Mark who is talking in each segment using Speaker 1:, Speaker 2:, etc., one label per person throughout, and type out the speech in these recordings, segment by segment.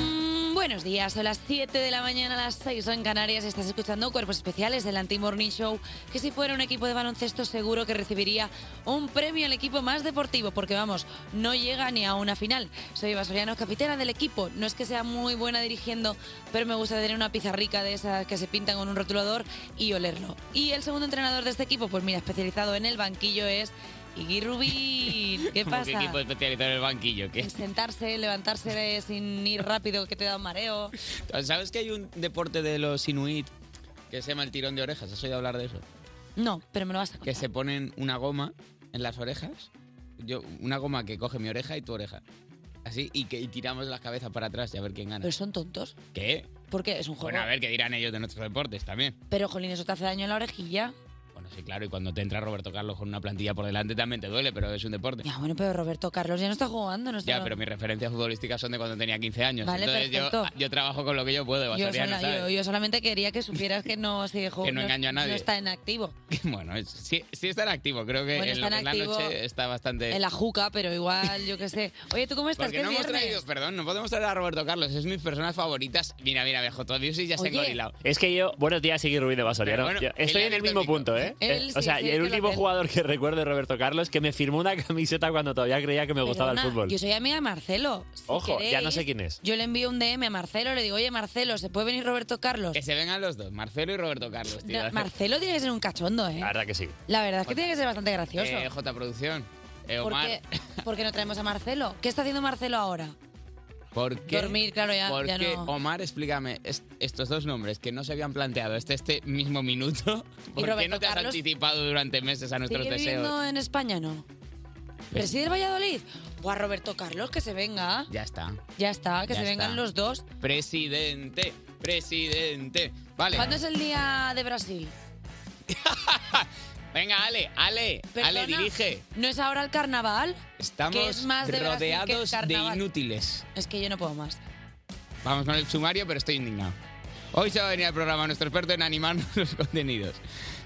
Speaker 1: Mm, Buenos días, son las 7 de la mañana, las 6 en Canarias. Estás escuchando Cuerpos Especiales del Anti-Morning Show. Que si fuera un equipo de baloncesto, seguro que recibiría un premio al equipo más deportivo, porque vamos, no llega ni a una final. Soy Eva Soriano, capitana del equipo. No es que sea muy buena dirigiendo, pero me gusta tener una pizarrica de esas que se pintan con un rotulador y olerlo. Y el segundo entrenador de este equipo, pues mira, especializado en el banquillo, es Iggy Rubín. ¿Qué
Speaker 2: Como
Speaker 1: pasa?
Speaker 2: que equipo especializado en el banquillo? ¿qué?
Speaker 1: Sentarse, levantarse de- sin ir rápido, que te da un mareo.
Speaker 2: ¿Sabes que hay un deporte de los inuit que se llama el tirón de orejas? ¿Has oído hablar de eso?
Speaker 1: No, pero me lo vas a
Speaker 2: Que se ponen una goma en las orejas. Yo, una goma que coge mi oreja y tu oreja. Así, y que y tiramos las cabezas para atrás y a ver quién gana.
Speaker 1: Pero son tontos.
Speaker 2: ¿Qué?
Speaker 1: Porque es un juego.
Speaker 2: Bueno, a ver qué dirán ellos de nuestros deportes también.
Speaker 1: Pero, Jolín, eso te hace daño en la orejilla.
Speaker 2: Bueno, sí, claro, y cuando te entra Roberto Carlos con una plantilla por delante también te duele, pero es un deporte.
Speaker 1: Ya, bueno, pero Roberto Carlos Pues ya no está jugando. No está
Speaker 2: Ya, pero mis referencias futbolísticas son de cuando tenía 15 años.
Speaker 1: Vale,
Speaker 2: Entonces yo,
Speaker 1: perfecto.
Speaker 2: yo trabajo con lo que yo puedo, Eva
Speaker 1: yo,
Speaker 2: Soriano,
Speaker 1: sola- yo-
Speaker 2: ¿sabes?
Speaker 1: yo solamente quería que supieras que no se juega.
Speaker 2: Que no engaño a nadie.
Speaker 1: No está en activo.
Speaker 2: Bueno, es- sí, sí está en activo. Creo que
Speaker 1: Bueno,
Speaker 2: en,
Speaker 1: está
Speaker 2: lo
Speaker 1: en
Speaker 2: que es la
Speaker 1: activo
Speaker 2: noche está bastante...
Speaker 1: En la juca, pero igual, yo qué sé. Oye, ¿tú cómo estás?
Speaker 2: Porque
Speaker 1: ¿Qué
Speaker 2: no hemos
Speaker 1: viernes?
Speaker 2: traído, perdón, no podemos traer a Roberto Carlos, es mis personas favoritas. Mira, mira, viejo, todavía sí ya se ha
Speaker 1: Oye.
Speaker 2: engorilado.
Speaker 3: Es que yo, buenos días, Iggy Rubín de Basoria.
Speaker 2: Pero bueno, él
Speaker 3: estoy
Speaker 2: ha
Speaker 3: en el
Speaker 2: visto el
Speaker 3: mismo punto, ¿eh?
Speaker 1: Él
Speaker 3: Eh,
Speaker 1: sí,
Speaker 3: o sea,
Speaker 1: sí,
Speaker 3: y
Speaker 1: es que
Speaker 3: el
Speaker 1: lo
Speaker 3: último
Speaker 1: hace él.
Speaker 3: jugador que recuerdo de Roberto Carlos que me firmó una camiseta cuando todavía creía que me gustaba el
Speaker 1: Perdona,
Speaker 3: fútbol.
Speaker 1: Yo soy amiga de Marcelo. Si
Speaker 3: Ojo, ya no
Speaker 1: queréis,
Speaker 3: sé quién es.
Speaker 1: Yo le envío un DM a Marcelo, le digo, oye, Marcelo, ¿se puede venir Roberto Carlos?
Speaker 2: Que se vengan los dos, Marcelo y Roberto Carlos, tío.
Speaker 1: Na- Marcelo tiene que ser un cachondo, ¿eh?
Speaker 3: La verdad que sí.
Speaker 1: La verdad es que tiene que ser bastante gracioso.
Speaker 2: Eh, J Producción, eh,
Speaker 1: ¿Por
Speaker 2: Omar.
Speaker 1: qué, por qué no traemos a Marcelo? ¿Qué está haciendo Marcelo ahora?
Speaker 2: ¿Por qué?
Speaker 1: Dormir, claro, ya-
Speaker 2: ¿Por
Speaker 1: ya
Speaker 2: qué?
Speaker 1: no.
Speaker 2: Omar, explícame, es- estos dos nombres que no se habían planteado este, este mismo minuto, ¿por qué
Speaker 1: Roberto
Speaker 2: no te has
Speaker 1: Carlos?
Speaker 2: anticipado durante meses a nuestros
Speaker 1: ¿Sigue
Speaker 2: deseos?
Speaker 1: viviendo en España no? ¿Preside el Valladolid? Buah, Roberto Carlos, que se venga.
Speaker 2: Ya está.
Speaker 1: Ya está, que
Speaker 2: Ya
Speaker 1: se vengan
Speaker 2: está.
Speaker 1: los dos.
Speaker 2: Presidente, presidente. Vale.
Speaker 1: ¿Cuándo es el día de Brasil?
Speaker 2: Venga, Ale, Ale,
Speaker 1: Perdona,
Speaker 2: Ale, dirige.
Speaker 1: ¿No es ahora el carnaval?
Speaker 2: Estamos
Speaker 1: ¿Qué es más de Brasil que
Speaker 2: rodeados de
Speaker 1: carnaval?
Speaker 2: inútiles.
Speaker 1: Es que yo no puedo más.
Speaker 2: Vamos con el sumario, pero estoy indignado. Hoy se va a venir al programa nuestro experto en animarnos los contenidos.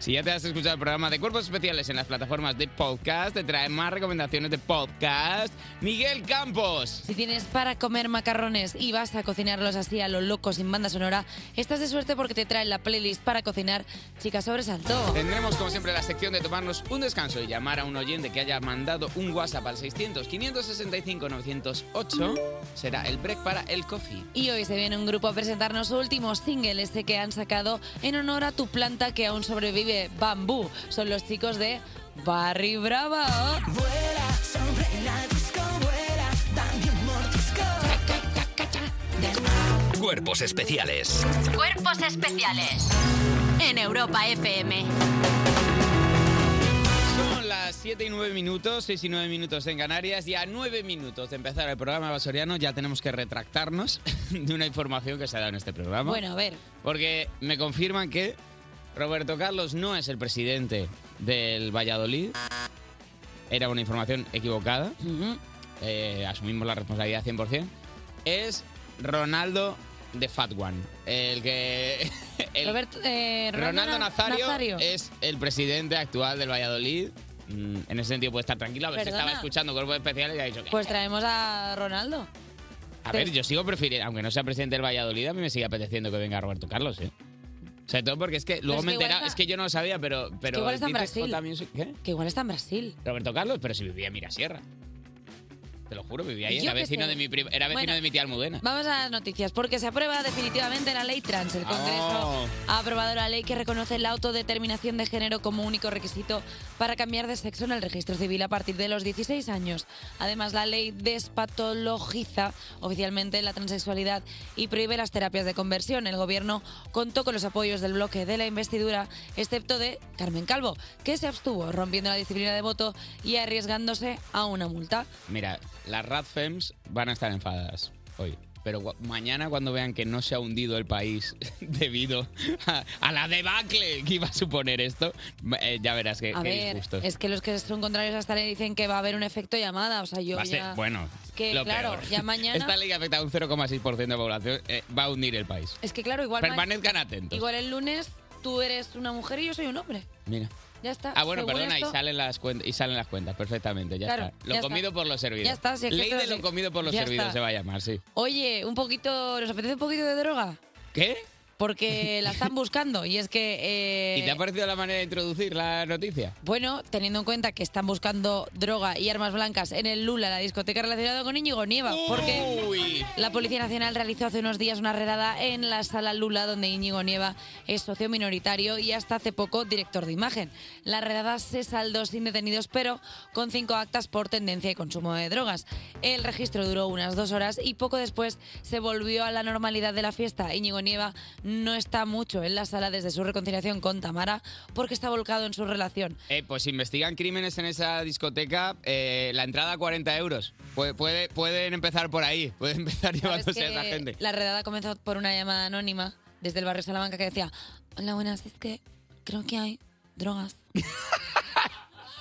Speaker 2: Si ya te has escuchado el programa de Cuerpos Especiales en las plataformas de podcast, te trae más recomendaciones de podcast. Miguel Campos.
Speaker 1: Si tienes para comer macarrones y vas a cocinarlos así a lo loco sin banda sonora, estás de suerte porque te traen la playlist para cocinar Chicas Sobresalto.
Speaker 2: Tendremos, como siempre, la sección de tomarnos un descanso y llamar a un oyente que haya mandado un WhatsApp al 600-565-908. Será el break para el coffee.
Speaker 1: Y hoy se viene un grupo a presentarnos su último single, este que han sacado en honor a tu planta que aún sobrevive, Bambú. Son los chicos de Barry Brava.
Speaker 4: Vuela, sobre la disco, vuela, dame un mordisco.
Speaker 5: Cuerpos especiales.
Speaker 6: Cuerpos especiales en Europa FM.
Speaker 2: Son las 7 y 9 minutos, 6 y 9 minutos en Canarias y a 9 minutos de empezar el programa Basoriano ya tenemos que retractarnos de una información que se ha dado en este programa.
Speaker 1: Bueno, a ver,
Speaker 2: Porque me confirman que Roberto Carlos no es el presidente del Valladolid. Era una información equivocada. Eh, asumimos la responsabilidad 100%. Es Ronaldo de Fat One. El que... el-
Speaker 1: Roberto, eh,
Speaker 2: Ronaldo
Speaker 1: Na-
Speaker 2: Nazario, es el presidente actual del Valladolid. Mm, En ese sentido puede estar tranquilo. A ver si
Speaker 1: Perdona.
Speaker 2: estaba escuchando cuerpos especiales y ha dicho que.
Speaker 1: Pues traemos a Ronaldo.
Speaker 2: a ver, yo sigo prefiriendo, aunque no sea presidente del Valladolid, a mí me sigue apeteciendo que venga Roberto Carlos, ¿eh? Sobre todo porque es que luego
Speaker 1: es
Speaker 2: me
Speaker 1: que
Speaker 2: he
Speaker 1: igual
Speaker 2: enterado,
Speaker 1: está-
Speaker 2: es que yo no lo sabía, pero. pero
Speaker 1: igual está en
Speaker 2: dices,
Speaker 1: Brasil.
Speaker 2: "Jota Music", ¿Qué?
Speaker 1: Que igual está en Brasil.
Speaker 2: Roberto Carlos, pero si vivía en Mirasierra. Te lo juro, vivía ahí.
Speaker 1: Yo
Speaker 2: Era
Speaker 1: qué
Speaker 2: vecino,
Speaker 1: sé.
Speaker 2: de mi, pri- era vecino
Speaker 1: Bueno.
Speaker 2: de mi tía Almudena.
Speaker 1: Vamos a las noticias, porque se aprueba definitivamente la ley trans. El Congreso
Speaker 2: Vamos.
Speaker 1: ha aprobado la ley que reconoce la autodeterminación de género como único requisito para cambiar de sexo en el registro civil a partir de los 16 años. Además, la ley despatologiza oficialmente la transexualidad y prohíbe las terapias de conversión. El Gobierno contó con los apoyos del bloque de la investidura, excepto de Carmen Calvo, que se abstuvo, rompiendo la disciplina de voto y arriesgándose a una multa.
Speaker 2: Mira, las Radfems van a estar enfadadas hoy. Pero gua- mañana cuando vean que no se ha hundido el país debido a, a la debacle que iba a suponer esto, eh, ya verás que,
Speaker 1: A
Speaker 2: qué
Speaker 1: ver,
Speaker 2: disgustos.
Speaker 1: es que los que son contrarios a esta ley dicen que va a haber un efecto llamada. O sea, yo
Speaker 2: Va a ser-
Speaker 1: ya...
Speaker 2: bueno,
Speaker 1: Es que,
Speaker 2: lo
Speaker 1: claro,
Speaker 2: peor.
Speaker 1: ya mañana-
Speaker 2: Esta ley que afecta a un 0,6% de población eh, va a hundir el país.
Speaker 1: Es que claro, igual, ma-
Speaker 2: Permanezcan atentos.
Speaker 1: igual el lunes tú eres una mujer y yo soy un hombre.
Speaker 2: Mira.
Speaker 1: Ya está.
Speaker 2: Ah, bueno,
Speaker 1: Según
Speaker 2: perdona,
Speaker 1: esto-
Speaker 2: y, salen las cuentas, y salen las cuentas, perfectamente, ya
Speaker 1: Claro,
Speaker 2: está. Lo
Speaker 1: ya está.
Speaker 2: comido por lo servido.
Speaker 1: Ya está, si es que
Speaker 2: Ley
Speaker 1: esto
Speaker 2: de
Speaker 1: es
Speaker 2: lo
Speaker 1: así.
Speaker 2: comido por lo
Speaker 1: Ya
Speaker 2: servido
Speaker 1: está.
Speaker 2: se va a llamar, sí.
Speaker 1: Oye, un poquito, ¿nos apetece un poquito de droga?
Speaker 2: ¿Qué?
Speaker 1: Porque la están buscando y es que... eh,
Speaker 2: ¿Y te ha parecido la manera de introducir la noticia?
Speaker 1: Bueno, teniendo en cuenta que están buscando droga y armas blancas en el Lula, la discoteca relacionada con Íñigo Nieva, porque la Policía Nacional realizó hace unos días una redada en la sala Lula, donde Íñigo Nieva es socio minoritario y hasta hace poco director de imagen. La redada se saldó sin detenidos, pero con cinco actas por tendencia y consumo de drogas. El registro duró unas dos horas y poco después se volvió a la normalidad de la fiesta. Íñigo Nieva no está mucho en la sala desde su reconciliación con Tamara porque está volcado en su relación.
Speaker 2: Eh, pues investigan crímenes en esa discoteca, eh, la entrada a 40 euros. Puede, puede- pueden empezar por ahí, pueden empezar
Speaker 1: ¿Sabes
Speaker 2: llevándose a
Speaker 1: que
Speaker 2: esa gente.
Speaker 1: La redada comenzó por una llamada anónima desde el barrio Salamanca que decía, hola buenas, es que creo que hay drogas.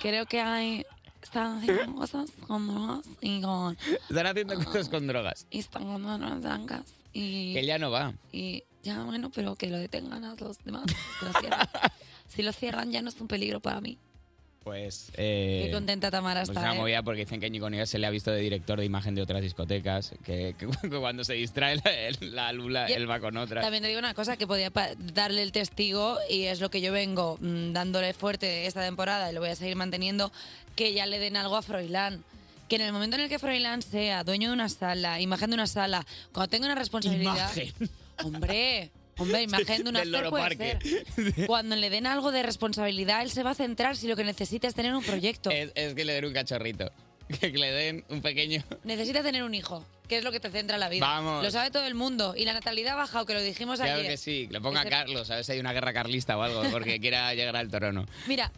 Speaker 1: creo que hay... Están haciendo cosas con drogas y con...
Speaker 2: Están haciendo cosas con drogas.
Speaker 1: Y están con armas blancas. Y,
Speaker 2: Que él ya no va.
Speaker 1: y ya bueno, pero que lo detengan a los demás. que lo cierren. si lo cierran ya no es un peligro para mí.
Speaker 2: Pues. eh,
Speaker 1: Qué contenta Tamara
Speaker 2: pues
Speaker 1: está.
Speaker 2: una
Speaker 1: ¿eh?
Speaker 2: movida porque dicen que Ñigo Nieva se le ha visto de director de imagen de otras discotecas, que, que cuando se distrae la, la lula,
Speaker 1: Yo-
Speaker 2: Ah, él va con otra.
Speaker 1: También te digo una cosa que podía pa- darle el testigo y es lo que yo vengo mm, dándole fuerte esta temporada y lo voy a seguir manteniendo, que ya le den algo a Froilán. Que en el momento en el que Froilán sea dueño de una sala, imagen de una sala, cuando tenga una responsabilidad... Hombre, hombre, imagen de una
Speaker 2: Del Loro
Speaker 1: puede
Speaker 2: Parque.
Speaker 1: ser. Cuando le den algo de responsabilidad, él se va a centrar si lo que necesita es tener un proyecto.
Speaker 2: Es, es que le den un cachorrito. Que le den un pequeño.
Speaker 1: Necesita tener un hijo, que es lo que te centra la vida.
Speaker 2: Vamos.
Speaker 1: Lo sabe todo el mundo. Y la natalidad baja, o que lo dijimos
Speaker 2: Claro
Speaker 1: ayer.
Speaker 2: que sí. Que lo ponga
Speaker 1: Ese-
Speaker 2: Carlos, a ver si hay una guerra carlista o algo, porque quiera llegar al trono.
Speaker 1: Mira,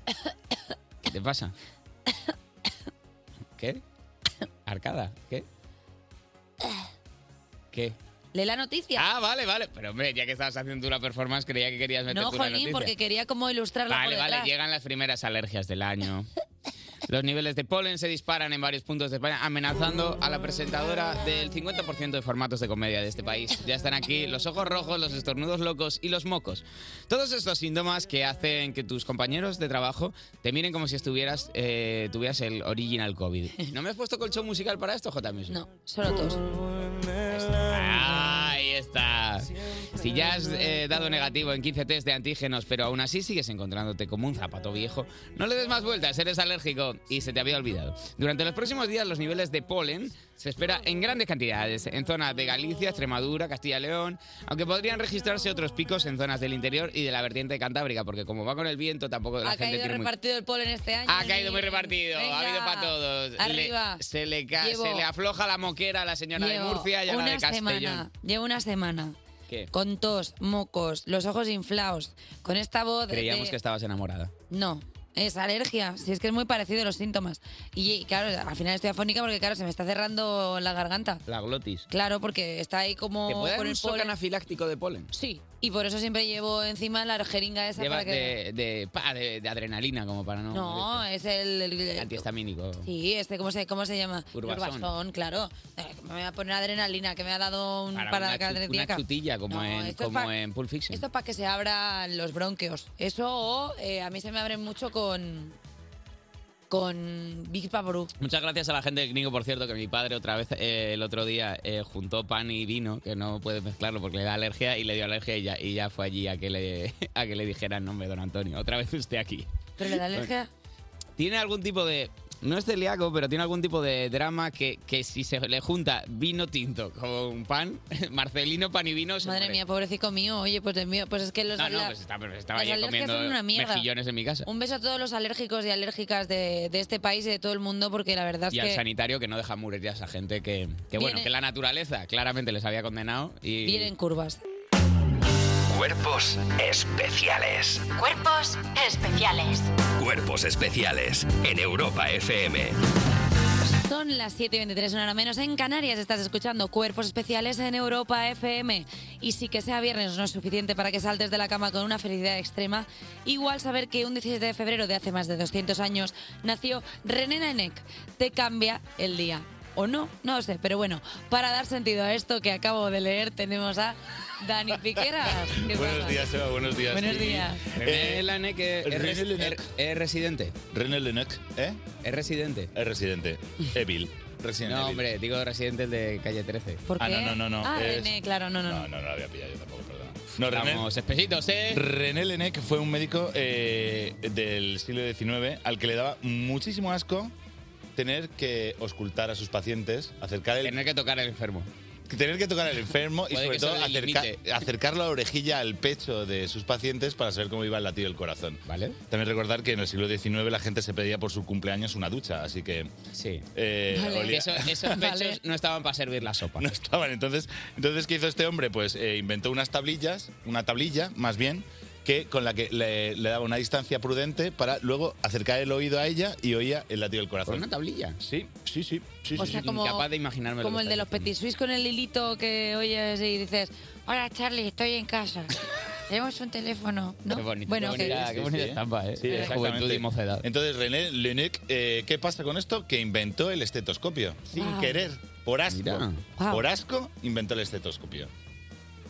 Speaker 2: ¿Qué te pasa? ¿Qué? ¿Arcada? ¿Qué? ¿Qué?
Speaker 1: lee la noticia.
Speaker 2: Ah, vale, vale. Pero hombre, ya que estabas haciendo tú la performance, creía que querías meter
Speaker 1: No,
Speaker 2: tú la
Speaker 1: Jolín,
Speaker 2: noticia.
Speaker 1: porque quería como ilustrarla
Speaker 2: Vale,
Speaker 1: por
Speaker 2: vale,
Speaker 1: detrás.
Speaker 2: llegan las primeras alergias del año. Los niveles de polen se disparan en varios puntos de España, amenazando a la presentadora del 50% de formatos de comedia de este país. Ya están aquí los ojos rojos, los estornudos locos y los mocos. Todos estos síntomas que hacen que tus compañeros de trabajo te miren como si estuvieras, eh, tuvieras el original COVID. ¿No me has puesto colchón musical para esto, J. Music?
Speaker 1: No, solo tos.
Speaker 2: Ahí está. Si ya has eh, dado negativo en 15 test de antígenos, pero aún así sigues encontrándote como un zapato viejo, no le des más vueltas, eres alérgico y se te había olvidado. Durante los próximos días los niveles de polen se espera en grandes cantidades en zonas de Galicia, Extremadura, Castilla y León, aunque podrían registrarse otros picos en zonas del interior y de la vertiente cantábrica, porque como va con el viento tampoco la
Speaker 1: Ha
Speaker 2: gente
Speaker 1: caído
Speaker 2: tiene muy...
Speaker 1: repartido el polen este año.
Speaker 2: Ha caído muy
Speaker 1: Jolín.
Speaker 2: repartido, ha
Speaker 1: Venga,
Speaker 2: habido para todos. Le-
Speaker 1: Arriba.
Speaker 2: se, le ca-
Speaker 1: Llevo-
Speaker 2: se le afloja la moquera a la señora
Speaker 1: Llevo
Speaker 2: de Murcia y a la
Speaker 1: una
Speaker 2: de Castellón.
Speaker 1: semana. Llevo una semana.
Speaker 2: ¿Qué?
Speaker 1: Con tos, mocos, los ojos inflados, con esta voz. de-
Speaker 2: Creíamos
Speaker 1: de-
Speaker 2: que estabas enamorada.
Speaker 1: No, es alergia. Si es que es muy parecido los síntomas. Y, y claro, al final estoy afónica porque, claro, se me está cerrando la garganta.
Speaker 2: La glotis.
Speaker 1: Claro, porque está ahí como.
Speaker 2: ¿Te puede dar
Speaker 1: con
Speaker 2: un
Speaker 1: el
Speaker 2: shock
Speaker 1: polen.
Speaker 2: anafiláctico de polen?
Speaker 1: Sí, y por eso siempre llevo encima la jeringa esa para
Speaker 2: Llevas
Speaker 1: que.
Speaker 2: de, de, pa, de- de adrenalina como para no...
Speaker 1: No, es el, el- el-
Speaker 2: Antihistamínico.
Speaker 1: Sí, este, ¿cómo se, cómo se llama?
Speaker 2: Urbazón.
Speaker 1: claro. Eh, me voy a poner adrenalina, que me ha dado un
Speaker 2: Para
Speaker 1: parada
Speaker 2: una, chu- una
Speaker 1: cardíaca.
Speaker 2: chutilla como,
Speaker 1: No,
Speaker 2: en,
Speaker 1: esto es
Speaker 2: como
Speaker 1: pa-
Speaker 2: en Pulp Fiction.
Speaker 1: Esto es para que se abran los bronquios. Eso o eh, a mí se me abren mucho con. con Big Paparu.
Speaker 2: Muchas gracias a la gente de Knigo, por cierto, que mi padre otra vez eh, el otro día eh, juntó pan y vino, que no puede mezclarlo porque le da alergia y le dio alergia y ya, y ya fue allí a que le, a que le dijeran, no, hombre, don Antonio, otra vez usted aquí.
Speaker 1: Pero le da alergia.
Speaker 2: tiene algún tipo de. No es celíaco, pero tiene algún tipo de drama que, que si se le junta vino tinto con pan, Marcelino, pan y vino. pues se
Speaker 1: Madre
Speaker 2: muere.
Speaker 1: mía, pobrecito mío. Oye, pues el mío. Pues es que los.
Speaker 2: No, no,
Speaker 1: la-
Speaker 2: pues está, pero estaba
Speaker 1: las
Speaker 2: yo
Speaker 1: alergias
Speaker 2: comiendo
Speaker 1: son una mierda.
Speaker 2: mejillones en mi casa.
Speaker 1: Un beso a todos los alérgicos y alérgicas de, de este país y de todo el mundo, porque la verdad
Speaker 2: Y
Speaker 1: es
Speaker 2: al
Speaker 1: que.
Speaker 2: sanitario que no deja murrir a esa gente que, que bueno,
Speaker 1: Viene-
Speaker 2: que la naturaleza claramente les había condenado y...
Speaker 1: Vienen curvas.
Speaker 5: Cuerpos especiales.
Speaker 6: Cuerpos especiales.
Speaker 5: Cuerpos especiales en Europa FM.
Speaker 1: Son las 7 y 23, una hora menos. En Canarias estás escuchando Cuerpos Especiales en Europa FM. Y si que sea viernes no es suficiente para que saltes de la cama con una felicidad extrema, igual saber que un 17 de febrero de hace más de 200 años nació René Nanek te cambia el día. ¿O no? No lo sé, pero bueno, para dar sentido a esto que acabo de leer, tenemos a Dani Piqueras. ¿Qué
Speaker 7: Buenos
Speaker 1: pasa?
Speaker 7: días, Eva, buenos días.
Speaker 1: Buenos días.
Speaker 2: René Lanek es,
Speaker 7: René
Speaker 2: es-
Speaker 7: Lanek.
Speaker 2: es- es Eh, residente.
Speaker 7: René Lenec, ¿eh?
Speaker 2: Es residente.
Speaker 7: Es residente. Evil. Resident
Speaker 2: No,
Speaker 7: Evil.
Speaker 2: hombre, digo residente el de calle 13.
Speaker 1: ¿Por
Speaker 7: Ah,
Speaker 1: qué?
Speaker 7: no, no, no, no,
Speaker 1: Ah,
Speaker 7: es-
Speaker 1: René, claro, no, no, no.
Speaker 7: No, no, no la había pillado yo tampoco, perdón. No, René,
Speaker 2: Vamos, espesitos, ¿eh?
Speaker 7: René Lenec fue un médico eh, del siglo XIX al que le daba muchísimo asco tener que auscultar a sus pacientes, acercar el
Speaker 2: Tener que tocar al enfermo.
Speaker 7: Tener que tocar al enfermo y
Speaker 2: Puede
Speaker 7: sobre
Speaker 2: que eso
Speaker 7: todo
Speaker 2: le
Speaker 7: acerca-
Speaker 2: limite.
Speaker 7: acercar la orejilla al pecho de sus pacientes para saber cómo iba el latido del corazón.
Speaker 2: ¿Vale?
Speaker 7: También recordar que en el siglo XIX la gente se pedía por su cumpleaños una ducha, así que
Speaker 2: Sí.
Speaker 7: eh,
Speaker 1: Vale.
Speaker 7: olía-
Speaker 2: Que eso- esos pechos
Speaker 1: Vale.
Speaker 2: no estaban para servir la sopa.
Speaker 7: no estaban. Entonces, entonces, ¿qué hizo este hombre? Pues eh, inventó unas tablillas, una tablilla más bien, que con la que le, le daba una distancia prudente para luego acercar el oído a ella y oía el latido del
Speaker 2: Con
Speaker 7: corazón.
Speaker 2: una tablilla.
Speaker 7: Sí, sí, sí. sí,
Speaker 1: O
Speaker 7: sí,
Speaker 1: sea,
Speaker 7: sí.
Speaker 1: como-
Speaker 2: Incapaz de imaginarme lo
Speaker 1: Como
Speaker 2: que
Speaker 1: el de los
Speaker 2: estáis
Speaker 1: Petit Suisse con el hilito que oyes y dices, hola Charlie, estoy en casa. Tenemos un teléfono, ¿no?
Speaker 2: Qué bonito.
Speaker 1: bueno,
Speaker 2: qué bonita,
Speaker 1: que-
Speaker 2: qué bonita
Speaker 7: sí.
Speaker 2: estampa, ¿eh?
Speaker 7: Sí,
Speaker 2: De
Speaker 7: exactamente.
Speaker 2: juventud y mocedad.
Speaker 7: Entonces, René Lenec, eh, ¿qué pasa con esto? Que inventó el estetoscopio. Sin
Speaker 1: Wow.
Speaker 7: querer. Por asco.
Speaker 2: Mira.
Speaker 1: Wow.
Speaker 7: Por asco, inventó el estetoscopio.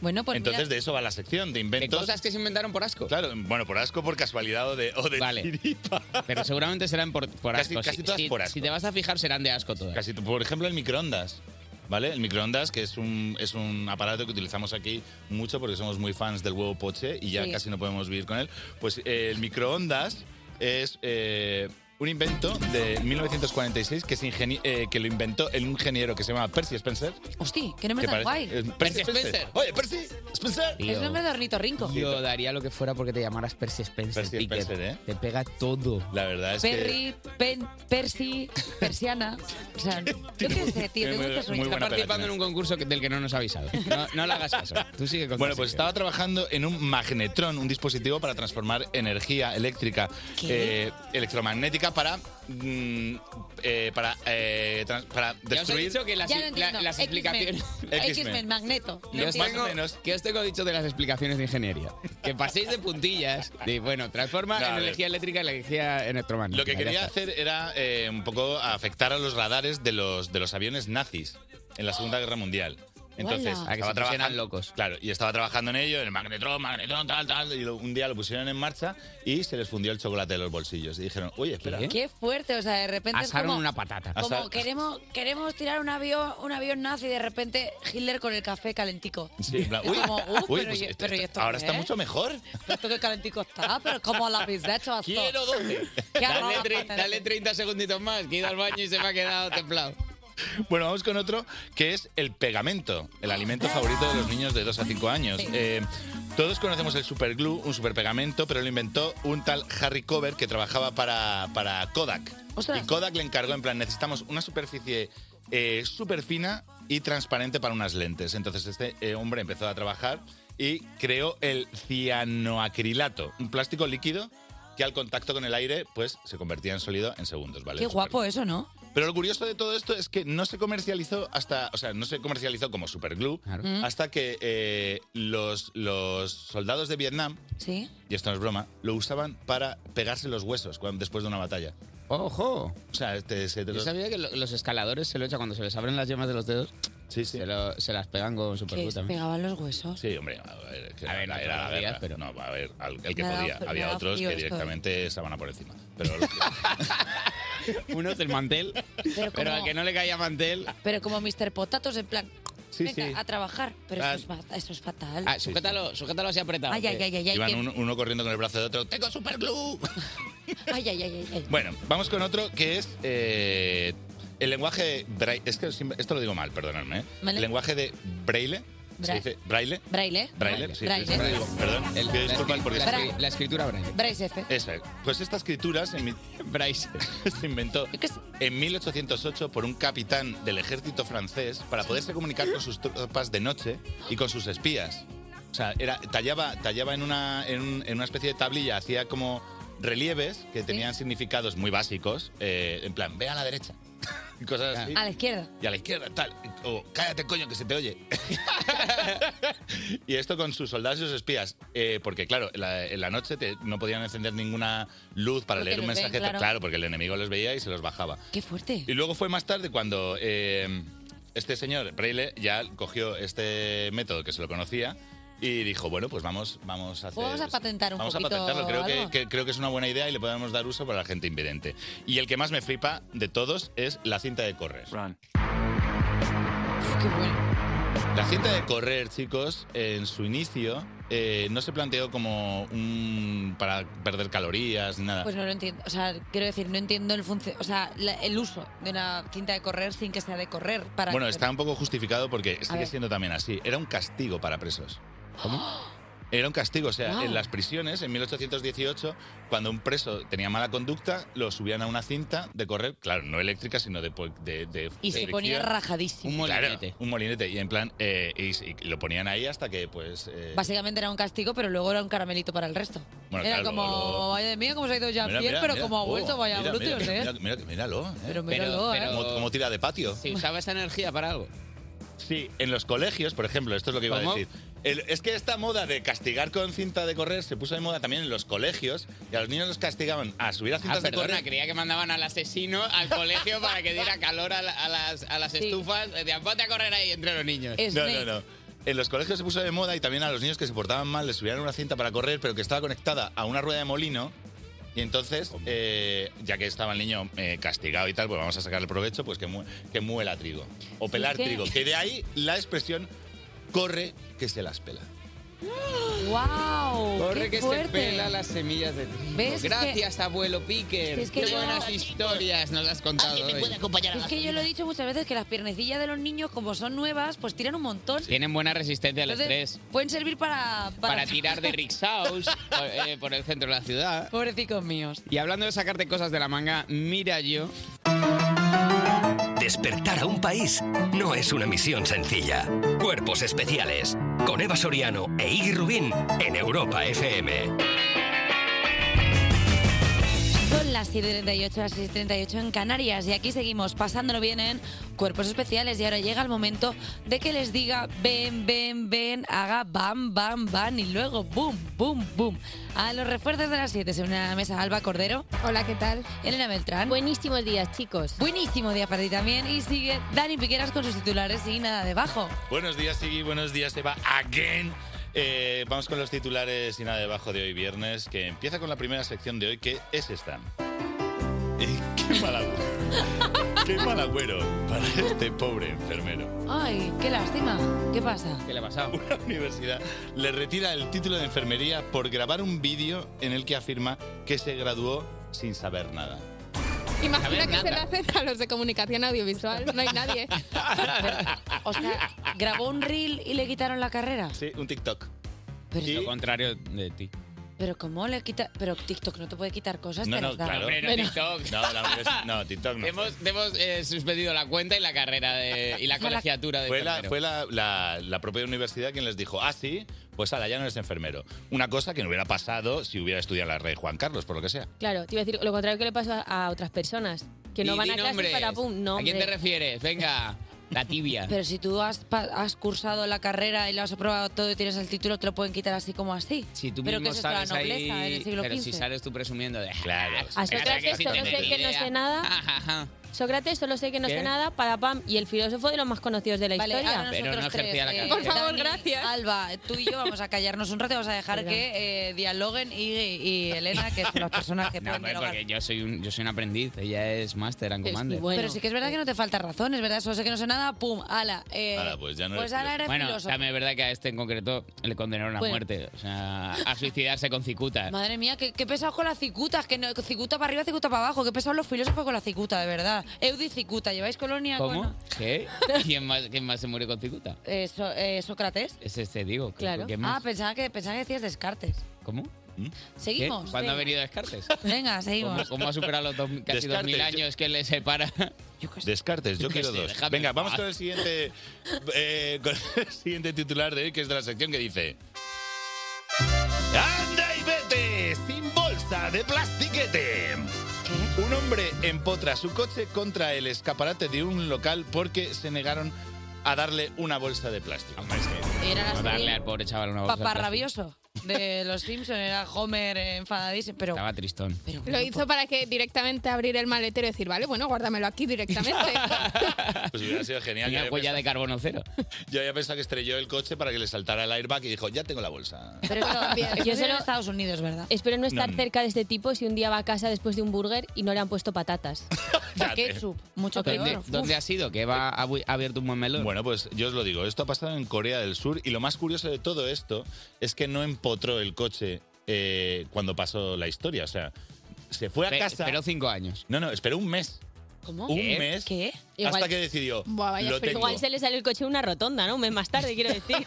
Speaker 1: bueno, pues mira,
Speaker 7: Entonces, de eso va la sección, de
Speaker 2: De
Speaker 7: inventos.
Speaker 2: cosas que se inventaron por asco.
Speaker 7: Claro, bueno, por asco, por casualidad o de, o de
Speaker 2: Vale.
Speaker 7: chiripa.
Speaker 2: Pero seguramente serán por, por
Speaker 7: Casi-
Speaker 2: asco.
Speaker 7: casi todas por asco.
Speaker 2: Si te vas a fijar, serán de asco todas.
Speaker 7: Casi, por ejemplo, el microondas. ¿Vale? El microondas, que es un, es un aparato que utilizamos aquí mucho porque somos muy fans del huevo poche y ya
Speaker 1: Sí.
Speaker 7: casi no podemos vivir con él. Pues eh, el microondas es eh, un invento de 1946 que, es ingeni- eh, que lo inventó el ingeniero que se llama Percy Spencer.
Speaker 1: hosti, qué nombre
Speaker 7: que
Speaker 1: tan guay.
Speaker 7: parece-
Speaker 1: Es
Speaker 7: eh,
Speaker 2: Percy Spencer.
Speaker 7: Oye, Percy Spencer.
Speaker 2: Tío,
Speaker 1: nombre de hornito rinco.
Speaker 2: yo daría lo que fuera porque te llamaras Percy Spencer.
Speaker 7: Percy
Speaker 2: Piquet.
Speaker 7: Spencer, ¿eh?
Speaker 2: Te pega todo.
Speaker 7: La verdad es que...
Speaker 1: Perry, Pen- Percy, Persiana. O sea, yo qué sé, tío,
Speaker 7: Muy-
Speaker 1: tengo que
Speaker 7: muy buena
Speaker 1: soñar.
Speaker 7: pega
Speaker 2: Participando
Speaker 7: tenés.
Speaker 2: en un concurso que- del que no nos ha avisado. No, no le hagas caso. Tú sigue con
Speaker 7: Bueno,
Speaker 2: tu
Speaker 7: pues
Speaker 2: sección.
Speaker 7: estaba trabajando en un magnetrón, un dispositivo para transformar energía eléctrica
Speaker 1: ¿Qué?
Speaker 7: eh, electromagnética para mm, eh, para, eh, trans- para
Speaker 2: Ya os he
Speaker 7: destruir.
Speaker 2: dicho que las,
Speaker 1: Ya lo
Speaker 2: la-
Speaker 1: entiendo.
Speaker 2: las
Speaker 1: X-Men.
Speaker 2: explicaciones...
Speaker 7: X-Men.
Speaker 1: X-Men, Magneto.
Speaker 7: No
Speaker 1: Lo
Speaker 2: os
Speaker 7: más
Speaker 1: entiendo.
Speaker 7: o menos.
Speaker 2: que os tengo dicho de las explicaciones de ingeniería. Que paséis de puntillas de, bueno, transforma
Speaker 7: No, a
Speaker 2: en
Speaker 7: ver.
Speaker 2: energía eléctrica en energía electromagnética.
Speaker 7: Lo que
Speaker 2: ya
Speaker 7: quería
Speaker 2: está.
Speaker 7: hacer era eh, un poco afectar a los radares de los de los aviones nazis en la Segunda Guerra Mundial. Entonces,
Speaker 1: Guala.
Speaker 2: A Ah, que se pusieran locos.
Speaker 7: Claro, y estaba trabajando en ello, en el magnetrón, magnetrón, tal, tal. Y lo- un día lo pusieron en marcha y se les fundió el chocolate de los bolsillos. Y dijeron, oye, espera.
Speaker 2: ¿Qué?
Speaker 1: Qué fuerte, o sea, de repente es
Speaker 2: Asaron
Speaker 1: como...
Speaker 2: una patata.
Speaker 7: Ah,
Speaker 1: Como
Speaker 7: Asar-
Speaker 1: queremos, queremos tirar un avión, un avión nazi y de repente Hitler con el café calentico.
Speaker 7: Sí, en plan,
Speaker 1: Es
Speaker 7: uy,
Speaker 1: como, uh,
Speaker 7: uy,
Speaker 1: pero
Speaker 7: pues
Speaker 1: y-
Speaker 7: esto-
Speaker 1: pero y esto
Speaker 7: ahora
Speaker 1: qué
Speaker 7: está
Speaker 1: es?
Speaker 7: mucho mejor.
Speaker 1: Esto que calentico está, pero es como la pizza, chaval.
Speaker 7: Quiero 12.
Speaker 1: ¿Qué hago
Speaker 2: Dale,
Speaker 1: la
Speaker 2: tre-
Speaker 1: patata?
Speaker 2: dale 30 segunditos más, que he ido al baño y se me ha quedado templado.
Speaker 7: Bueno, vamos con otro que es el pegamento, el alimento favorito de los niños de 2 a 5 años.
Speaker 1: Sí.
Speaker 7: Eh, todos conocemos el superglue, un superpegamento, pero lo inventó un tal Harry Cover que trabajaba para, para Kodak.
Speaker 1: Ostras.
Speaker 7: Y Kodak le encargó, en plan, necesitamos una superficie eh, súper fina y transparente para unas lentes. Entonces este eh, hombre empezó a trabajar y creó el cianoacrilato, un plástico líquido que al contacto con el aire pues se convertía en sólido en segundos, ¿vale?
Speaker 1: Qué
Speaker 7: El
Speaker 1: guapo eso, ¿no?
Speaker 7: pero lo curioso de todo esto es que no se comercializó hasta, o sea, no se comercializó como superglue
Speaker 2: Claro.
Speaker 7: hasta que eh, los, los soldados de Vietnam,
Speaker 1: Sí.
Speaker 7: y esto no es broma, lo usaban para pegarse los huesos cuan- después de una batalla.
Speaker 2: ¡Ojo!
Speaker 7: O sea, este te- se te
Speaker 2: Yo
Speaker 7: los-
Speaker 2: sabía que lo- los escaladores se lo echan cuando se les abren las yemas de los dedos,
Speaker 7: Sí, sí.
Speaker 2: se, lo- se las pegan con
Speaker 1: Que
Speaker 2: superglue
Speaker 1: se
Speaker 2: también.
Speaker 1: pegaban los huesos.
Speaker 7: Sí, hombre, a ver, que
Speaker 2: A ver, no
Speaker 7: era,
Speaker 2: todos
Speaker 7: la
Speaker 2: los
Speaker 7: guerra.
Speaker 2: días, pero-
Speaker 7: No, a ver, al- el que
Speaker 1: Me ha dado
Speaker 7: podía.
Speaker 1: frío, me ha
Speaker 7: Había
Speaker 1: dado
Speaker 7: otros
Speaker 1: frío
Speaker 7: que
Speaker 1: esto, eh.
Speaker 7: directamente se van a por encima. Pero lo que-
Speaker 2: Uno del mantel,
Speaker 1: Pero,
Speaker 2: pero al
Speaker 1: como,
Speaker 2: que no le caía mantel...
Speaker 1: pero como Mr. Potatos, en plan,
Speaker 7: Sí,
Speaker 1: venga,
Speaker 7: sí.
Speaker 1: a trabajar. Pero
Speaker 7: Ah.
Speaker 1: eso es, fa- eso es fatal.
Speaker 2: Ah, sujétalo, sujétalo así apretado.
Speaker 1: Ay, ay,
Speaker 2: que-
Speaker 1: ay, ay, ay.
Speaker 7: iban
Speaker 1: que-
Speaker 7: uno, uno corriendo con el brazo de otro, ¡tengo superglue!
Speaker 1: Ay, ay, ay, ay, ay.
Speaker 7: Bueno, vamos con otro que es eh, el lenguaje braille. Es que siempre- esto lo digo mal, perdonadme. ¿eh?
Speaker 1: Vale.
Speaker 7: El lenguaje de braille.
Speaker 1: Bra-
Speaker 7: ¿Se dice braille?
Speaker 1: Braille.
Speaker 7: Braille. sí,
Speaker 1: Braille.
Speaker 7: sí, sí,
Speaker 1: Braille.
Speaker 7: digo, Perdón,
Speaker 2: El-
Speaker 7: que disculpad
Speaker 2: la,
Speaker 7: porque...
Speaker 2: la-
Speaker 1: Bra-
Speaker 2: la- la escritura Braille.
Speaker 1: Braille F.
Speaker 7: Esa es. Pues esta escritura se, imi-
Speaker 2: Bryce.
Speaker 7: se inventó
Speaker 1: Yo qué sé.
Speaker 7: en 1808 por un capitán del ejército francés para poderse comunicar con sus tropas de noche y con sus espías. O sea, era, tallaba, tallaba en, una, en, un- en una especie de tablilla, hacía como relieves que tenían significados muy básicos, eh, en plan, ve a la derecha. y cosas así.
Speaker 1: A la izquierda. Pues
Speaker 7: Y a la izquierda, tal. O cállate, coño, que se te oye. y esto con sus soldados y sus espías. Eh, porque, claro, en la, en la noche te- no podían encender ninguna luz para
Speaker 1: Porque
Speaker 7: leer un
Speaker 1: los ven,
Speaker 7: mensaje.
Speaker 1: claro.
Speaker 7: porque el enemigo los veía y se los bajaba.
Speaker 1: Qué fuerte.
Speaker 7: Y luego fue más tarde cuando eh, este señor, Preyle, ya cogió este método que se lo conocía y dijo, bueno, pues vamos, vamos a hacer...
Speaker 1: Vamos a patentar un
Speaker 7: Vamos a
Speaker 1: poquito.
Speaker 7: patentarlo, creo que,
Speaker 1: algo.
Speaker 7: que- creo que es una buena idea y le podemos dar uso para la gente invidente. Y el que más me flipa de todos es la cinta de correr. La cinta de correr, chicos, en su inicio eh, no se planteó como un para perder calorías ni nada.
Speaker 1: Pues no lo entiendo. O sea, quiero decir, no entiendo el funcio- o sea, la- el uso de una cinta de correr sin que sea de correr. Para
Speaker 7: bueno, está un poco justificado porque sigue
Speaker 1: ver.
Speaker 7: siendo también así. Era un castigo para presos. Era un castigo, o sea,
Speaker 1: Wow.
Speaker 7: en las prisiones, en 1818, cuando un preso tenía mala conducta, lo subían a una cinta de correr, claro, no eléctrica, sino de... po- de, de-
Speaker 1: Y
Speaker 7: de
Speaker 1: se ponía
Speaker 7: fricción.
Speaker 1: rajadísimo.
Speaker 7: Claro, un molinete. Y en plan, eh, y, y lo ponían ahí hasta que, pues... eh,
Speaker 1: Básicamente era un castigo, pero luego era un caramelito para el resto.
Speaker 7: Bueno,
Speaker 1: era
Speaker 7: claro,
Speaker 1: como,
Speaker 7: luego-
Speaker 1: vaya de mí, como se ha ido ya
Speaker 7: mira,
Speaker 1: fiel,
Speaker 7: mira,
Speaker 1: pero
Speaker 7: mira.
Speaker 1: como ha
Speaker 7: Oh,
Speaker 1: vuelto, vaya
Speaker 7: mira,
Speaker 1: glúteos,
Speaker 7: mira,
Speaker 1: ¿eh?
Speaker 7: mira, mira, míralo, ¿eh?
Speaker 1: Pero míralo, ¿eh?
Speaker 7: Como, como tira de patio.
Speaker 2: Se usaba esa energía para algo.
Speaker 7: Sí, en los colegios, por ejemplo, esto es lo que iba
Speaker 2: ¿Cómo?
Speaker 7: a decir. El- es que esta moda de castigar con cinta de correr se puso de moda también en los colegios y a los niños los castigaban a subir a
Speaker 2: Ah,
Speaker 7: cintas de
Speaker 2: perdona,
Speaker 7: correr.
Speaker 2: creía que mandaban al asesino al colegio para que diera calor a, la- a las, a las estufas. Decían, ponte a correr ahí entre los niños.
Speaker 7: No, no, no. En los colegios se puso de moda y también a los niños que se portaban mal les subían una cinta para correr, pero que estaba conectada a una rueda de molino. Y entonces, eh, ya que estaba el niño eh, castigado y tal, pues vamos a sacarle provecho, pues que, mue- que muela trigo. O pelar
Speaker 1: es que-
Speaker 7: trigo. Que de ahí la expresión corre que se las pela.
Speaker 1: ¡Wow!
Speaker 2: Corre
Speaker 1: ¡Qué
Speaker 2: que
Speaker 1: fuerte!
Speaker 2: se pela las semillas de trigo.
Speaker 1: ¿Ves? Es que-
Speaker 2: Gracias, abuelo Picker.
Speaker 1: Si es que
Speaker 2: Qué
Speaker 1: yo-
Speaker 2: buenas historias nos has contado. hoy.
Speaker 1: Es que yo lo he dicho muchas veces que las piernecillas de los niños, como son nuevas, pues tiran un montón.
Speaker 2: Tienen buena resistencia al
Speaker 1: Entonces,
Speaker 2: estrés.
Speaker 1: pueden servir para...
Speaker 2: Para tirar de rickshaws por, eh, por el centro de la ciudad.
Speaker 1: Pobrecicos míos.
Speaker 2: Y hablando de sacarte cosas de la manga, mira yo.
Speaker 5: Despertar a un país no es una misión sencilla. Cuerpos especiales con Eva Soriano e Iggy Rubín en Europa FM.
Speaker 1: Son las 7.38, las 6.38 en Canarias y aquí seguimos pasándolo bien en Cuerpos Especiales y ahora llega el momento de que les diga ven, ven, ven, haga bam, bam, bam y luego boom, boom, boom. A los refuerzos de las 7 se une a la mesa Alba Cordero.
Speaker 8: Hola, ¿qué tal?
Speaker 1: Elena Beltrán.
Speaker 8: Buenísimos días, chicos.
Speaker 1: Buenísimo día para ti también y sigue Dani Piqueras con sus titulares y nada debajo.
Speaker 7: Buenos días, Sigui. Buenos días, Eva. Again. Eh, vamos con los titulares y nada debajo de hoy viernes, que empieza con la primera sección de hoy, que es esta. Eh, qué mal agüero. qué mal agüero para este pobre enfermero.
Speaker 1: Ay, qué lástima. ¿Qué pasa?
Speaker 2: ¿Qué le ha pasado?
Speaker 7: Una universidad le retira el título de enfermería por grabar un vídeo en el que afirma que se graduó sin saber nada.
Speaker 8: Imagina
Speaker 7: Saber
Speaker 8: que se le
Speaker 7: nada.
Speaker 8: hacen a los de comunicación audiovisual. No hay nadie.
Speaker 1: O sea, grabó un reel y le quitaron la carrera.
Speaker 7: Sí, un TikTok.
Speaker 1: Pero
Speaker 2: Lo contrario de ti.
Speaker 1: Pero cómo le quita, pero TikTok no te puede quitar cosas.
Speaker 7: No,
Speaker 1: te
Speaker 7: no,
Speaker 1: las da.
Speaker 7: claro.
Speaker 2: Hombre, no
Speaker 1: Bueno.
Speaker 2: TikTok.
Speaker 7: No, la univers- no, TikTok no.
Speaker 2: Hemos, hemos, eh, suspendido la cuenta y la carrera de- y la colegiatura de
Speaker 7: Fue, la,
Speaker 2: enfermero.
Speaker 7: fue la, la- la propia universidad quien les dijo, ah, sí, pues ala, ya no eres enfermero. Una cosa que no hubiera pasado si hubiera estudiado la Rey Juan Carlos, por lo que sea.
Speaker 9: Claro, te iba a decir lo contrario que le pasa a otras personas. Que no
Speaker 2: Y
Speaker 9: van
Speaker 2: di
Speaker 9: a clase
Speaker 2: nombres.
Speaker 9: para pum. No,
Speaker 2: ¿A quién te
Speaker 9: hombre.
Speaker 2: refieres? Venga, la tibia.
Speaker 1: Pero si tú has, pa- has cursado la carrera y lo has aprobado todo y tienes el título, te lo pueden quitar así como así.
Speaker 2: si tú
Speaker 1: pero que
Speaker 2: mismo
Speaker 1: es esto, la
Speaker 2: sales
Speaker 1: nobleza
Speaker 2: ahí,
Speaker 1: en el siglo
Speaker 2: pero si
Speaker 1: XV.
Speaker 2: sales tú presumiendo de... "Ah, Claro.
Speaker 9: A Sócrates solo sé que no sé
Speaker 2: Ah.
Speaker 9: nada. Sócrates solo sé que no
Speaker 2: ¿Qué?
Speaker 9: sé nada. Para pam. Y el filósofo de los más conocidos de la
Speaker 1: Vale,
Speaker 9: historia.
Speaker 1: ahora nosotros tres, eh,
Speaker 9: Por favor,
Speaker 1: Dani,
Speaker 9: gracias.
Speaker 1: Alba, tú y yo vamos a callarnos un rato y vamos a dejar
Speaker 9: Perdón.
Speaker 1: que eh, dialoguen y, y Elena, que son las personas que
Speaker 2: No,
Speaker 1: pueden
Speaker 2: hombre,
Speaker 1: dialogar.
Speaker 2: porque yo soy, un, yo soy un aprendiz, ella es máster and commander.
Speaker 1: Pero sí que es verdad que no te falta razón, es verdad, solo sé que no sé nada, pum, ala. eh,
Speaker 2: Ala, pues ya no
Speaker 1: pues
Speaker 2: eres
Speaker 1: ala eres
Speaker 2: Bueno,
Speaker 1: filósofo.
Speaker 2: también es verdad que a este en concreto le condenaron a
Speaker 1: Bueno.
Speaker 2: muerte, o sea, a suicidarse con cicuta.
Speaker 1: Madre mía, qué, qué pesados con las cicutas, que no, cicuta para arriba, cicuta para abajo, qué pesados los filósofos con la cicuta, de verdad. Eudi cicuta, ¿lleváis colonia
Speaker 2: ¿Cómo?
Speaker 1: con
Speaker 2: ¿Qué? ¿Quién más, ¿Quién más se murió con cicuta?
Speaker 1: eh, So- eh, Sócrates?
Speaker 2: Es este, digo. ¿qué-
Speaker 1: Claro.
Speaker 2: ¿qué
Speaker 1: Ah,
Speaker 2: más?
Speaker 1: pensaba que, pensaba que decías Descartes.
Speaker 2: ¿Cómo?
Speaker 1: Seguimos.
Speaker 2: ¿Qué? ¿Cuándo ha
Speaker 1: Venga.
Speaker 2: venido Descartes?
Speaker 1: Venga, seguimos.
Speaker 2: ¿Cómo, cómo ha superado los dos- casi dos mil
Speaker 7: Descartes, yo-
Speaker 2: años que le separa?
Speaker 7: Descartes, yo
Speaker 2: Yo qué
Speaker 7: quiero
Speaker 2: sé,
Speaker 7: dos.
Speaker 2: déjame
Speaker 7: Venga,
Speaker 2: en
Speaker 7: vamos
Speaker 2: paz.
Speaker 7: con el siguiente eh, con el siguiente titular de hoy, que es de la sección que dice. ¡Anda y vete! ¡Sin bolsa de plastiquete! Un hombre empotra su coche contra el escaparate de un local porque se negaron a darle una bolsa de plástico.
Speaker 1: Era la
Speaker 2: darle
Speaker 1: serie
Speaker 2: al pobre chaval una bolsa. de
Speaker 1: Papá
Speaker 2: plástico.
Speaker 1: rabioso de los Simpsons, era Homer eh, enfadadísimo, pero...
Speaker 2: Estaba tristón.
Speaker 8: Lo hizo para que directamente abrir el maletero y decir, vale, bueno, guárdamelo aquí directamente.
Speaker 7: Pues hubiera sido genial.
Speaker 2: Tenía huella
Speaker 7: de carbono cero. Yo había pensado que estrelló el coche para que le saltara el airbag y dijo, ya tengo la bolsa.
Speaker 1: Pero esto, esto
Speaker 9: Yo
Speaker 1: es en
Speaker 9: solo-
Speaker 1: Estados Unidos, ¿verdad?
Speaker 9: Espero no estar
Speaker 7: No.
Speaker 9: cerca de este tipo si un día va a casa después de un burger y no le han puesto patatas.
Speaker 1: Ketchup, mucho
Speaker 2: ¿Dónde,
Speaker 1: peor.
Speaker 2: dónde ha sido? Que va ha bu- ha abierto un buen melón.
Speaker 7: Bueno, pues yo os lo digo, esto ha pasado en Corea del Sur y lo más curioso de todo esto es que no empotró el coche eh, cuando pasó la historia. O sea, se fue a
Speaker 2: Pe-
Speaker 7: casa.
Speaker 2: esperó
Speaker 7: cinco años. No, no, esperó un mes.
Speaker 9: ¿Cómo?
Speaker 7: Un ¿Qué? mes.
Speaker 9: ¿Qué?
Speaker 7: Hasta que decidió.
Speaker 9: Buah, vaya
Speaker 7: lo
Speaker 9: frío.
Speaker 7: tengo.
Speaker 9: Igual se le sale el coche en una rotonda, ¿no? Un mes más tarde, quiero decir.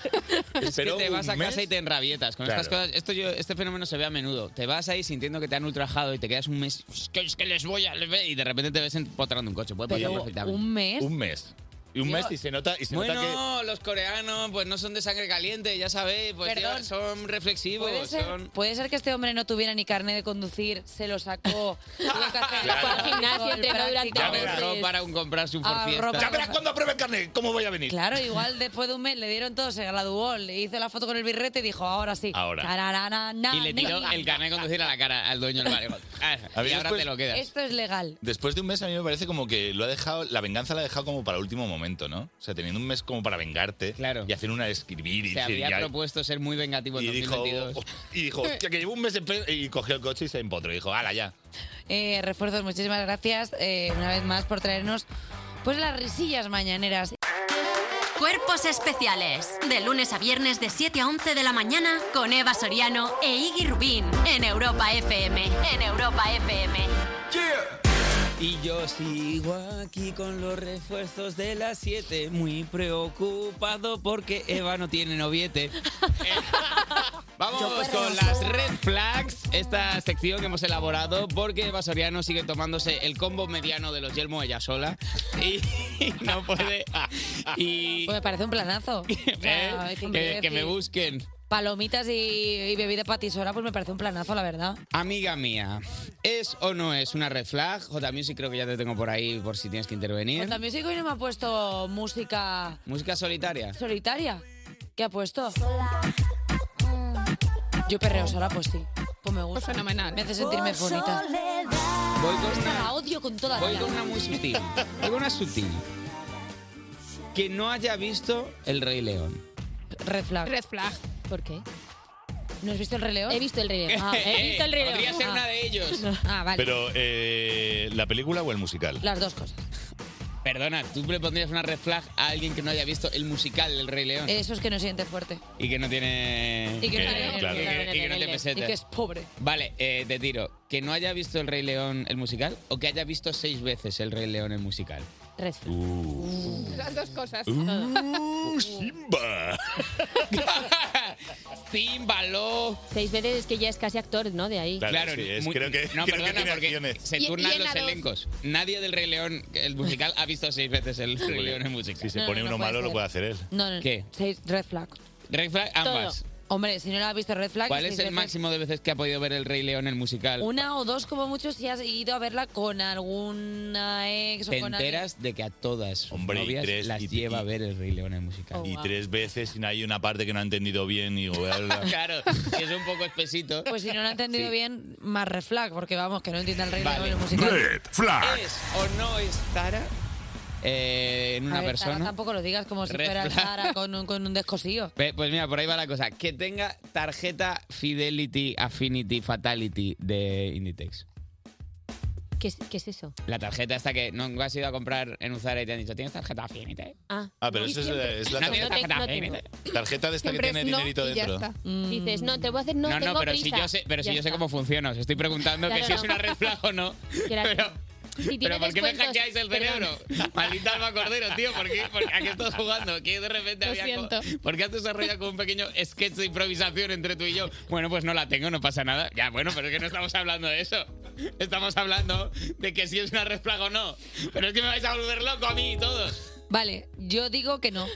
Speaker 7: Esperó
Speaker 2: te
Speaker 7: un
Speaker 2: vas a
Speaker 7: mes.
Speaker 2: casa y te enrabietas con
Speaker 7: Claro.
Speaker 2: estas cosas. Esto yo, este fenómeno se ve a menudo. Te vas ahí sintiendo que te han ultrajado y te quedas un mes. Es que, es que les voy a. les voy a-". Y de repente te ves empotrando un coche. Puede pasar
Speaker 7: Pero,
Speaker 2: perfectamente.
Speaker 7: ¿un mes? Un mes. Y un
Speaker 2: Dios.
Speaker 7: mes y se nota, y se
Speaker 2: bueno,
Speaker 7: nota que.
Speaker 2: los coreanos pues no son de sangre caliente, ya sabéis, pues
Speaker 1: Perdón.
Speaker 2: tío, son reflexivos,
Speaker 1: ¿Puede ser,
Speaker 2: son-
Speaker 1: puede ser que este hombre no tuviera ni carnet de conducir, se lo sacó. tuvo que hacer fútbol,
Speaker 2: Claro. Fue al
Speaker 9: gimnasio,
Speaker 1: práctica.
Speaker 9: entrenó durante
Speaker 2: Ya ahorró para un comprarse un Ford
Speaker 1: Ahorró
Speaker 2: Fiesta.
Speaker 1: para- Ya verás
Speaker 7: cuando apruebe el carnet, ¿cómo voy a venir?
Speaker 1: Claro, igual después de un mes le dieron todo, se graduó, le hizo la foto con el birrete y dijo, ahora sí.
Speaker 2: Ahora.
Speaker 1: Tararana,
Speaker 2: Y le tiró
Speaker 1: neni.
Speaker 2: el carnet de conducir a la cara al dueño del barrio. Ah,
Speaker 7: A ver,
Speaker 2: y ahora
Speaker 7: después-
Speaker 2: te lo quedas.
Speaker 1: Esto es legal.
Speaker 7: Después de un mes a mí me parece como que lo ha dejado, la venganza la ha dejado como para último momento, ¿no? O sea, teniendo un mes como para vengarte y hacer una de escribir y
Speaker 2: Se
Speaker 7: decir,
Speaker 2: había
Speaker 7: ya-
Speaker 2: propuesto ser muy vengativo en
Speaker 7: y dijo,
Speaker 2: 2022.
Speaker 7: y dijo, hostia, que llevo un mes en pe- y cogió el coche y se empotró y dijo, ala ya.
Speaker 1: Eh, refuerzos, muchísimas gracias eh, una vez más por traernos pues las risillas mañaneras.
Speaker 6: Cuerpos especiales. De lunes a viernes de 7 a 11 de la mañana con Eva Soriano e Iggy Rubín en Europa FM. En Europa FM.
Speaker 2: Y yo sigo aquí con los refuerzos de las 7, muy preocupado porque Eva no tiene noviete. Eh, Vamos con las red flags, esta sección que hemos elaborado porque Eva Soriano sigue tomándose el combo mediano de los yelmo ella sola y no puede... ah, Y,
Speaker 1: Pues me parece un planazo. O sea,
Speaker 2: eh,
Speaker 1: ¿qué
Speaker 2: que,
Speaker 1: quiere
Speaker 2: que me
Speaker 1: decir?
Speaker 2: busquen.
Speaker 1: Palomitas y, y bebida patisora, pues me parece un planazo, la verdad.
Speaker 2: Amiga mía, ¿es o no es una red flag? J Music creo que ya te tengo por ahí por si tienes que intervenir.
Speaker 1: Pues también sí que hoy no me ha puesto música
Speaker 2: Música solitaria.
Speaker 1: solitaria. ¿Qué ha puesto? Yo perreo sola, pues sí. Pues me gusta.
Speaker 8: fenomenal.
Speaker 1: Me hace sentirme bonita.
Speaker 2: Voy con
Speaker 1: Esta la odio con toda
Speaker 2: Voy
Speaker 1: la
Speaker 2: con una muy sutil. Voy con una sutil. Que no haya visto El Rey León.
Speaker 1: Red flag.
Speaker 8: Red flag.
Speaker 9: ¿Por qué?
Speaker 1: ¿No has visto el Rey León?
Speaker 9: He visto el Rey León. Ah, he visto el Rey León.
Speaker 2: Podría ser
Speaker 9: Ah.
Speaker 2: una de ellos.
Speaker 1: Ah, vale.
Speaker 7: Pero, eh, ¿la película o el musical?
Speaker 1: Las dos cosas.
Speaker 2: Perdona, ¿tú le pondrías una red flag a alguien que no haya visto el musical del Rey León?
Speaker 1: Eso es que no siente fuerte.
Speaker 2: Y que no tiene...
Speaker 1: Y que no
Speaker 2: Ah. Eh,
Speaker 1: tiene-
Speaker 2: claro,
Speaker 1: que no
Speaker 2: y que- y que no
Speaker 1: tiene-
Speaker 2: tiene pesetas.
Speaker 1: y que es pobre.
Speaker 2: Vale, eh, te tiro. ¿Que no haya visto El Rey León el musical o que haya visto seis veces El Rey León el musical? Uh.
Speaker 9: Red flag.
Speaker 8: Las dos cosas.
Speaker 7: Simba.
Speaker 2: Simba, lo...
Speaker 9: Seis veces es que ya es casi actor, ¿no? De ahí.
Speaker 2: muy- no, perdona, porque se
Speaker 9: Y-
Speaker 2: turnan
Speaker 9: y en
Speaker 2: los
Speaker 9: la dos.
Speaker 2: elencos. Nadie del Rey León, el musical, ha visto seis veces el Rey León el musical. Si
Speaker 1: se No, pone no, no uno puede malo, lo ser. puede
Speaker 7: hacer él.
Speaker 1: No, no, no.
Speaker 2: ¿Qué?
Speaker 1: Seis red flag.
Speaker 2: Red flag, ambas.
Speaker 1: Todo. Hombre, si no la has visto red flag.
Speaker 2: ¿Cuál
Speaker 1: seis
Speaker 2: es el
Speaker 1: veces.
Speaker 2: máximo de veces que ha podido ver el Rey León el musical?
Speaker 1: Una o dos como mucho si has ido a verla con alguna ex o
Speaker 2: Te
Speaker 1: con
Speaker 2: enteras de que a todas
Speaker 7: Hombre, y
Speaker 2: novias
Speaker 7: tres-
Speaker 2: las
Speaker 7: y-
Speaker 2: lleva a ver el Rey León el musical.
Speaker 7: Y tres veces sin hay una parte que no ha entendido bien y digo, voy a verla.
Speaker 2: Claro, que es un poco espesito.
Speaker 1: alguien. Pues si no lo ha entendido
Speaker 2: Sí.
Speaker 1: bien, más red flag, porque vamos, que no entiende el rey
Speaker 2: Vale.
Speaker 1: León el musical.
Speaker 2: Red
Speaker 7: flag.
Speaker 2: ¿Es o no es Tara eh, en
Speaker 1: A
Speaker 2: una
Speaker 1: ver, Sara,
Speaker 2: persona?
Speaker 1: tampoco lo digas como si
Speaker 2: Red
Speaker 1: fuera
Speaker 2: flag.
Speaker 1: Sara con un, con un descosío.
Speaker 2: Pe- Pues mira, por ahí va la cosa. Que tenga tarjeta Fidelity Affinity Fatality de Inditex.
Speaker 9: ¿Qué, es- qué es eso?
Speaker 2: La tarjeta esta que nunca has ido a comprar en Uzara y te han dicho, ¿tienes tarjeta Affinity?
Speaker 9: Ah,
Speaker 7: Ah, pero eso es la- es la
Speaker 2: No tienes tarjeta
Speaker 9: no tengo.
Speaker 2: Affinity.
Speaker 7: Tarjeta de esta que tiene dinerito dentro.
Speaker 4: Mm.
Speaker 9: Dices, no, te voy a hacer no,
Speaker 2: No, no,
Speaker 9: tengo
Speaker 2: pero si
Speaker 9: prisa.
Speaker 2: yo sé, pero si
Speaker 9: Ya
Speaker 2: yo sé
Speaker 9: está.
Speaker 2: cómo funciona, os estoy preguntando
Speaker 9: Claro,
Speaker 2: que si
Speaker 9: no.
Speaker 2: es una red flag o no.
Speaker 9: Claro.
Speaker 2: Pero,
Speaker 9: Si tiene
Speaker 2: pero ¿por qué me
Speaker 9: descuentos,
Speaker 2: hackeáis el cerebro? Maldita alma cordero, tío, ¿por qué, por- ¿a qué estás jugando? ¿Qué de repente
Speaker 8: Lo
Speaker 2: había co-
Speaker 8: siento.
Speaker 2: ¿Por qué has desarrollado como un pequeño sketch de improvisación entre tú y yo? Bueno, pues no la tengo, no pasa nada. Ya, bueno, pero es que no estamos hablando de eso. Estamos hablando de que si es una red flag o no. Pero es que me vais a volver loco a mí y todos.
Speaker 1: Vale, yo digo que no.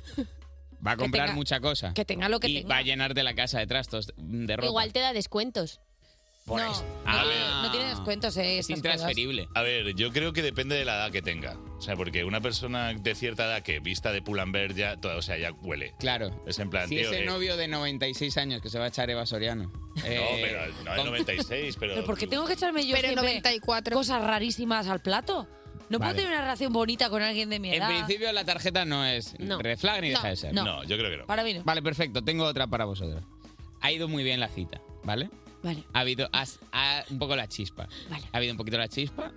Speaker 2: Va a comprar
Speaker 1: tenga-
Speaker 2: mucha cosa.
Speaker 1: que tenga lo que
Speaker 2: y
Speaker 1: tenga.
Speaker 2: va a llenarte la casa de trastos, de ropa.
Speaker 9: Igual te da descuentos.
Speaker 2: Por
Speaker 1: no,
Speaker 2: eso.
Speaker 1: no tiene- no tiene
Speaker 2: Ah.
Speaker 1: descuentos. eh, estas cosas.
Speaker 7: A ver, yo creo que depende de la edad que tenga. O sea, porque una persona de cierta edad que vista de Pull&Bear ya, to- o sea, ya huele.
Speaker 2: Claro.
Speaker 7: Es en plan,
Speaker 2: Si
Speaker 7: tío,
Speaker 2: ese
Speaker 7: eh,
Speaker 2: novio de 96 años que se va a echar Eva Soriano. Eh,
Speaker 7: pero no de 96,
Speaker 1: Pero ¿por qué tengo que echarme yo
Speaker 8: Pero
Speaker 1: siempre cosas rarísimas al plato? ¿No puedo
Speaker 2: Vale.
Speaker 1: tener una relación bonita con alguien de mi
Speaker 2: En
Speaker 1: edad?
Speaker 2: principio la tarjeta no es
Speaker 1: No.
Speaker 2: red flag ni
Speaker 1: No,
Speaker 2: deja de ser.
Speaker 1: no. No,
Speaker 7: yo creo que no.
Speaker 1: Para mí no.
Speaker 2: Vale, perfecto. Tengo otra para vosotros. Ha ido muy bien la cita, ¿vale?
Speaker 1: Vale.
Speaker 2: Ha habido has- ha- un poco la chispa. Ha habido un poquito la chispa.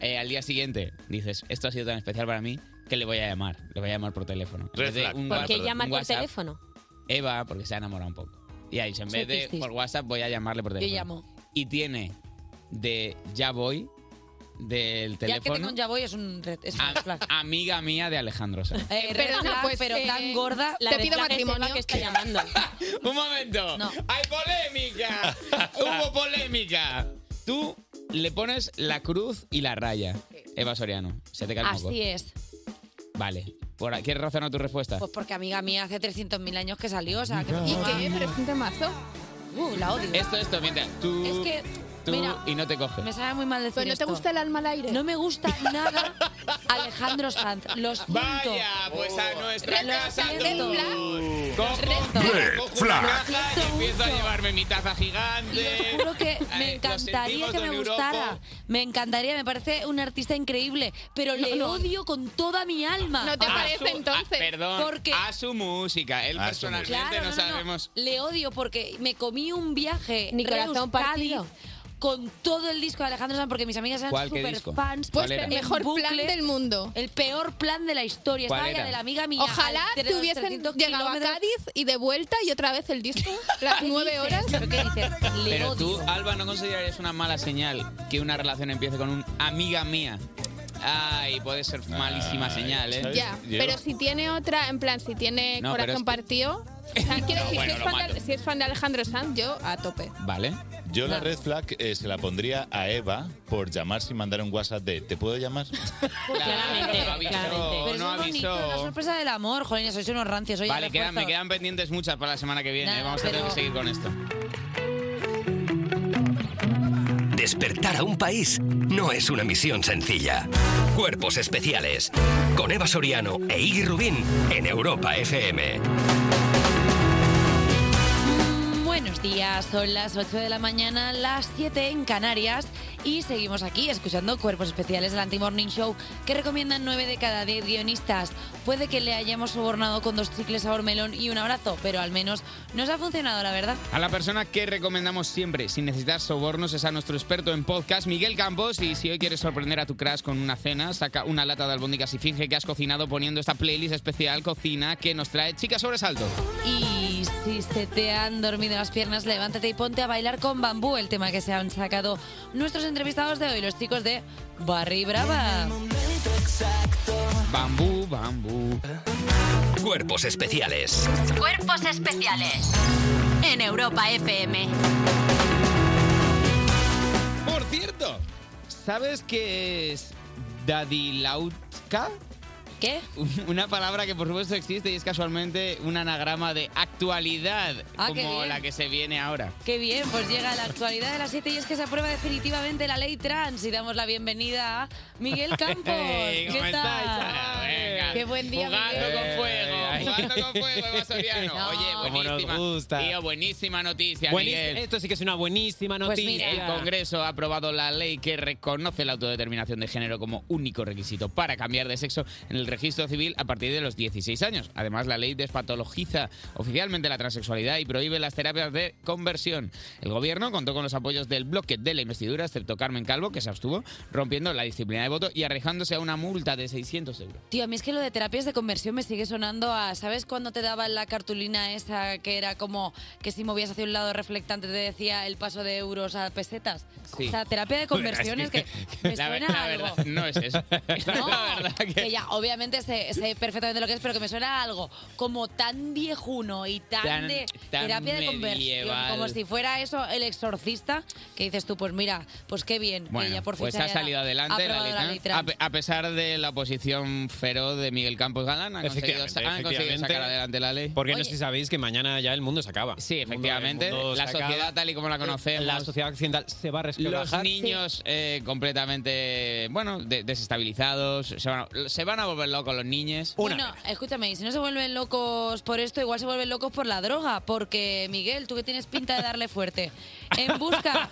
Speaker 2: Eh, al día siguiente dices, esto ha sido tan especial para mí que le voy a llamar. Le voy a llamar por teléfono. En vez de un
Speaker 9: ¿Por qué
Speaker 2: WhatsApp-
Speaker 9: llamar
Speaker 2: un
Speaker 9: por
Speaker 2: WhatsApp,
Speaker 9: teléfono?
Speaker 2: Eva, porque se ha enamorado un poco. Y ahí, en
Speaker 9: Soy
Speaker 2: vez de
Speaker 9: Piscis.
Speaker 2: por WhatsApp, voy a llamarle por
Speaker 1: Yo
Speaker 2: teléfono.
Speaker 1: llamo.
Speaker 2: Y tiene de ya voy del
Speaker 1: Ya que tengo
Speaker 2: teléfono. Ah.
Speaker 1: un ya voy es un red, es un red flag.
Speaker 2: Amiga mía de Alejandro Sanz.
Speaker 1: Eh, red
Speaker 9: Perdona,
Speaker 1: flag,
Speaker 9: pues,
Speaker 1: pero
Speaker 9: eh,
Speaker 1: tan gorda.
Speaker 9: te
Speaker 1: red
Speaker 9: pido
Speaker 1: flag es Eva
Speaker 9: matrimonio.
Speaker 1: que está llamando.
Speaker 2: Un momento. ¡Hay polémica! ¡Hubo polémica! Tú le pones la cruz y la raya. Eva Soriano, se te cae el moco.
Speaker 1: Así es.
Speaker 2: Vale. ¿Por ¿Quieres razonar tu respuesta?
Speaker 1: Pues porque amiga mía hace 300.000 años que salió, o sea, que me
Speaker 2: ¿Y
Speaker 1: ponga-
Speaker 2: qué?
Speaker 8: Pero es un temazo.
Speaker 1: Uh, la odio.
Speaker 2: Esto, esto, mientras tú,
Speaker 1: Es que,
Speaker 2: tú
Speaker 1: mira,
Speaker 2: y no te coges.
Speaker 1: me sabe muy mal decir
Speaker 8: Pero Pues, no te gusta el alma al aire.
Speaker 1: No me gusta nada Alejandro Sanz. Los junto.
Speaker 2: Vaya, pues a nuestra
Speaker 1: Lo
Speaker 2: casa
Speaker 1: siento.
Speaker 2: tú. Cojo,
Speaker 1: Red
Speaker 2: cojo
Speaker 1: flag.
Speaker 2: una caja y empiezo a llevarme mi taza
Speaker 1: Te
Speaker 2: gigante.
Speaker 1: juro que me
Speaker 2: Eh, lo
Speaker 1: encantaría
Speaker 2: sentimos,
Speaker 1: que
Speaker 2: don
Speaker 1: me
Speaker 2: Europa.
Speaker 1: gustara. Me encantaría, me parece un artista increíble, pero le odio con toda mi alma.
Speaker 2: A su- a- perdón,
Speaker 1: Porque
Speaker 2: a su música. Él
Speaker 7: A su
Speaker 2: personalmente
Speaker 7: música.
Speaker 2: no,
Speaker 7: Claro, no, no.
Speaker 2: sabemos.
Speaker 1: le odio porque me comí un viaje
Speaker 9: Ni
Speaker 1: Reus,
Speaker 9: corazón
Speaker 1: Cádiz,
Speaker 9: partido.
Speaker 1: con todo el disco de Alejandro Sanz porque mis amigas eran
Speaker 2: ¿Cuál, qué
Speaker 1: súper
Speaker 2: disco?
Speaker 1: fans.
Speaker 2: Pues ¿Cuál el era?
Speaker 8: mejor plan del
Speaker 1: mundo. El peor plan de la historia.
Speaker 2: ¿Cuál
Speaker 1: Estaba ya
Speaker 2: era?
Speaker 1: de la amiga mía.
Speaker 8: Ojalá
Speaker 1: al-
Speaker 8: te hubiesen
Speaker 1: 300
Speaker 8: llegado a
Speaker 1: kilómetros.
Speaker 8: Cádiz y de vuelta y otra vez el disco, las nueve horas.
Speaker 2: Pero tú, Alba, ¿no considerarías una mala señal que una relación empiece con un amiga mía? Ay, puede ser malísima
Speaker 7: Ay,
Speaker 2: señal, ¿eh?
Speaker 7: ¿sabes?
Speaker 8: Ya, pero si tiene otra, en plan, si tiene
Speaker 2: No, pero
Speaker 8: corazón
Speaker 2: es-
Speaker 8: partido. O sea, quiero
Speaker 7: No,
Speaker 8: decir,
Speaker 7: bueno,
Speaker 8: si,
Speaker 7: lo
Speaker 8: es fan de,
Speaker 7: mato.
Speaker 8: si es fan de Alejandro Sanz, yo a tope.
Speaker 2: Vale.
Speaker 7: Yo
Speaker 2: Ah.
Speaker 7: la red flag eh, se la pondría a Eva por llamar sin mandar un WhatsApp de ¿te puedo llamar?
Speaker 2: Claramente, no avisó,
Speaker 1: Pero
Speaker 2: no
Speaker 1: eso es bonito,
Speaker 2: avisó.
Speaker 1: la sorpresa del amor, jolín, sois unos rancios. Oye,
Speaker 2: Vale, quedan, me
Speaker 1: refuerzos.
Speaker 2: quedan pendientes muchas para la semana que viene.
Speaker 1: Nada,
Speaker 2: ¿eh? Vamos a tener
Speaker 1: pero-
Speaker 2: que seguir con esto.
Speaker 5: Despertar a un país no es una misión sencilla. Cuerpos especiales. Con Eva Soriano e Iggy Rubín en Europa FM.
Speaker 1: Buenos días, son las 8 de la mañana, las 7 en Canarias y seguimos aquí escuchando Cuerpos Especiales del Anti-Morning Show que recomiendan 9 de cada 10 guionistas. Puede que le hayamos sobornado con dos chicles sabor melón y un abrazo, pero al menos nos ha funcionado, la verdad.
Speaker 2: A la persona que recomendamos siempre, sin necesitar sobornos, es a nuestro experto en podcast, Miguel Campos. Y si hoy quieres sorprender a tu crush con una cena, saca una lata de albóndigas y finge que has cocinado poniendo esta playlist especial Cocina que nos trae Chica Sobresalto.
Speaker 1: Y si se te han dormido las piernas, levántate y ponte a bailar con bambú, el tema que se han sacado nuestros entrevistados de hoy, los chicos de Barry Brava.
Speaker 2: Bambú, bambú.
Speaker 5: Cuerpos especiales.
Speaker 6: Cuerpos especiales en Europa FM.
Speaker 2: Por cierto, ¿sabes qué es Dadilautka?
Speaker 1: ¿Qué?
Speaker 2: Una palabra que por supuesto existe y es casualmente un anagrama de actualidad,
Speaker 1: Ah, qué
Speaker 2: como
Speaker 1: bien.
Speaker 2: la que se viene ahora.
Speaker 1: Qué bien, pues llega la actualidad de las 7 y es que se aprueba definitivamente la ley trans y damos la bienvenida a Miguel Campos.
Speaker 2: Hey, ¿cómo
Speaker 1: ¿Qué
Speaker 2: estáis?
Speaker 1: tal?
Speaker 2: Ah, venga.
Speaker 1: Qué buen día,
Speaker 2: Jugando
Speaker 1: Miguel.
Speaker 2: con fuego,
Speaker 1: Ay.
Speaker 2: jugando Eh, con fuego, Eva Soriano.
Speaker 1: No.
Speaker 2: Oye,
Speaker 3: Cómo nos
Speaker 2: buenísima.
Speaker 3: gusta.
Speaker 2: Tío, buenísima noticia,
Speaker 3: Buenísima-
Speaker 2: Miguel.
Speaker 3: Esto sí que es una buenísima
Speaker 2: Pues
Speaker 10: Pues
Speaker 3: noticia.
Speaker 2: El Congreso ha aprobado la ley que reconoce la autodeterminación de género como único requisito para cambiar de sexo en el registro civil a partir de los 16 años. Además, la ley despatologiza oficialmente la transexualidad y prohíbe las terapias de conversión. El gobierno contó con los apoyos del bloque de la investidura, excepto Carmen Calvo, que se abstuvo, rompiendo la disciplina de voto y arriesgándose a una multa de 600 euros.
Speaker 1: Tío, a mí es que lo de terapias de conversión me sigue sonando a, ¿sabes cuando te daban la cartulina esa que era como que si movías hacia un lado reflectante te decía el paso de euros a pesetas?
Speaker 2: Sí.
Speaker 1: O sea, terapia de conversión es que me
Speaker 2: La, ver-
Speaker 1: suena
Speaker 2: la
Speaker 1: a algo.
Speaker 2: verdad, no es eso. la verdad que...
Speaker 1: Que ya, obviamente sé, sé perfectamente lo que es, pero que me suena a algo como tan viejuno y tan,
Speaker 2: Tan-
Speaker 1: de
Speaker 2: tan
Speaker 1: terapia de conversión.
Speaker 2: medieval.
Speaker 1: Como si fuera eso el exorcista, que dices tú, pues mira, pues qué bien.
Speaker 2: Bueno,
Speaker 1: que ya por fin
Speaker 2: pues
Speaker 1: se
Speaker 2: ha
Speaker 1: haya
Speaker 2: salido adelante la
Speaker 1: aprobado
Speaker 2: ley, ¿no?
Speaker 1: trans.
Speaker 2: a, pe- a pesar de la oposición feroz de Miguel Campos Galán, han conseguido,
Speaker 7: Efectivamente,
Speaker 2: han conseguido conseguido sacar adelante la ley.
Speaker 10: Porque no
Speaker 2: Oye.
Speaker 10: sé si sabéis que mañana ya el mundo se acaba. Sí,
Speaker 2: Efectivamente, la sociedad tal y como la conocemos.
Speaker 10: La sociedad occidental se va a
Speaker 2: Los
Speaker 10: resquebrajar.
Speaker 2: niños eh, completamente, bueno, de- desestabilizados. Se van, a, se van a volver locos los niños.
Speaker 1: Bueno, escúchame, y si no se vuelven locos por esto, igual se vuelven locos por la droga, porque Miguel, tú que tienes pinta de darle fuerte, en busca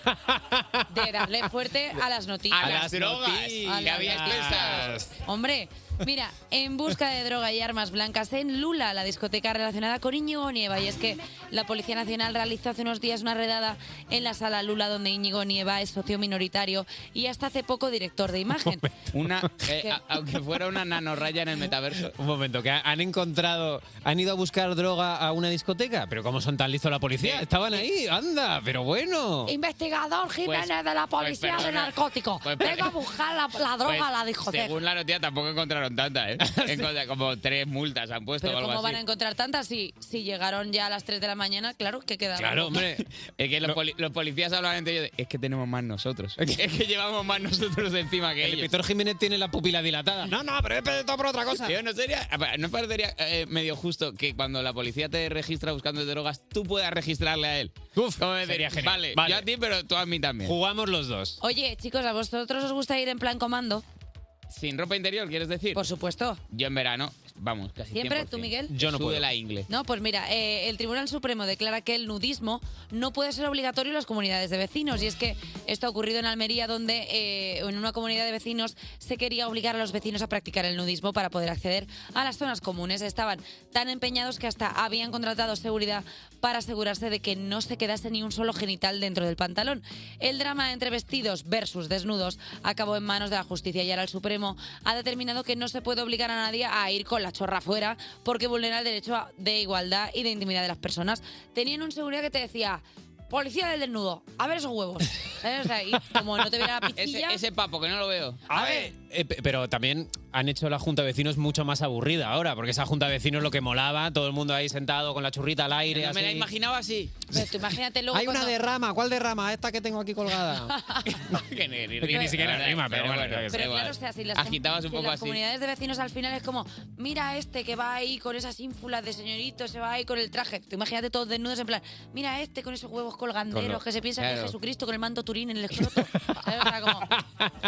Speaker 1: de darle fuerte a las noticias.
Speaker 2: A las drogas,
Speaker 1: A
Speaker 2: ¿qué
Speaker 1: las-
Speaker 2: habías pensado?
Speaker 1: Hombre, mira, en busca de droga y armas blancas en Lula, la discoteca relacionada con Íñigo Nieva. Y es que la Policía Nacional realizó hace unos días una redada en la sala Lula, donde Íñigo Nieva es socio minoritario y hasta hace poco director de imagen.
Speaker 2: Una, eh, a- aunque fuera una nanorraya en el metaverso.
Speaker 10: Un momento, que han encontrado, han ido a buscar droga a una discoteca, pero cómo son tan listos la policía, estaban ahí, anda, pero bueno.
Speaker 1: Investigador Jiménez
Speaker 2: Pues-
Speaker 1: de la Policía
Speaker 2: pues
Speaker 1: de
Speaker 2: perdona.
Speaker 1: Narcóticos.
Speaker 2: Pues
Speaker 1: Vengo
Speaker 2: perdona.
Speaker 1: a buscar la, la droga
Speaker 2: Pues,
Speaker 1: a la discoteca.
Speaker 2: Según la noticia, tampoco encontraron tantas, ¿eh? Encontra- como tres multas han puesto o
Speaker 1: Pero
Speaker 2: algo
Speaker 1: ¿cómo
Speaker 2: así.
Speaker 1: van a encontrar tantas si, si llegaron ya a las 3 de la mañana? Claro que quedaron.
Speaker 2: Claro, hombre. Es que los, poli- los policías hablan entre ellos de, es que tenemos más nosotros. Es que llevamos más nosotros encima que ellos. El
Speaker 10: Víctor Jiménez tiene la pupila dilatada. No, no, pero he pedido por otra cosa.
Speaker 2: Tío, ¿no, sería, ¿No parecería eh, medio justo que cuando la policía te registra buscando drogas, tú puedas registrarle a él? Uf,
Speaker 10: sería genial.
Speaker 2: Vale,
Speaker 10: Vale.
Speaker 2: yo a ti, pero tú a mí también.
Speaker 10: Jugamos los dos.
Speaker 1: Oye, chicos, ¿a vosotros os gusta ir en plan comando?
Speaker 2: Sin ropa interior, ¿quieres decir? Por
Speaker 1: supuesto.
Speaker 2: Yo en verano, vamos, casi
Speaker 1: ¿Siempre?
Speaker 2: 100%.
Speaker 1: ¿Tú, Miguel?
Speaker 2: Yo no puedo. la ingle.
Speaker 1: No, pues mira, eh, el Tribunal Supremo declara que el nudismo no puede ser obligatorio en las comunidades de vecinos. Y es que esto ha ocurrido en Almería, donde eh, en una comunidad de vecinos se quería obligar a los vecinos a practicar el nudismo para poder acceder a las zonas comunes. Estaban tan empeñados que hasta habían contratado seguridad para asegurarse de que no se quedase ni un solo genital dentro del pantalón. El drama entre vestidos versus desnudos acabó en manos de la justicia y ahora el Supremo ha determinado que no se puede obligar a nadie a ir con la chorra afuera porque vulnera el derecho a- de igualdad y de intimidad de las personas. Tenían un seguridad que te decía, policía del desnudo, a ver esos huevos. ¿Sabes? O sea, y como no te viera la
Speaker 2: Ese,
Speaker 1: pistilla...
Speaker 2: ese papo que no lo veo.
Speaker 10: A ver. Eh, pe- pero también han hecho la junta de vecinos mucho más aburrida ahora, porque esa junta de vecinos lo que molaba, todo el mundo ahí sentado con la churrita al aire.
Speaker 2: No me la
Speaker 10: así.
Speaker 2: imaginaba así.
Speaker 1: Pero tú imagínate luego
Speaker 10: Hay una
Speaker 1: cuando-
Speaker 10: derrama, ¿cuál derrama? Esta que tengo aquí colgada.
Speaker 2: que ni,
Speaker 10: Es que ni siquiera rima, pero bueno, yo qué sé.
Speaker 1: Pero
Speaker 10: igual.
Speaker 1: claro, o sea, si las,
Speaker 2: Agitabas un
Speaker 1: si
Speaker 2: poco
Speaker 1: las
Speaker 2: así.
Speaker 1: comunidades de vecinos al final es como, mira a este que va ahí con esas ínfulas de señorito, se va ahí con el traje. Tú imagínate todos desnudos en plan, mira a este con esos huevos colganderos
Speaker 2: Con lo-
Speaker 1: que se piensa que
Speaker 2: claro.
Speaker 1: es Jesucristo con el manto turín en el escroto. ¿Sabes? O sea, como,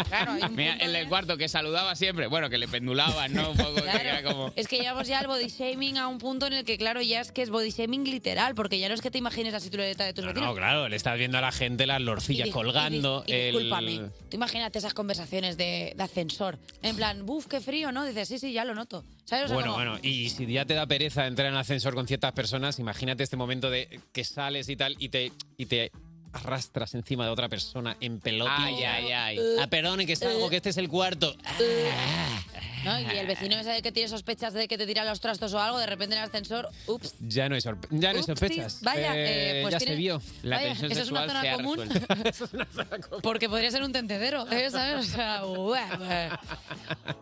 Speaker 1: claro, hay un
Speaker 2: Mira,
Speaker 1: punto
Speaker 2: el del cuarto que saludaba siempre, bueno, que le pendulaban, ¿no? Un poco que era como...
Speaker 1: Es que llevamos ya el body shaming a un punto en el que, claro, ya es que es body shaming literal, porque ya no es que te imagines la silueta de tus vecinos.
Speaker 10: No, claro, le estás viendo a la gente las
Speaker 1: Y
Speaker 10: lorcillas
Speaker 1: di-
Speaker 10: colgando.
Speaker 1: y di- y
Speaker 10: el-
Speaker 1: discúlpame, tú imagínate esas conversaciones de, de ascensor. En plan, buf, qué frío, ¿no? Dices, sí, sí, ya lo noto. ¿Sabes? O sea,
Speaker 10: Bueno,
Speaker 1: como-
Speaker 10: bueno, y si ya te da pereza entrar en ascensor con ciertas personas, imagínate este momento de que sales y tal y te, y te arrastras encima de otra persona en pelota.
Speaker 2: Ay, ay, ay.
Speaker 10: Ah, perdone que salgo, que este es el cuarto. Ah,
Speaker 1: ¿no? Y el vecino ese que tiene sospechas de que te tira los trastos o algo, de repente en el ascensor, ups.
Speaker 10: Ya no hay, sorpe- ya no hay
Speaker 1: Upsis,
Speaker 10: sospechas.
Speaker 1: vaya, eh, pues
Speaker 10: ya
Speaker 1: tiene-
Speaker 10: se vio.
Speaker 1: vaya, eso es una zona común. Porque podría ser un tendedero, ¿eh? ¿sabes? O sea, buah, buah.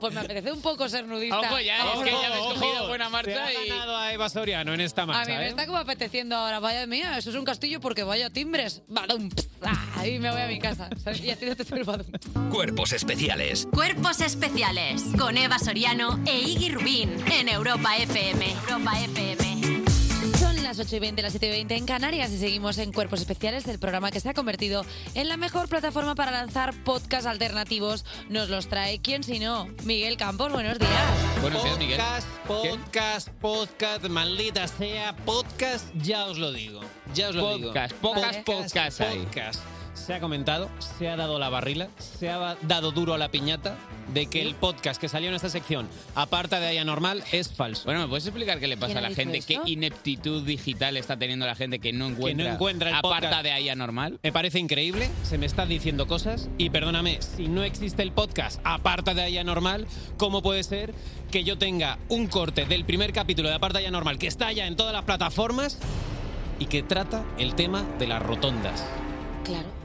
Speaker 1: pues me apetece un poco ser nudista.
Speaker 2: Ojo ya, es que ya me he
Speaker 10: Ojo,
Speaker 2: cogido
Speaker 10: ojo.
Speaker 2: buena marcha
Speaker 10: Se ha
Speaker 2: y...
Speaker 10: ganado a Eva Soriano en esta
Speaker 1: A mí
Speaker 10: marcha,
Speaker 1: me
Speaker 10: ¿eh?
Speaker 1: está como apeteciendo ahora, vaya mía, eso es un castillo porque vaya timbres. Badum, pss, ah, y me voy a mi casa. ¿sabes? Y a ti no te estoy badum.
Speaker 5: Cuerpos especiales
Speaker 6: Cuerpos especiales con Eva Soriano e Iggy Rubín en Europa FM. Europa FM.
Speaker 1: Son las 8 y 20, las 7 y 20 en Canarias y seguimos en Cuerpos Especiales, el programa que se ha convertido en la mejor plataforma para lanzar podcasts alternativos. Nos los trae, ¿quién si no? Miguel Campos, buenos días.
Speaker 2: Buenos días, Miguel.
Speaker 10: Podcast, podcast, podcast, maldita sea, podcast, ya os lo digo. Ya os lo
Speaker 2: Podcast,
Speaker 10: digo.
Speaker 2: pocas podcasts hay.
Speaker 10: podcast. Se ha comentado, se ha dado la barrila, se ha dado duro a la piñata de que el podcast que salió en esta sección, aparta de Aya Normal, es falso.
Speaker 2: Bueno, ¿me puedes explicar qué le pasa
Speaker 10: ¿Quién
Speaker 2: a
Speaker 10: ha
Speaker 2: la
Speaker 10: dicho
Speaker 2: gente?
Speaker 10: eso?
Speaker 2: ¿Qué ineptitud digital está teniendo la gente que no encuentra,
Speaker 10: que no encuentra el
Speaker 2: aparta
Speaker 10: podcast.
Speaker 2: de ahí anormal?
Speaker 10: Me parece increíble, se me están diciendo cosas y perdóname, si no existe el podcast aparta de Aya Normal, ¿cómo puede ser que yo tenga un corte del primer capítulo de aparta de Aya Normal que está ya en todas las plataformas y que trata el tema de las rotondas?
Speaker 1: Claro.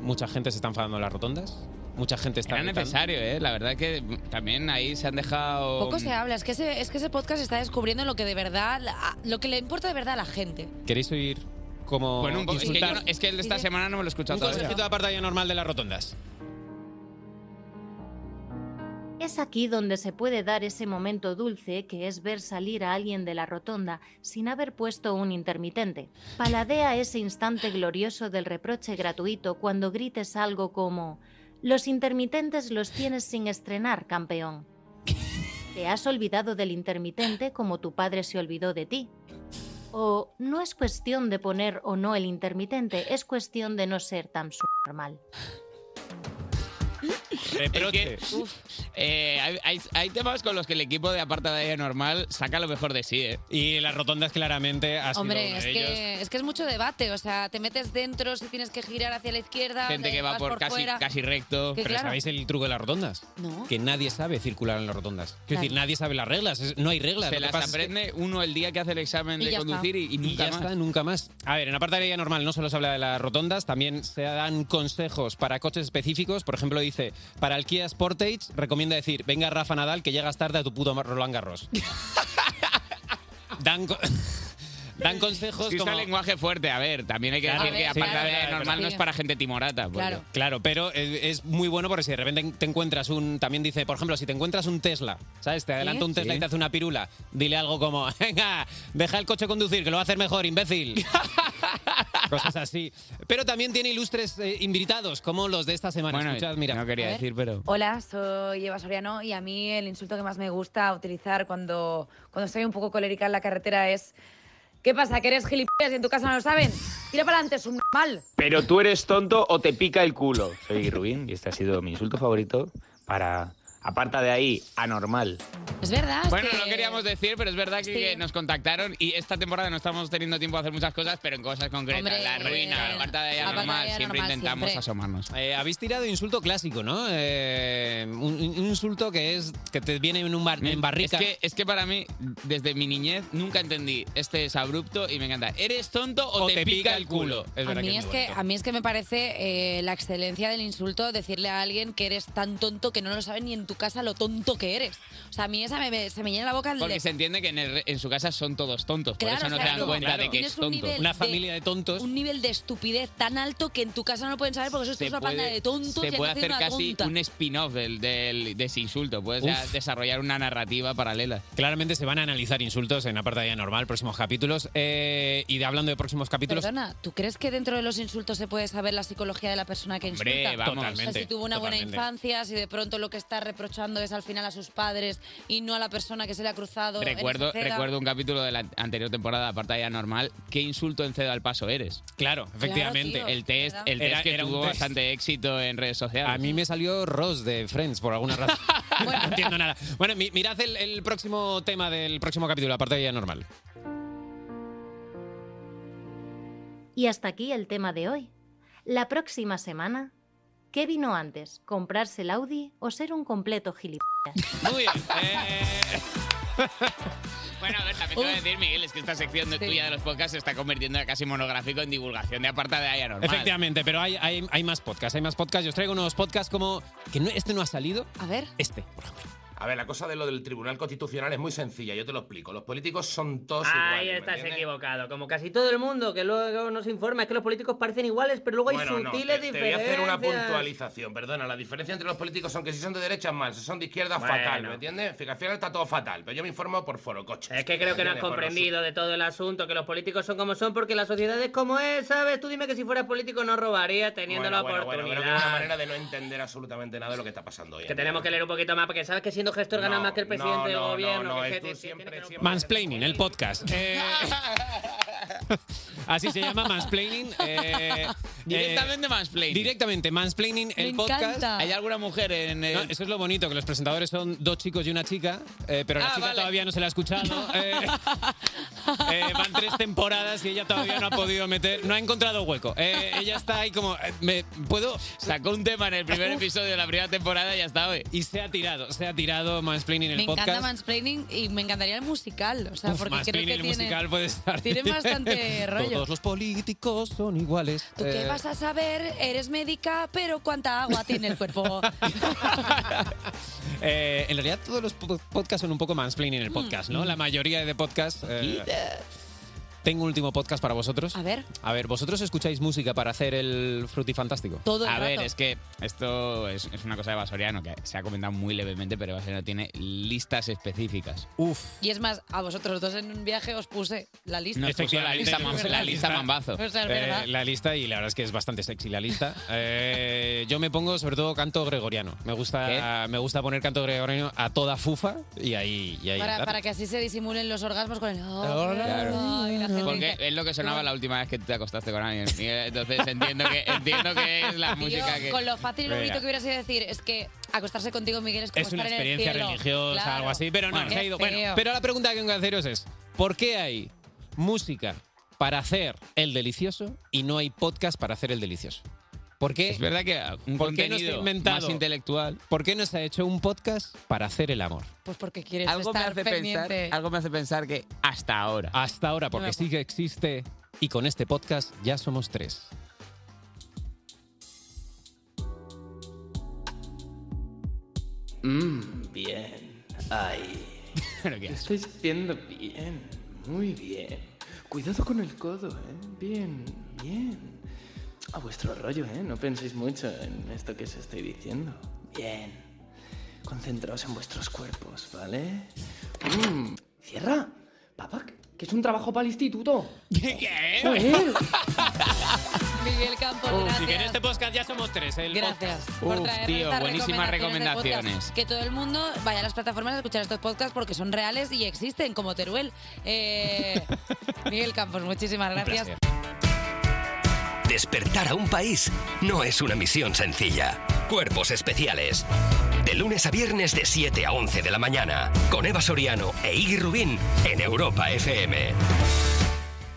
Speaker 10: Mucha gente se está enfadando en las rotondas, mucha gente está...
Speaker 2: Era
Speaker 10: gritando.
Speaker 2: necesario, ¿eh? La verdad que también ahí se han dejado...
Speaker 1: Poco se habla, es que ese, es que ese podcast está descubriendo lo que de verdad, a- lo que le importa de verdad a la gente.
Speaker 10: ¿Queréis oír cómo...
Speaker 2: Bueno, un poco- es, que yo
Speaker 10: insultar?
Speaker 2: no- es que el de esta semana no me lo he escuchado
Speaker 10: Un
Speaker 2: todavía.
Speaker 10: consejito de aparta de Aya Normal de las rotondas.
Speaker 11: Es aquí donde se puede dar ese momento dulce que es ver salir a alguien de la rotonda sin haber puesto un intermitente. Paladea ese instante glorioso del reproche gratuito cuando grites algo como Los intermitentes los tienes sin estrenar, campeón. Te has olvidado del intermitente como tu padre se olvidó de ti. O no es cuestión de poner o no el intermitente, es cuestión de no ser tan normal.
Speaker 2: Reproche. eh, hay, hay- hay temas con los que el equipo de aparta de normal saca lo mejor de sí, ¿eh?
Speaker 10: Y las rotondas claramente ha sido
Speaker 1: Hombre,
Speaker 10: uno
Speaker 1: es
Speaker 10: de ellos.
Speaker 1: que, es que es mucho debate, o sea, te metes dentro si tienes que girar hacia la izquierda,
Speaker 10: Gente
Speaker 1: de-
Speaker 10: que va
Speaker 1: eh, vas
Speaker 10: por casi-
Speaker 1: fuera.
Speaker 10: casi
Speaker 2: recto.
Speaker 1: Que
Speaker 10: Pero
Speaker 1: claro.
Speaker 10: ¿sabéis el truco de las rotondas?
Speaker 1: No.
Speaker 10: Que nadie sabe circular en las rotondas. Quiero
Speaker 1: Claro.
Speaker 10: decir, nadie sabe las reglas. es- No hay reglas.
Speaker 2: Se
Speaker 10: lo que
Speaker 2: las
Speaker 10: pasa es que-
Speaker 2: aprende uno el día que hace el examen
Speaker 10: Y
Speaker 2: de
Speaker 10: ya
Speaker 2: conducir y,
Speaker 10: está.
Speaker 2: y nunca
Speaker 10: ya
Speaker 2: más.
Speaker 10: está, nunca más. A ver, en apartaría normal no solo se habla de las rotondas, también se dan consejos para coches específicos. Por ejemplo, dice, para el Kia Sportage recomienda decir, venga Rafa Nadal que llegas tarde a tu puto Roland Garros. dan, co- dan consejos
Speaker 2: Sí,
Speaker 10: como...
Speaker 2: usa lenguaje fuerte, a ver, también hay que
Speaker 10: Claro,
Speaker 2: decir que
Speaker 10: sí,
Speaker 2: aparta
Speaker 10: claro,
Speaker 2: de
Speaker 10: claro,
Speaker 2: normal
Speaker 10: sí.
Speaker 2: no es para gente timorata. porque-
Speaker 10: Claro. pero eh, es muy bueno porque si de repente te encuentras un. También dice, por ejemplo, si te encuentras un Tesla, ¿sabes? Te adelanta
Speaker 2: ¿Sí?
Speaker 10: un Tesla
Speaker 2: Sí.
Speaker 10: y te hace una pirula. Dile algo como, venga, deja el coche conducir, que lo va a hacer mejor, imbécil. Cosas así. Pero también tiene ilustres eh, invitados, como los de esta semana.
Speaker 2: Bueno,
Speaker 10: Escuchad, mira.
Speaker 2: no quería
Speaker 10: A ver.
Speaker 2: decir, pero...
Speaker 12: Hola, soy Eva Soriano y a mí el insulto que más me gusta utilizar cuando, cuando estoy un poco colérica en la carretera es ¿Qué pasa? ¿Que eres gilipollas y en tu casa no lo saben? Tira para adelante, es un mal.
Speaker 13: Pero tú eres tonto o te pica el culo. Soy Rubín y este ha sido mi insulto favorito para aparta de ahí anormal.
Speaker 1: Ah, Es verdad.
Speaker 2: Bueno,
Speaker 1: que-
Speaker 2: no queríamos decir, pero es verdad que, que nos contactaron y esta temporada no estamos teniendo tiempo de hacer muchas cosas, pero en cosas concretas,
Speaker 1: Hombre,
Speaker 2: la ruina, la aparta de
Speaker 1: aparta de
Speaker 2: normal,
Speaker 1: ella
Speaker 2: Ah, siempre
Speaker 1: normal,
Speaker 2: intentamos
Speaker 1: siempre.
Speaker 2: asomarnos.
Speaker 10: Eh, habéis tirado insulto clásico, ¿no? Eh, un, un insulto que es que te viene en, un bar- en barrica.
Speaker 2: Es que, es que para mí, desde mi niñez, nunca entendí este es abrupto y me encanta. ¿Eres tonto o, te, pica, el culo?
Speaker 1: a mí, es que, a mí es que me parece eh, la excelencia del insulto decirle a alguien que eres tan tonto que no lo sabe ni en tu casa lo tonto que eres. O sea, a mí esa me- me- se me llena la boca el
Speaker 2: Porque
Speaker 1: de-
Speaker 2: se entiende que en, el- en su casa son todos tontos,
Speaker 1: Claro,
Speaker 2: por eso
Speaker 1: o
Speaker 2: no
Speaker 1: sea,
Speaker 2: te dan
Speaker 1: tú
Speaker 2: cuenta de que
Speaker 1: tienes
Speaker 2: es
Speaker 1: un
Speaker 2: tonto.
Speaker 1: nivel Una de- familia
Speaker 2: de tontos.
Speaker 1: un nivel de estupidez tan alto que en tu casa no lo pueden saber porque sois
Speaker 2: Se
Speaker 1: una
Speaker 2: puede,
Speaker 1: panda de tontos
Speaker 2: se
Speaker 1: y
Speaker 2: puede
Speaker 1: entonces
Speaker 2: hacer
Speaker 1: una
Speaker 2: casi
Speaker 1: tonta.
Speaker 2: un spin-off del, del- de ese insulto. Puedes
Speaker 10: Uf.
Speaker 2: ya desarrollar una narrativa paralela.
Speaker 10: Claramente se van a analizar insultos en apartadía normal, próximos capítulos. Eh, y de, hablando de próximos capítulos,
Speaker 1: Perdona, ¿tú crees que dentro de los insultos se puede saber la psicología de la persona que
Speaker 10: Hombre,
Speaker 1: insulta?
Speaker 10: vamos.
Speaker 1: O sea, si tuvo una
Speaker 10: Totalmente.
Speaker 1: buena infancia, si de pronto lo que está reprochando es al final a sus padres y no a la persona que se le ha cruzado. en
Speaker 2: Recuerdo,
Speaker 1: esa acera.
Speaker 2: recuerdo un capítulo de la anterior temporada de Apartadía Normal. ¿Qué insulto en cedo al paso eres?
Speaker 10: Claro, efectivamente. tío,
Speaker 2: el test,
Speaker 10: ¿verdad?
Speaker 2: el test
Speaker 10: Era-
Speaker 2: que
Speaker 10: era un
Speaker 2: tuvo
Speaker 10: test.
Speaker 2: bastante éxito en redes sociales.
Speaker 10: A mí me salió Ross de Friends por alguna razón. no entiendo nada. Bueno, mi- mirad el, el próximo tema del próximo capítulo, aparte de ya normal.
Speaker 11: Y hasta aquí el tema de hoy. La próxima semana, ¿qué vino antes? ¿Comprarse el Audi o ser un completo gilipollas?
Speaker 10: Muy bien. eh,
Speaker 2: Bueno, a ver, también te voy a decir, Miguel, es que esta sección de tuya de los podcasts se está convirtiendo en casi monográfico en divulgación de Apartadía Normal.
Speaker 10: efectivamente, pero hay, hay, hay más podcasts, hay más podcasts. Yo os traigo unos podcasts como... que no- Este no ha salido.
Speaker 1: A ver.
Speaker 10: Este.
Speaker 14: A ver, la cosa de lo del Tribunal Constitucional es muy sencilla, yo te lo explico. Los políticos son todos iguales.
Speaker 15: Ahí
Speaker 14: ¿me
Speaker 15: estás
Speaker 14: entiendes?
Speaker 15: equivocado. Como casi todo el mundo que luego no se informa, es que los políticos parecen iguales, pero luego hay
Speaker 14: Bueno, no,
Speaker 15: sutiles
Speaker 14: te, te voy a
Speaker 15: diferencias.
Speaker 14: hacer una puntualización, perdona. La diferencia entre los políticos son que si son de derecha, mal. Si son de izquierda,
Speaker 15: Bueno.
Speaker 14: fatal, ¿me entiendes? Fíjate, al final está todo fatal. Pero yo me informo por foro coches.
Speaker 15: Es que creo que no has comprendido de todo el asunto, que los políticos son como son, porque la sociedad es como es, ¿sabes? Tú dime que si fueras político no robarías teniendo la
Speaker 14: bueno,
Speaker 15: oportunidad.
Speaker 14: bueno, creo que es una manera de no entender absolutamente nada de lo que está pasando hoy.
Speaker 15: Que tenemos que leer un poquito más, porque sabes que siendo gestor ganas más que el presidente
Speaker 14: no,
Speaker 15: del
Speaker 14: no,
Speaker 15: gobierno.
Speaker 14: no,
Speaker 15: que
Speaker 14: es
Speaker 15: je-
Speaker 14: tú
Speaker 15: tiene-
Speaker 14: siempre,
Speaker 15: tiene que-
Speaker 10: Mansplaining, el podcast. Eh, así se llama Mansplaining. eh,
Speaker 2: Directamente mansplaining.
Speaker 10: Directamente Mansplaining, el
Speaker 2: Me
Speaker 10: podcast.
Speaker 2: encanta. ¿Hay alguna mujer en eh, el-
Speaker 10: No, eso es lo bonito, que los presentadores son dos chicos y una chica, eh, pero la
Speaker 2: Ah,
Speaker 10: chica
Speaker 2: vale.
Speaker 10: todavía no se la ha escuchado. eh, eh, van tres temporadas y ella todavía no ha podido meter, no ha encontrado hueco. Eh, ella está ahí como, eh, me, ¿puedo?
Speaker 2: Sacó un tema en el primer episodio de la primera temporada y ya está hoy.
Speaker 10: Y se ha tirado, se ha tirado Mansplaining en
Speaker 1: Me
Speaker 10: el podcast.
Speaker 1: encanta Mansplaining y me encantaría el musical. O sea,
Speaker 10: Uf,
Speaker 1: porque creo
Speaker 10: Mansplaining,
Speaker 1: que
Speaker 10: el
Speaker 1: tiene...
Speaker 10: musical puede estar.
Speaker 1: tiene bastante rollo.
Speaker 10: Todos los políticos son iguales.
Speaker 1: ¿Tú qué
Speaker 10: Eh,
Speaker 1: vas a saber? Eres médica, pero ¿cuánta agua tiene el cuerpo?
Speaker 10: Eh, en realidad
Speaker 1: Mm,
Speaker 10: todos los po- podcasts son un poco mansplaining el podcast, ¿no? La mayoría de podcasts... eh, Tengo un último podcast para vosotros.
Speaker 1: A ver.
Speaker 10: A ver, ¿vosotros escucháis música para hacer el frutifantástico?
Speaker 1: Todo el
Speaker 2: A ver,
Speaker 1: rato.
Speaker 2: es que esto es, es una cosa de Basoriano que se ha comentado muy levemente, pero Basoriano tiene listas específicas.
Speaker 10: Uf.
Speaker 1: Y es más, a vosotros dos en un viaje os puse la lista.
Speaker 2: Nos puso la lista, mam-
Speaker 10: Efectivamente,
Speaker 2: la lista mambazo.
Speaker 1: O sea, Pues es
Speaker 10: Eh,
Speaker 1: verdad.
Speaker 10: la lista, y la verdad es que es bastante sexy la lista. Eh, yo me pongo sobre todo canto gregoriano. Me gusta, me gusta poner canto gregoriano a toda fufa y ahí. Y ahí
Speaker 1: Para,
Speaker 10: andar.
Speaker 1: para que así se disimulen los orgasmos con el...
Speaker 2: Claro.
Speaker 1: y la gente
Speaker 2: Porque
Speaker 1: dice,
Speaker 2: es lo que sonaba la última vez que te acostaste con alguien. Miguel. Entonces entiendo que, entiendo que es la
Speaker 1: "Tío,
Speaker 2: música que.
Speaker 1: Con lo fácil y lo
Speaker 2: Venga.
Speaker 1: bonito que hubiera sido decir es que acostarse contigo, Miguel, es como
Speaker 10: Es una
Speaker 1: estar en el
Speaker 10: experiencia
Speaker 1: cielo.
Speaker 10: religiosa,
Speaker 1: Claro.
Speaker 10: algo así, pero no,
Speaker 1: Bueno,
Speaker 10: se ha
Speaker 1: qué
Speaker 10: ido. Bueno,
Speaker 1: feo.
Speaker 10: pero la pregunta que tengo que haceros es: ¿por qué hay música para hacer el delicioso y no hay podcast para hacer el delicioso? ¿Por qué?
Speaker 2: Es verdad que ah, un
Speaker 10: ¿Por qué no se ha
Speaker 2: contenido
Speaker 10: inventado?
Speaker 2: más intelectual.
Speaker 10: ¿Por qué no se ha hecho un podcast para hacer el amor?
Speaker 1: Pues porque quieres
Speaker 2: Algo me,
Speaker 1: estar
Speaker 2: hace
Speaker 1: pendiente.
Speaker 2: pensar, algo me hace pensar que hasta ahora.
Speaker 10: Hasta ahora,
Speaker 2: No
Speaker 10: porque
Speaker 2: me
Speaker 1: pues.
Speaker 10: sí que existe. Y con este podcast ya somos tres.
Speaker 15: Mmm, bien. Ahí.
Speaker 2: Lo
Speaker 15: estáis haciendo bien. Muy bien. Cuidado con el codo, ¿eh? Bien, bien. A vuestro rollo, ¿eh? No penséis mucho en esto que os estoy diciendo. Bien. Concentraos en vuestros cuerpos, ¿vale? Mm, Cierra. Papá, que es un trabajo para el instituto.
Speaker 10: ¿Qué?
Speaker 15: Joder.
Speaker 1: Miguel Campos,
Speaker 10: Si que en
Speaker 1: gracias.
Speaker 10: este podcast ya somos tres. El
Speaker 1: Gracias
Speaker 10: podcast.
Speaker 1: por traernos
Speaker 2: tío,
Speaker 1: estas
Speaker 2: buenísimas
Speaker 1: de podcast.
Speaker 2: recomendaciones.
Speaker 1: Que todo el mundo vaya a las plataformas a escuchar estos podcasts porque son reales y existen, como Teruel. Eh, Miguel Campos, muchísimas gracias.
Speaker 5: Despertar a un país no es una misión sencilla. Cuerpos especiales. De lunes a viernes de 7 a 11 de la mañana. Con Eva Soriano e Iggy Rubín en Europa FM.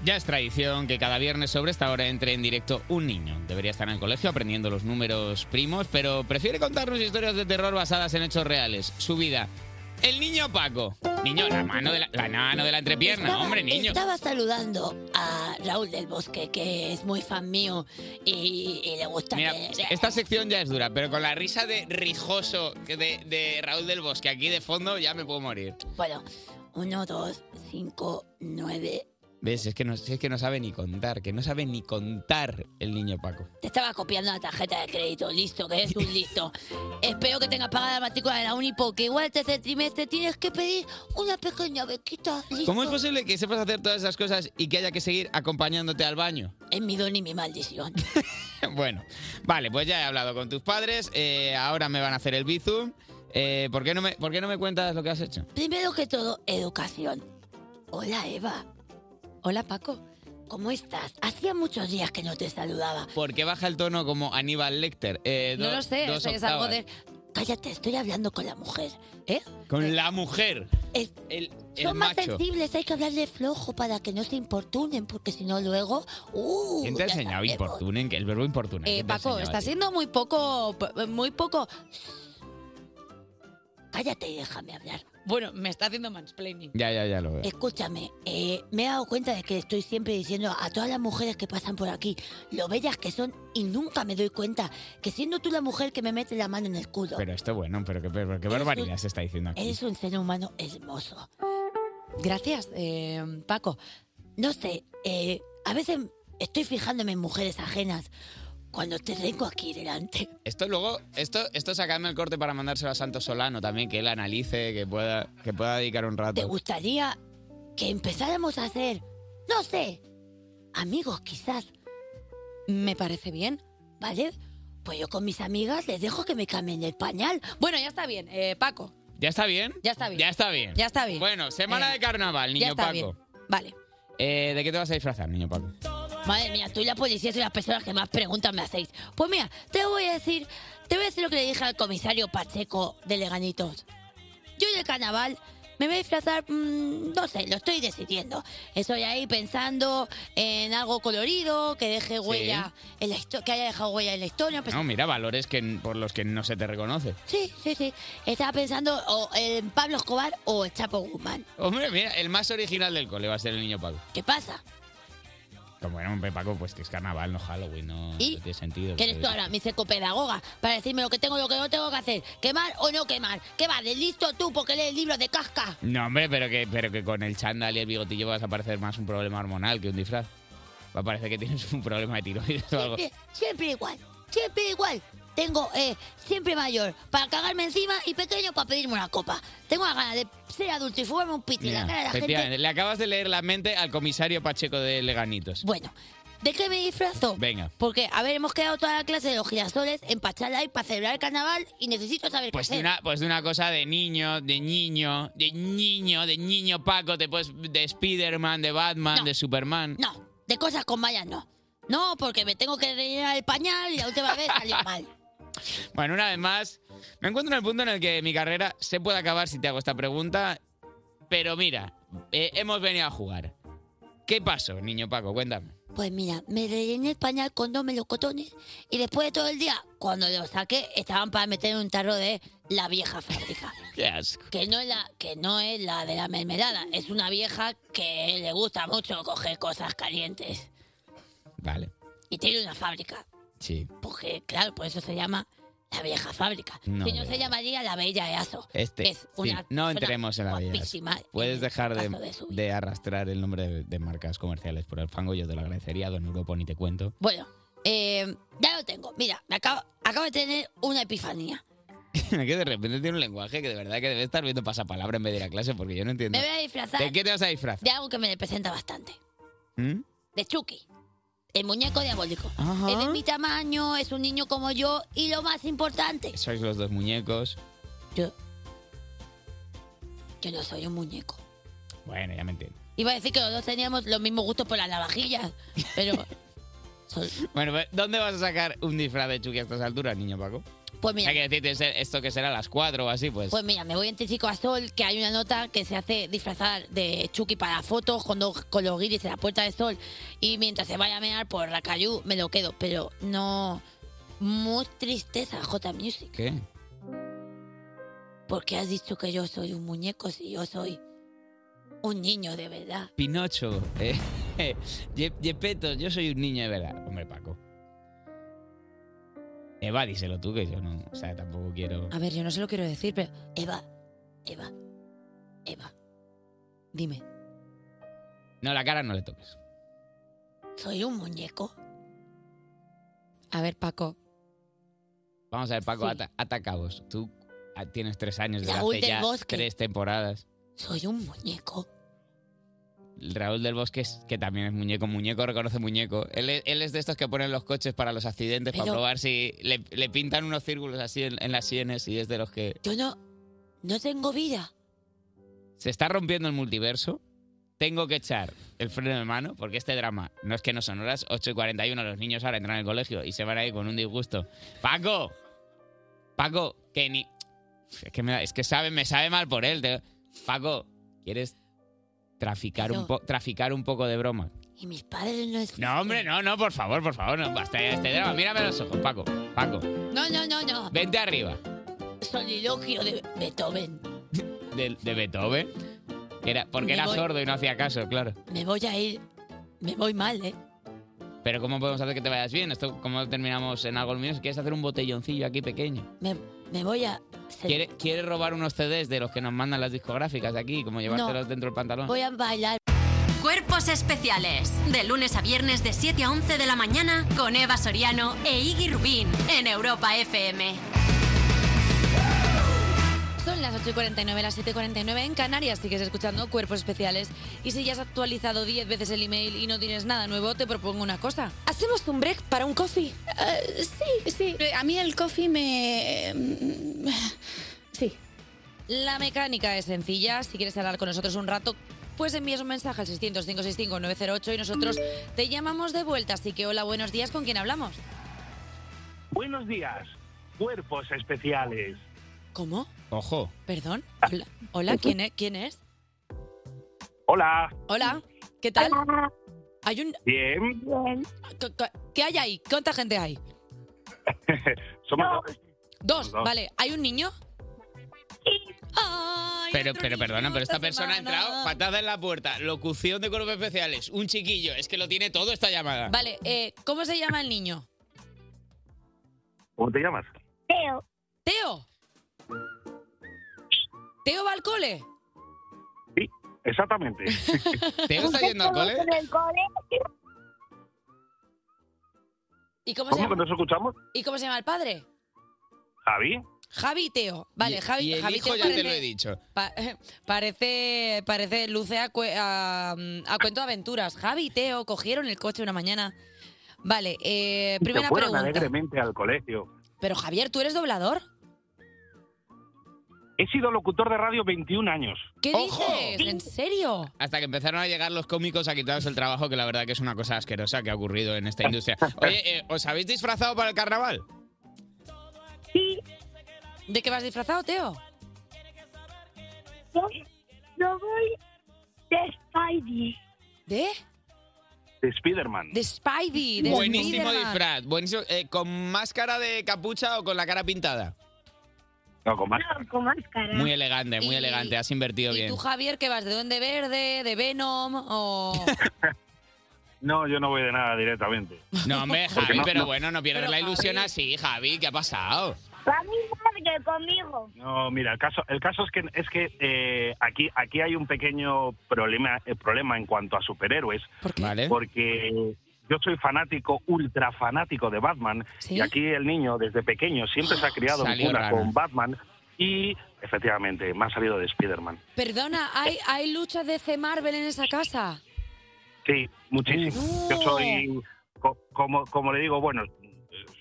Speaker 2: Ya es tradición que cada viernes sobre esta hora entre en directo un niño. Debería estar en el colegio aprendiendo los números primos, pero prefiere contarnos historias de terror basadas en hechos reales. Su vida. El niño Paco. Niño, la mano de la, la mano de la entrepierna,
Speaker 16: Estaba-
Speaker 2: hombre, niño.
Speaker 16: Estaba saludando a Raúl del Bosque, que es muy fan mío y, y le gusta
Speaker 2: Mira,
Speaker 16: que-
Speaker 2: esta sección ya es dura, pero con la risa de rijoso que de, de Raúl del Bosque aquí de fondo ya me puedo morir.
Speaker 16: Bueno, uno, dos, cinco, nueve.
Speaker 2: ¿Ves? Es que, no, es que no sabe ni contar, que no sabe ni contar el niño Paco.
Speaker 16: Te estaba copiando la tarjeta de crédito, listo, que es un listo. Espero que tengas pagada la matrícula de la uni porque igual tercer trimestre tienes que pedir una pequeña bequita. listo.
Speaker 2: ¿Cómo es posible que sepas hacer todas esas cosas y que haya que seguir acompañándote al baño?
Speaker 16: Es mi don y mi maldición.
Speaker 2: Bueno, vale, pues ya he hablado con tus padres, eh, ahora me van a hacer el bizum. Eh, ¿por, qué no me, ¿Por qué no me cuentas lo que has hecho?
Speaker 16: Primero que todo, educación. Hola, Eva.
Speaker 1: Hola, Paco.
Speaker 16: ¿Cómo estás? Hacía muchos días que no te saludaba.
Speaker 2: ¿Por qué baja el tono como Aníbal Lecter? Eh,
Speaker 16: No
Speaker 2: do-
Speaker 16: lo sé,
Speaker 2: dos
Speaker 16: es, es algo
Speaker 2: octavas.
Speaker 16: de... Cállate, estoy hablando con la mujer, ¿eh?
Speaker 2: Con la mujer.
Speaker 16: Es-
Speaker 2: el, el
Speaker 16: Son más
Speaker 2: macho.
Speaker 16: sensibles, hay que hablarle flojo para que no se importunen, porque si no luego... Uh,
Speaker 2: ¿Quién te ha
Speaker 16: ya
Speaker 2: enseñado
Speaker 16: sabemos.
Speaker 2: importunen? Que el verbo importunen.
Speaker 1: Eh,
Speaker 2: ¿quién te ha
Speaker 1: Paco,
Speaker 2: enseñado
Speaker 1: está
Speaker 2: a ti?
Speaker 1: siendo muy poco... Muy poco...
Speaker 16: Cállate y déjame hablar.
Speaker 1: Bueno, me está haciendo mansplaining.
Speaker 2: Ya, ya, ya lo veo.
Speaker 16: Escúchame, eh, me he dado cuenta de que estoy siempre diciendo a todas las mujeres que pasan por aquí lo bellas que son y nunca me doy cuenta que siendo tú la mujer que me mete la mano en el culo,
Speaker 2: Pero esto bueno, pero qué, pero qué barbaridad se está diciendo aquí.
Speaker 16: eres un ser humano hermoso.
Speaker 1: Gracias, eh, Paco.
Speaker 16: No sé, eh, a veces estoy fijándome en mujeres ajenas cuando te tengo aquí delante.
Speaker 2: Esto luego, esto, esto sacadme el corte para mandárselo a Santos Solano también, que él analice, que pueda, que pueda dedicar un rato.
Speaker 16: ¿Te gustaría que empezáramos a hacer, no sé, amigos quizás?
Speaker 1: Me parece bien.
Speaker 16: ¿Vale? Pues yo con mis amigas les dejo que me cambien el pañal. Bueno,
Speaker 1: Ya está bien, eh, Paco.
Speaker 2: ¿Ya está bien?
Speaker 1: Ya está bien.
Speaker 2: Ya está bien.
Speaker 1: Ya está bien.
Speaker 2: Bueno, semana
Speaker 1: Eh,
Speaker 2: de carnaval, niño
Speaker 1: ya está
Speaker 2: Paco.
Speaker 1: bien. Vale.
Speaker 2: Eh, ¿De qué te vas a disfrazar, niño Paco?
Speaker 16: Madre mía, tú y la policía sois las personas que más preguntas me hacéis. Pues mira, te voy a decir, te voy a decir lo que le dije al comisario Pacheco de Leganitos. Yo en el carnaval me voy a disfrazar, mm, no sé, lo estoy decidiendo. Estoy ahí pensando en algo colorido, que deje huella, en la histo- que haya dejado huella en la historia. Pues-
Speaker 2: No, Ah, mira, valores que, por los que no se te reconoce.
Speaker 16: Sí, sí, sí. Estaba pensando o en Pablo Escobar o en Chapo Guzmán.
Speaker 2: Hombre, mira, el más original del cole va a ser el niño Paco.
Speaker 16: ¿Qué pasa?
Speaker 2: Como era un pepaco, pues que es carnaval, no Halloween, no, no
Speaker 16: ¿Y?
Speaker 2: tiene sentido. eh.
Speaker 16: Que eres tú ahora, mi psicopedagoga, para decirme lo que tengo y lo que no tengo que hacer. ¿Quemar o no quemar? ¿Qué va? ¿De listo tú porque lees libros de casca?
Speaker 2: No, hombre, pero que, pero que con el chándal y el bigotillo vas a parecer más un problema hormonal que un disfraz. Va a parecer que tienes un problema de tiroides o algo.
Speaker 16: Sie- Eh, Siempre igual, siempre igual. Tengo eh, siempre mayor para cagarme encima y pequeño para pedirme una copa. Tengo las ganas de ser adulto y fumarme un piti en la
Speaker 2: Mira,
Speaker 16: cara de la
Speaker 2: efectivamente,
Speaker 16: gente.
Speaker 2: le acabas de leer la mente al comisario Pacheco de Leganitos.
Speaker 16: Bueno, ¿De qué me disfrazo?
Speaker 2: Venga.
Speaker 16: Porque, a ver, hemos quedado toda la clase de los girasoles en Pachalay para celebrar el carnaval y necesito saber
Speaker 2: Pues
Speaker 16: qué
Speaker 2: de,
Speaker 16: hacer.
Speaker 2: una, pues de una cosa de niño, de niño, de niño, de niño Paco, te puedes de Spider-Man, de Batman, de Superman.
Speaker 16: No, de cosas con vallas no. No, porque me tengo que rellenar el pañal y la última vez salió mal.
Speaker 2: Bueno, una vez más, me encuentro en el punto en el que mi carrera se puede acabar si te hago esta pregunta. Pero mira, eh, hemos venido a jugar. ¿Qué pasó, niño Paco? Cuéntame.
Speaker 16: Pues mira, me rellené el pañal con dos melocotones y después de todo el día, cuando lo saqué, estaban para meter en un tarro de la vieja fábrica.
Speaker 2: Qué asco.
Speaker 16: Que no, es la, que no es la de la mermelada, es una vieja que le gusta mucho coger cosas calientes.
Speaker 2: Vale.
Speaker 16: Y tiene una fábrica,
Speaker 2: Sí.
Speaker 16: porque claro, por eso se llama la vieja fábrica.
Speaker 2: No
Speaker 16: si no
Speaker 2: veo.
Speaker 16: se llamaría la bella Easo.
Speaker 2: Este,
Speaker 16: Es una
Speaker 2: sí, no
Speaker 16: persona
Speaker 2: entremos en la vida.
Speaker 16: guapísima.
Speaker 2: Puedes dejar de,
Speaker 16: paso de su
Speaker 2: de arrastrar el nombre de, de marcas comerciales por el fango, yo te lo agradecería, don Europa, ni te cuento.
Speaker 16: Bueno, eh, ya lo tengo. Mira, me acabo, acabo de tener una epifanía.
Speaker 2: que de repente tiene un lenguaje que de verdad que debe estar viendo pasapalabra en vez de ir a clase, porque yo no entiendo.
Speaker 16: Me voy a disfrazar
Speaker 2: ¿De qué te vas a disfrazar?
Speaker 16: de algo que me representa bastante.
Speaker 2: ¿Mm?
Speaker 16: De Chucky. El muñeco diabólico. Es de mi tamaño, es un niño como yo y lo más importante,
Speaker 2: Sois los dos muñecos.
Speaker 16: yo no soy un muñeco.
Speaker 2: Bueno, ya me entiendo.
Speaker 16: Iba a decir que los dos teníamos los mismos gustos por las navajillas, pero
Speaker 2: Bueno, pues, ¿dónde vas a sacar un disfraz de Chucky a estas alturas, niño Paco?
Speaker 16: Pues mira.
Speaker 2: Hay que decirte se- esto que será a las 4 o así, pues.
Speaker 16: pues mira, me voy en Ticico a Sol, que hay una nota que se hace disfrazar de Chucky para fotos con, dos- con los guiris en la Puerta de Sol y mientras se vaya a mear por la cayú me lo quedo, pero no... Muy tristeza, J Music.
Speaker 2: ¿Qué?
Speaker 16: ¿Por qué has dicho que yo soy un muñeco si yo soy un niño de verdad?
Speaker 2: Pinocho. Eh, Yepeto, yo soy un niño de verdad. Hombre, Paco. Eva, díselo tú, que yo no. O sea, tampoco quiero.
Speaker 1: A ver, yo no se lo quiero decir, pero
Speaker 16: Eva, Eva, Eva, dime,
Speaker 2: No, la cara no le toques.
Speaker 16: ¿soy un muñeco?
Speaker 1: A ver, Paco.
Speaker 2: Vamos a ver, Paco,
Speaker 1: Sí.
Speaker 2: ata- ata cabos. Tú ah, tienes tres años de
Speaker 16: Raúl
Speaker 2: hace
Speaker 16: del
Speaker 2: ya
Speaker 16: Bosque.
Speaker 2: tres temporadas.
Speaker 16: ¿Soy un muñeco?
Speaker 2: Raúl del Bosque, es- que también es muñeco, muñeco reconoce muñeco. Él es, él es de estos que ponen los coches para los accidentes, para
Speaker 16: Pero-
Speaker 2: probar si le, le pintan unos círculos así en, en las sienes y es de los que...
Speaker 16: Yo no, no tengo vida.
Speaker 2: Se está rompiendo el multiverso. Tengo que echar el freno de mano porque este drama no es que no son horas. 8 y 41, los niños ahora entran al colegio y se van ahí con un disgusto. ¡Paco! Paco, que ni... Es que, me, da- es que sabe, me sabe mal por él. te- Paco, ¿quieres traficar, un po- traficar un poco de broma?
Speaker 16: Y mis padres no es...
Speaker 2: No, hombre, no, no, por favor, por favor, no, basta ya de este drama. Mírame a los ojos, Paco, Paco.
Speaker 16: No, no, no, no.
Speaker 2: Vente arriba.
Speaker 16: Soliloquio de Beethoven.
Speaker 2: De, de Beethoven. que Era, porque
Speaker 16: Me
Speaker 2: era
Speaker 16: voy.
Speaker 2: sordo y no hacía caso, claro.
Speaker 16: Me voy a ir, me voy mal, ¿eh?
Speaker 2: Pero ¿cómo podemos hacer que te vayas bien? Esto, ¿Cómo terminamos en algo mío? Si quieres hacer un botelloncillo aquí pequeño.
Speaker 16: Me, me voy a...
Speaker 2: ¿Quieres, quieres robar unos CDs de los que nos mandan las discográficas de aquí? Como llevártelos dentro del pantalón.
Speaker 16: Voy a bailar.
Speaker 6: Cuerpos especiales. De lunes a viernes de 7 a 11 de la mañana con Eva Soriano e Iggy Rubín en Europa FM.
Speaker 1: Son las 8 y 49, las 7 y 49 en Canarias. Sigues escuchando Cuerpos Especiales. Y si ya has actualizado 10 veces el email y no tienes nada nuevo, te propongo una cosa.
Speaker 17: ¿Hacemos un break para un coffee? sí, sí. A mí el coffee me... em, Sí.
Speaker 1: La mecánica es sencilla. Si quieres hablar con nosotros un rato, pues envías un mensaje al 600-565-908 y nosotros te llamamos de vuelta. Así que hola, buenos días, ¿con quién hablamos?
Speaker 18: Buenos días, cuerpos especiales.
Speaker 1: ¿Cómo?
Speaker 2: Ojo.
Speaker 1: ¿Perdón? Hola, hola, ¿quién, es, ¿quién es?
Speaker 18: Hola.
Speaker 1: Hola, ¿qué tal? Hay un...
Speaker 18: Bien.
Speaker 1: ¿Qué- qué- ¿Qué hay ahí? ¿Cuánta gente hay?
Speaker 18: Eh, Somos dos.
Speaker 1: Dos,
Speaker 18: Dos.
Speaker 1: vale. ¿Hay un niño? ¡Ay,
Speaker 2: Pero, pero perdona, pero esta
Speaker 1: esta
Speaker 2: persona ha
Speaker 1: semana.
Speaker 2: entrado, patada en la puerta, locución de cuerpos especiales, un chiquillo, es que lo tiene todo esta llamada.
Speaker 1: Vale, eh, ¿cómo se llama el niño?
Speaker 18: ¿Cómo te llamas?
Speaker 1: Teo. ¿Teo? ¿Teo va al cole?
Speaker 18: Exactamente.
Speaker 2: ¿Teo está yendo al cole?
Speaker 1: ¿Y cómo, se
Speaker 18: ¿Cómo que
Speaker 1: llama?
Speaker 18: nos escuchamos?
Speaker 1: ¿Y cómo se llama el padre?
Speaker 18: ¿Javi?
Speaker 1: Javi y Teo. Vale,
Speaker 18: Y-
Speaker 1: Javi
Speaker 18: y el
Speaker 1: Javi
Speaker 18: hijo
Speaker 1: Teo
Speaker 18: ya te
Speaker 1: parece-
Speaker 18: lo he dicho.
Speaker 1: pa- parece, parece luce a, cue- a, a cuento de aventuras. Javi y Teo cogieron el coche una mañana. Vale, eh,
Speaker 18: Y se
Speaker 1: primera
Speaker 18: fueron
Speaker 1: pregunta.
Speaker 18: alegremente al colegio.
Speaker 1: Pero Javier, ¿tú eres doblador?
Speaker 18: He sido locutor de radio 21 años.
Speaker 1: ¿Qué dices? ¿En serio?
Speaker 2: Hasta que empezaron a llegar los cómicos a quitarse el trabajo, que la verdad que es una cosa asquerosa que ha ocurrido en esta industria. Oye, eh, ¿os habéis disfrazado para el carnaval?
Speaker 1: ¿De qué vas disfrazado, Teo?
Speaker 19: Yo voy de Spidey.
Speaker 1: ¿De?
Speaker 18: De Spiderman.
Speaker 1: De Spidey. De
Speaker 2: Buenísimo
Speaker 1: Spiderman.
Speaker 2: disfraz, buenísimo. Eh, ¿Con máscara de capucha o con la cara pintada?
Speaker 18: No, con
Speaker 19: No, con máscara.
Speaker 2: Muy elegante, muy
Speaker 1: Y-
Speaker 2: elegante, has invertido
Speaker 1: ¿Y
Speaker 2: bien.
Speaker 1: tú, Javier, qué vas? ¿De Duende Verde? ¿De Venom? ¿O...?
Speaker 18: No, yo no voy de nada directamente.
Speaker 2: No, hombre,
Speaker 18: Porque
Speaker 2: Javi,
Speaker 18: no-
Speaker 2: pero
Speaker 18: no-
Speaker 2: bueno, no pierdas la ilusión así, Javi, ¿qué ha pasado?
Speaker 19: Va mi madre conmigo.
Speaker 18: No, mira, el caso, el caso es que es que eh, aquí aquí hay un pequeño problema eh, problema en cuanto a superhéroes, porque yo soy fanático, ultra fanático de Batman y aquí el niño desde pequeño siempre se ha criado en
Speaker 2: Salió
Speaker 18: cuna
Speaker 2: raro.
Speaker 18: con Batman y efectivamente me ha salido de Spiderman.
Speaker 1: Perdona, ¿hay, hay luchas de C. Marvel en esa casa?
Speaker 18: Sí, muchísimo.
Speaker 1: Uf.
Speaker 18: Yo soy co- como como le digo, bueno,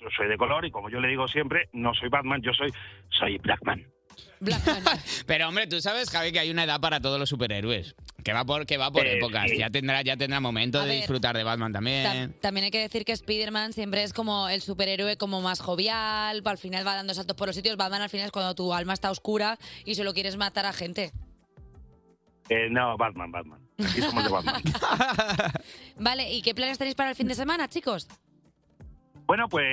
Speaker 18: yo soy de color y como yo le digo siempre, no soy Batman, yo soy soy Blackman.
Speaker 2: Pero hombre, tú sabes, Javi, que hay una edad para todos los superhéroes. Que va por, que va por
Speaker 18: Eh,
Speaker 2: épocas.
Speaker 18: sí.
Speaker 2: Ya tendrá, ya tendrá momento
Speaker 1: A
Speaker 2: de
Speaker 1: ver.
Speaker 2: disfrutar de Batman
Speaker 1: Tam-
Speaker 2: también.
Speaker 1: también hay que decir que Spider-Man siempre es como el superhéroe como más jovial, al final va dando saltos por los sitios, Batman al final es cuando tu alma está oscura y solo quieres matar a gente.
Speaker 18: Eh, no, Batman, Batman. Aquí somos de Batman.
Speaker 1: Vale, ¿y qué planes tenéis para el fin de semana, chicos?
Speaker 18: Bueno, pues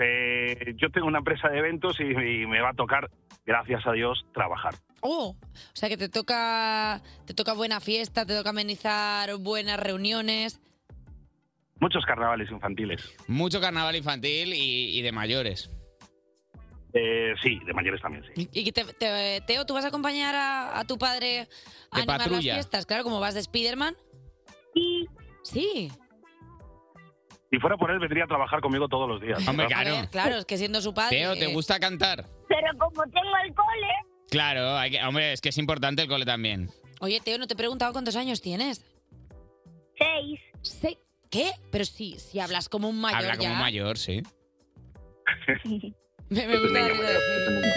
Speaker 18: eh, yo tengo una empresa de eventos y, y me va a tocar, gracias a Dios, trabajar.
Speaker 1: Oh, o sea que te toca te toca buena fiesta, te toca amenizar buenas reuniones.
Speaker 18: Muchos carnavales infantiles.
Speaker 2: Mucho carnaval infantil y, y de mayores.
Speaker 18: Eh, sí, de mayores también, sí.
Speaker 1: Y te- te- Teo, ¿tú vas a acompañar a, a tu padre a
Speaker 18: De
Speaker 1: animar
Speaker 18: patrulla.
Speaker 1: las fiestas? Claro, como vas de Spider-Man. Sí.
Speaker 18: Si fuera por él, vendría a trabajar conmigo todos los días.
Speaker 2: Hombre,
Speaker 1: Eh, claro, es que siendo su padre...
Speaker 2: Teo, ¿te
Speaker 1: eh,
Speaker 2: gusta cantar?
Speaker 19: Pero como tengo el cole,
Speaker 2: Claro, hay que- hombre, es que es importante el cole también.
Speaker 1: Oye, Teo, no te he preguntado cuántos años tienes.
Speaker 19: Seis.
Speaker 1: ¿Qué? Pero sí, si hablas como un mayor
Speaker 2: Habla como
Speaker 1: ya.
Speaker 2: un mayor, sí.
Speaker 1: Me, me gusta la risa.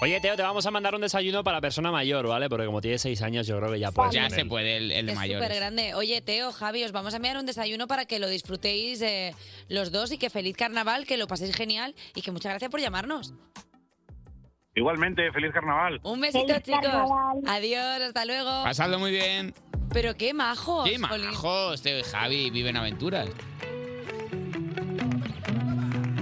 Speaker 3: Oye, Teo, te vamos a mandar un desayuno para persona mayor, ¿vale? Porque como tiene seis años, yo creo que ya puedes.
Speaker 2: Ya se puede el,
Speaker 3: de
Speaker 1: Es súper grande. Oye, Teo, Javi, os vamos a enviar un desayuno para que lo disfrutéis eh, los dos y que feliz carnaval, que lo paséis genial y que muchas gracias por llamarnos.
Speaker 18: Igualmente, feliz carnaval.
Speaker 1: Un besito,
Speaker 18: Feliz
Speaker 1: chicos.
Speaker 18: carnaval.
Speaker 1: Adiós, hasta luego.
Speaker 2: Pasadlo muy bien.
Speaker 1: Pero qué majos.
Speaker 2: Qué majos, Teo y Javi viven aventuras.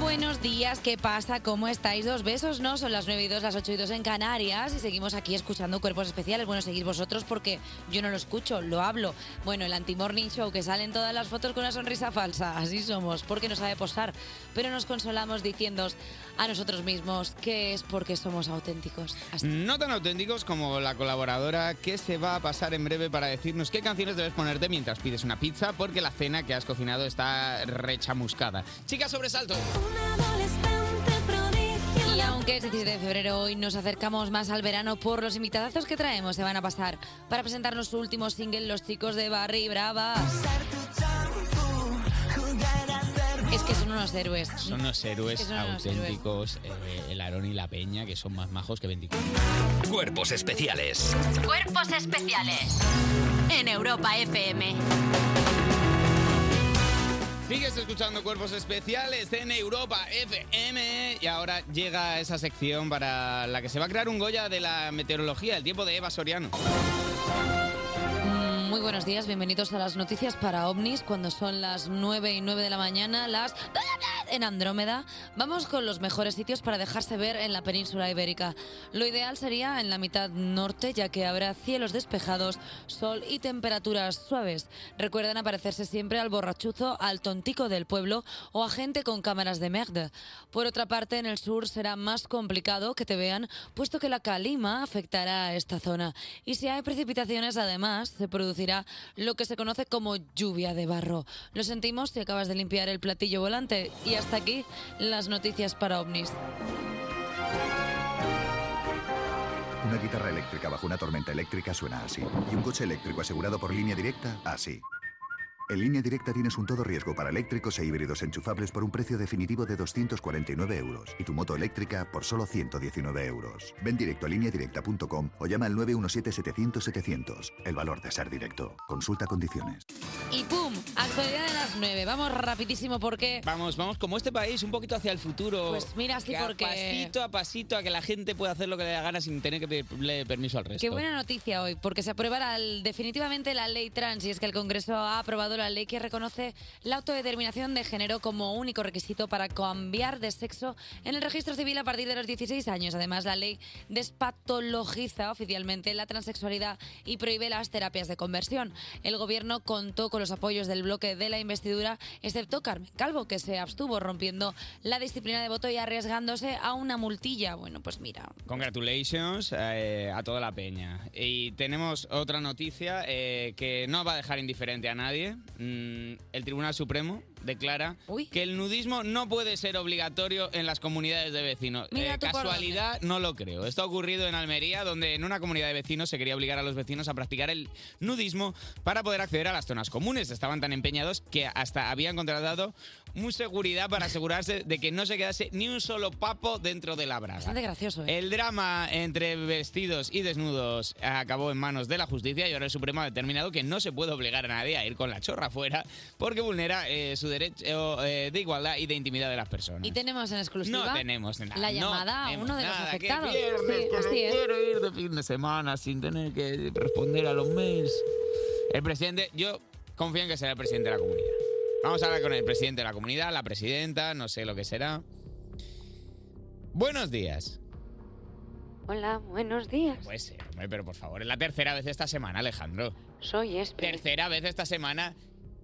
Speaker 1: Buenos días, ¿qué pasa? ¿Cómo estáis? Dos besos, ¿no? Son las 9 y 2, las 8 y 2 en Canarias y seguimos aquí escuchando cuerpos especiales. Bueno, seguís vosotros porque yo no lo escucho, lo hablo. Bueno, el anti-morning show que salen todas las fotos con una sonrisa falsa. Así somos, porque no sabe posar. Pero nos consolamos diciendo a nosotros mismos que es porque somos auténticos.
Speaker 2: No tan auténticos como la colaboradora que se va a pasar en breve para decirnos qué canciones debes ponerte mientras pides una pizza porque la cena que has cocinado está rechamuscada. Chica sobresalto.
Speaker 1: Eh, Y aunque es 17 de febrero, hoy nos acercamos más al verano por los invitadazos que traemos. Se van a pasar para presentarnos su último single, Los chicos de Barry Brava. Es que son unos héroes.
Speaker 2: Son unos héroes
Speaker 1: Es que son unos
Speaker 2: auténticos, eh, el Aarón y la Peña, que son más majos que 24.
Speaker 5: Cuerpos especiales.
Speaker 6: Cuerpos especiales en Europa FM.
Speaker 2: Sigues escuchando Cuerpos Especiales en Europa FM y ahora llega esa sección para la que se va a crear un Goya de la meteorología, el tiempo de Eva Soriano.
Speaker 1: Mm, Muy buenos días, bienvenidos a las noticias para ovnis cuando son las 9 y 9 de la mañana, las en Andrómeda. Vamos con los mejores sitios para dejarse ver en la península ibérica. Lo ideal sería en la mitad norte ya que habrá cielos despejados, sol y temperaturas suaves. Recuerden aparecerse siempre al borrachuzo, al tontico del pueblo o a gente con cámaras de merde. Por otra parte, en el sur será más complicado que te vean puesto que la calima afectará a esta zona. Y si hay precipitaciones, además, se producirá lo que se conoce como lluvia de barro. Lo sentimos si acabas de limpiar el platillo volante. Y hasta aquí las noticias para ovnis.
Speaker 20: Una guitarra eléctrica bajo una tormenta eléctrica suena así. Y un coche eléctrico asegurado por línea directa, así. En línea directa tienes un todo riesgo para eléctricos e híbridos enchufables por un precio definitivo de 249 euros y tu moto eléctrica por solo 119 euros. Ven directo a lineadirecta.com o llama al 917-700-700. El valor de ser directo. Consulta condiciones.
Speaker 1: Y ¡pum! Actualidad de las 9. Vamos rapidísimo porque...
Speaker 2: Vamos, vamos como este país, un poquito hacia el futuro.
Speaker 1: Pues mira, sí,
Speaker 2: Que
Speaker 1: porque-
Speaker 2: A pasito a pasito, a que la gente pueda hacer lo que le da gana sin tener que pedirle permiso al resto.
Speaker 1: Qué buena noticia hoy, porque se aprobará el- definitivamente la ley trans y es que el Congreso ha aprobado la ley que reconoce la autodeterminación de género como único requisito para cambiar de sexo en el registro civil a partir de los 16 años. Además, la ley despatologiza oficialmente la transexualidad y prohíbe las terapias de conversión. El gobierno contó con los apoyos del bloque de la investidura, excepto Carmen Calvo, que se abstuvo rompiendo la disciplina de voto y arriesgándose a una multilla. Bueno, pues mira,
Speaker 2: Congratulations eh, a toda la peña. Y tenemos otra noticia eh, que no va a dejar indiferente a nadie. Mm, el Tribunal Supremo declara que el nudismo no puede ser obligatorio en las comunidades de vecinos.
Speaker 1: Mira
Speaker 2: Eh,
Speaker 1: tú por
Speaker 2: casualidad, no lo creo. Esto ha ocurrido en Almería, donde en una comunidad de vecinos se quería obligar a los vecinos a practicar el nudismo para poder acceder a las zonas comunes. Estaban tan empeñados que hasta habían contratado un seguridad para asegurarse de que no se quedase ni un solo papo dentro de la braga.
Speaker 1: bastante gracioso. ¿eh?
Speaker 2: El drama entre vestidos y desnudos acabó en manos de la justicia y ahora el Supremo ha determinado que no se puede obligar a nadie a ir con la chorra afuera porque vulnera eh, su derecho eh, de igualdad y de intimidad de las personas.
Speaker 1: Y tenemos en exclusiva
Speaker 2: No tenemos nada.
Speaker 1: la
Speaker 2: no
Speaker 1: llamada a
Speaker 2: tenemos
Speaker 1: uno de los
Speaker 2: nada, que
Speaker 1: afectados.
Speaker 2: viernes,
Speaker 1: Sí,
Speaker 2: que no
Speaker 1: así es.
Speaker 2: quiero ir de fin de semana sin tener que responder a los mails. El presidente, yo confío en que será el presidente de la comunidad. Vamos a hablar con el presidente de la comunidad, la presidenta, no sé lo que será. Buenos días.
Speaker 21: Hola, buenos días.
Speaker 2: Puede ser, hombre, pero por favor, es la tercera vez esta semana, Alejandro.
Speaker 21: Soy este. Espe.
Speaker 2: Tercera vez esta semana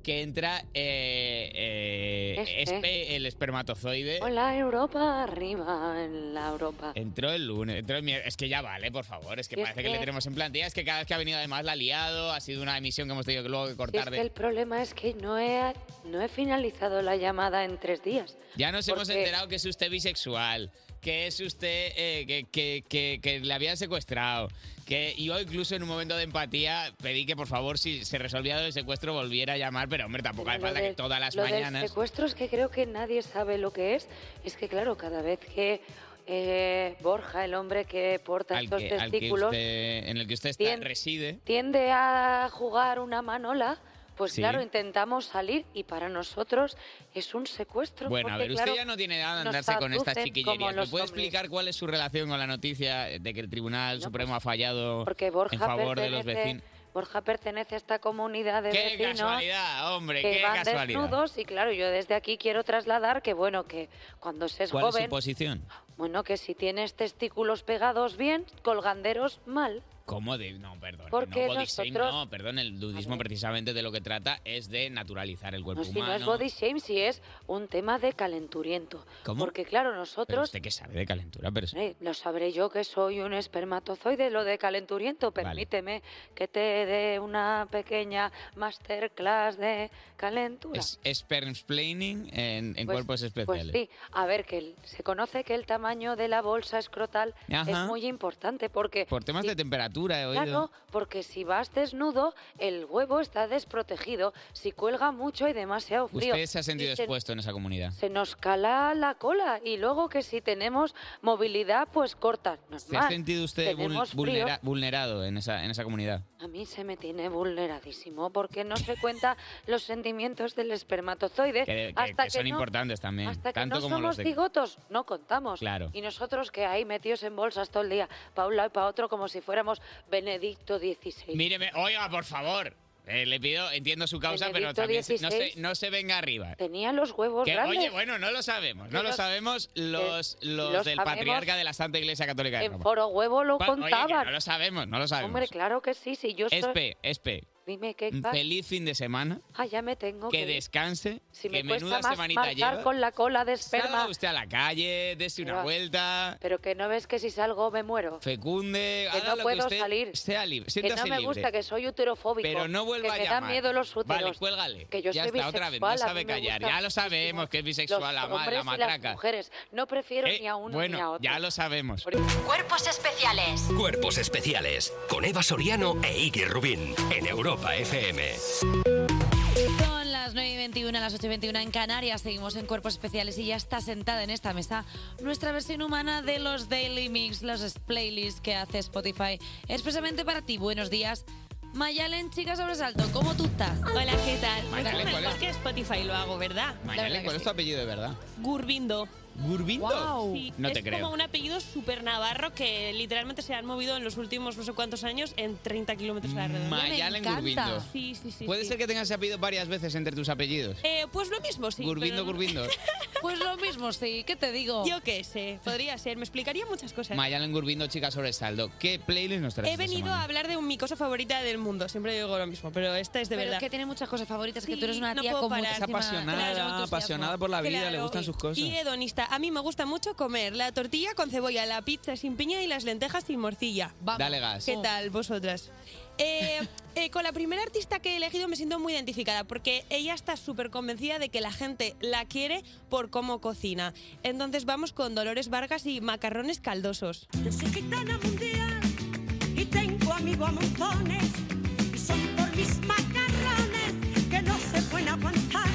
Speaker 2: que entra eh, eh,
Speaker 21: Espe.
Speaker 2: espe- el espermatozoide.
Speaker 21: Hola, Europa, arriba en la Europa.
Speaker 2: Entró el lunes, entró el mier- Es que ya vale, por favor. Es que
Speaker 21: Si es
Speaker 2: parece que, le
Speaker 21: que-
Speaker 2: tenemos en plantilla. Es que cada vez que ha venido, además, la ha liado. Ha sido una emisión que hemos tenido que luego que
Speaker 21: Si es
Speaker 2: cortar
Speaker 21: que
Speaker 2: de.
Speaker 21: el problema es que no he, no he finalizado la llamada en tres días.
Speaker 2: Ya nos hemos
Speaker 21: porque-
Speaker 2: enterado que es usted bisexual, que es usted eh, que, que- que- que le habían secuestrado. Que yo incluso en un momento de empatía pedí que por favor si se resolvía lo del secuestro volviera a llamar, pero hombre, tampoco hace
Speaker 21: Lo
Speaker 2: falta que
Speaker 21: del-
Speaker 2: todas las
Speaker 21: lo del
Speaker 2: mañanas...
Speaker 21: secuestro es que creo que nadie sabe lo que es. Es que, claro, cada vez que eh, Borja, el hombre que porta
Speaker 2: Al
Speaker 21: estos
Speaker 2: que, al que
Speaker 21: testículos,
Speaker 2: usted- en el que usted está-
Speaker 21: Tien-
Speaker 2: reside.
Speaker 21: tiende a jugar una manola, pues
Speaker 2: Sí.
Speaker 21: claro, intentamos salir y para nosotros es un secuestro.
Speaker 2: Bueno, a
Speaker 21: porque,
Speaker 2: ver, usted
Speaker 21: claro,
Speaker 2: ya no tiene edad de
Speaker 21: nos
Speaker 2: andarse con estas
Speaker 21: abducen como
Speaker 2: chiquillerías. ¿Me
Speaker 21: los
Speaker 2: puede
Speaker 21: zombies.
Speaker 2: explicar cuál es su relación con la noticia de que el Tribunal Supremo ha fallado
Speaker 21: pues, Porque Borja
Speaker 2: en favor de
Speaker 21: pertenece,
Speaker 2: los vecinos?
Speaker 21: Borja pertenece a esta comunidad de
Speaker 2: ¡Qué
Speaker 21: vecinos
Speaker 2: casualidad, hombre!
Speaker 21: que
Speaker 2: ¡Qué
Speaker 21: van
Speaker 2: casualidad!
Speaker 21: desnudos y claro, yo desde aquí quiero trasladar que bueno que cuando se es
Speaker 2: ¿Cuál es
Speaker 21: joven,
Speaker 2: su posición?
Speaker 21: bueno que si tienes testículos pegados bien, colganderos mal.
Speaker 2: ¿Cómo de...? No, perdón.
Speaker 21: Porque
Speaker 2: no, body shame,
Speaker 21: nosotros-
Speaker 2: no, perdón. El nudismo precisamente de lo que trata es de naturalizar el
Speaker 21: No,
Speaker 2: cuerpo
Speaker 21: si
Speaker 2: humano.
Speaker 21: no es body shame, si es un tema de calenturiento.
Speaker 2: ¿Cómo?
Speaker 21: Porque claro,
Speaker 2: Pero
Speaker 21: nosotros
Speaker 2: usted que sabe de calentura, pero...
Speaker 21: Eh, lo sabré yo que soy un espermatozoide, lo de calenturiento. Permíteme que te dé una pequeña masterclass de calentura.
Speaker 2: Es spermsplaining en,
Speaker 21: Pues-
Speaker 2: en cuerpos
Speaker 21: Pues
Speaker 2: especiales.
Speaker 21: sí, a ver, que el- se conoce que el tamaño de la bolsa escrotal
Speaker 2: Ajá.
Speaker 21: es muy importante porque,
Speaker 2: Por temas de temperatura he oído.
Speaker 21: claro, porque si vas desnudo, el huevo está desprotegido, si cuelga mucho y demasiado frío.
Speaker 2: Usted se ha sentido
Speaker 21: y se-
Speaker 2: expuesto en esa comunidad.
Speaker 21: se nos cala la cola y luego que si tenemos movilidad, pues corta. Normal.
Speaker 2: ¿Se ha sentido usted vul-
Speaker 21: Tenemos frío.
Speaker 2: vulnera- vulnerado en esa, en esa comunidad?
Speaker 21: A mí se me tiene vulneradísimo porque no se cuenta los sentimientos del espermatozoide
Speaker 2: Que, que-
Speaker 21: Eh, hasta
Speaker 2: que son
Speaker 21: no-
Speaker 2: importantes también.
Speaker 21: Hasta que
Speaker 2: tanto
Speaker 21: no
Speaker 2: como
Speaker 21: somos
Speaker 2: los de...
Speaker 21: cigotos, no contamos.
Speaker 2: Claro.
Speaker 21: Y nosotros que ahí metidos en bolsas todo el día, para un lado y para otro, como si fuéramos Benedicto XVI.
Speaker 2: Míreme, oiga, por favor. Eh, le pido, entiendo su causa, pero
Speaker 21: Benedicto
Speaker 2: también se- no, se,
Speaker 21: 16.
Speaker 2: no se venga arriba.
Speaker 21: Tenía los huevos
Speaker 2: Que,
Speaker 21: grandes.
Speaker 2: oye, bueno, no lo sabemos, no
Speaker 21: Pero-
Speaker 2: lo sabemos los, los,
Speaker 21: los
Speaker 2: del
Speaker 21: sabemos
Speaker 2: patriarca de la Santa Iglesia Católica de
Speaker 21: en
Speaker 2: Roma.
Speaker 21: foro huevo lo
Speaker 2: Pa- oye, que
Speaker 21: contaban.
Speaker 2: no lo sabemos, no lo sabemos.
Speaker 21: Hombre, claro que sí, si yo soy...
Speaker 2: Espe, Espe,
Speaker 21: Dime qué
Speaker 2: un
Speaker 21: pasa.
Speaker 2: feliz fin de semana,
Speaker 21: Ah, ya me tengo que...
Speaker 2: que descanse,
Speaker 21: si me
Speaker 2: que menuda
Speaker 21: cuesta más
Speaker 2: semanita
Speaker 21: marchar
Speaker 2: lleva.
Speaker 21: con la cola de
Speaker 2: Salga
Speaker 21: esperma,
Speaker 2: usted a la calle, dése una
Speaker 21: Mira.
Speaker 2: vuelta,
Speaker 21: pero que no ves que si salgo me muero.
Speaker 2: fecunde,
Speaker 21: Que
Speaker 2: haga
Speaker 21: no
Speaker 2: lo
Speaker 21: puedo
Speaker 2: que usted
Speaker 21: salir.
Speaker 2: sea libre,
Speaker 21: que
Speaker 2: siéntase
Speaker 21: no me
Speaker 2: libre.
Speaker 21: gusta, que soy uterofóbico.
Speaker 2: Pero no
Speaker 21: que
Speaker 2: vuelva a
Speaker 21: me
Speaker 2: llamar.
Speaker 21: dan miedo los úteros.
Speaker 2: Vale, cuélgale.
Speaker 21: Que yo
Speaker 2: ya
Speaker 21: soy
Speaker 2: está, otra vez, no
Speaker 21: bisexual, a
Speaker 2: sabe
Speaker 21: mí me
Speaker 2: callar.
Speaker 21: gusta
Speaker 2: Ya lo sabemos que es
Speaker 21: Los
Speaker 2: bisexual, la, ma-
Speaker 21: hombres
Speaker 2: la
Speaker 21: y las
Speaker 2: matraca.
Speaker 21: mujeres. No prefiero
Speaker 2: Eh,
Speaker 21: ni a uno ni a
Speaker 2: bueno,
Speaker 21: otro.
Speaker 2: ya lo sabemos.
Speaker 6: Cuerpos especiales
Speaker 5: Cuerpos especiales con Eva Soriano e Iggy Rubín en Europa FM.
Speaker 1: Son las 9 y 21, las 8 y 21 en Canarias. Seguimos en Cuerpos Especiales y ya está sentada en esta mesa nuestra versión humana de los Daily Mix, los playlists que hace Spotify expresamente para ti. Buenos días. Mayalen, chica sobresalto, ¿cómo tú estás?
Speaker 4: Hola, ¿qué tal?
Speaker 2: Mayalen, ¿cuál es?
Speaker 4: que Spotify lo hago, ¿verdad?
Speaker 2: Mañana, ¿cuál es tu apellido de verdad?
Speaker 4: Gurbindo.
Speaker 2: ¿Gurbindo?
Speaker 4: Sí,
Speaker 2: No
Speaker 4: es
Speaker 2: te creo.
Speaker 4: como un apellido súper navarro que literalmente se han movido en los últimos no sé cuántos años en 30 kilómetros a la redonda.
Speaker 2: Mayalen Gurbindo.
Speaker 4: Sí, sí, sí.
Speaker 2: Puede
Speaker 4: sí.
Speaker 2: ser que tengas ese apellido varias veces entre tus apellidos.
Speaker 4: Eh, pues lo mismo, sí.
Speaker 2: Gurbindo,
Speaker 4: pero no-
Speaker 2: Gurbindo.
Speaker 1: Pues lo mismo, sí. ¿Qué te digo?
Speaker 4: Yo qué sé, podría ser. Me explicaría muchas cosas.
Speaker 2: Mayalen Gurbindo, chica sobresaldo. ¿Qué playlist nos traes?
Speaker 4: He
Speaker 2: esta
Speaker 4: venido a
Speaker 2: semana?
Speaker 4: hablar de un- mi cosa favorita del mundo. Siempre digo lo mismo, pero esta es de
Speaker 1: Pero
Speaker 4: verdad.
Speaker 1: que tiene muchas cosas favoritas, que
Speaker 4: Sí,
Speaker 1: tú eres una
Speaker 4: no
Speaker 1: tía
Speaker 4: puedo
Speaker 1: con
Speaker 4: parar.
Speaker 1: muchísima- Claro,
Speaker 2: apasionada,
Speaker 1: entusiasmo.
Speaker 2: apasionada por la vida, le
Speaker 4: Claro.
Speaker 2: gustan sus cosas.
Speaker 4: Y hedonista. A mí me gusta mucho comer la tortilla con cebolla, la pizza sin piña y las lentejas sin morcilla.
Speaker 2: Vamos. Dale gas.
Speaker 4: ¿Qué tal vosotras? Eh, eh, con la primera artista que he elegido me siento muy identificada porque ella está súper convencida de que la gente la quiere por cómo cocina. Entonces vamos con Dolores Vargas y macarrones caldosos.
Speaker 22: Yo soy gitana mundial y tengo amigos a montones. Y son por mis macarrones que no se pueden aguantar.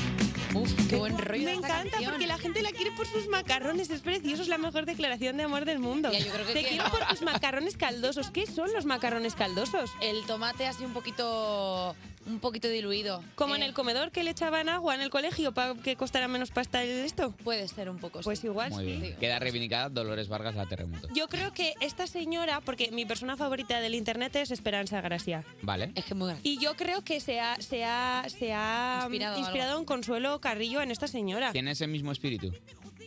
Speaker 1: Uf, qué buen rollo.
Speaker 4: Me encanta porque la gente la quiere por sus macarrones. Es precioso, es la mejor declaración de amor del mundo.
Speaker 1: Ya, yo creo que
Speaker 4: Te
Speaker 1: sí,
Speaker 4: quiero
Speaker 1: ¿no?
Speaker 4: por tus macarrones caldosos. ¿Qué son los macarrones caldosos?
Speaker 1: El tomate así un poquito, un poquito diluido.
Speaker 4: Como en el comedor que le echaban agua en el colegio para que costara menos pasta el esto.
Speaker 1: Puede ser un poco.
Speaker 4: Pues igual.
Speaker 2: Muy
Speaker 4: sí.
Speaker 2: bien. Queda reivindicada Dolores Vargas la terremoto.
Speaker 4: Yo creo que esta señora, porque mi persona favorita del internet es Esperanza Gracia.
Speaker 2: ¿Vale?
Speaker 1: Es que muy gracioso.
Speaker 4: Y yo creo que se ha, se ha, se ha
Speaker 1: Inspirado
Speaker 4: Um, inspirado,
Speaker 1: algo.
Speaker 4: en Consuelo Carrillo en esta señora.
Speaker 2: ¿Tiene ese mismo espíritu?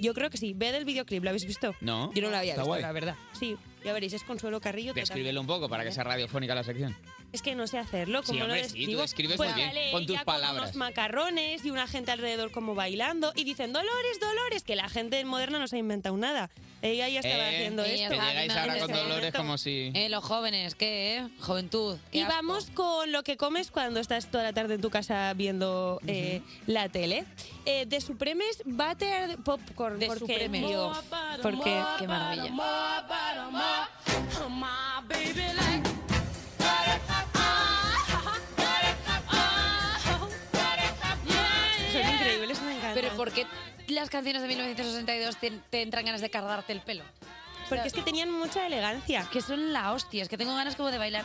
Speaker 4: Yo creo que sí. Ved el videoclip, ¿lo habéis visto?
Speaker 2: No.
Speaker 4: Yo no lo había
Speaker 2: Está
Speaker 4: visto,
Speaker 2: guay.
Speaker 4: la verdad. Sí, ya veréis, es Consuelo Carrillo. total.
Speaker 2: Descríbelo un poco para que sea radiofónica la sección.
Speaker 4: Es que no sé hacerlo, como
Speaker 2: Sí,
Speaker 4: no
Speaker 2: hombre, sí, tú
Speaker 4: describo.
Speaker 2: describes
Speaker 4: pues
Speaker 2: muy bien,
Speaker 4: sale
Speaker 2: con tus
Speaker 4: ella
Speaker 2: palabras.
Speaker 4: unos macarrones y una gente alrededor como bailando y dicen, Dolores, Dolores, que la gente moderna no se ha inventado nada. Ella ya estaba
Speaker 2: Eh,
Speaker 4: haciendo
Speaker 2: que
Speaker 4: esto.
Speaker 2: llegáis ahora con Dolores como si...
Speaker 1: Eh, los jóvenes, ¿qué, eh? Juventud.
Speaker 4: Y vamos con lo que comes cuando estás toda la tarde en tu casa viendo eh, la tele. Eh, de Supremes Butter Popcorn.
Speaker 1: De
Speaker 4: porque,
Speaker 1: Supremes.
Speaker 4: Dios, porque
Speaker 1: Qué maravilla.
Speaker 4: Son increíbles, me encantan.
Speaker 1: Pero ¿por qué las canciones de 1962 te, te entran ganas de cargarte el pelo?
Speaker 4: Porque es que tenían mucha elegancia.
Speaker 1: que son la hostia, es que tengo ganas como de bailar.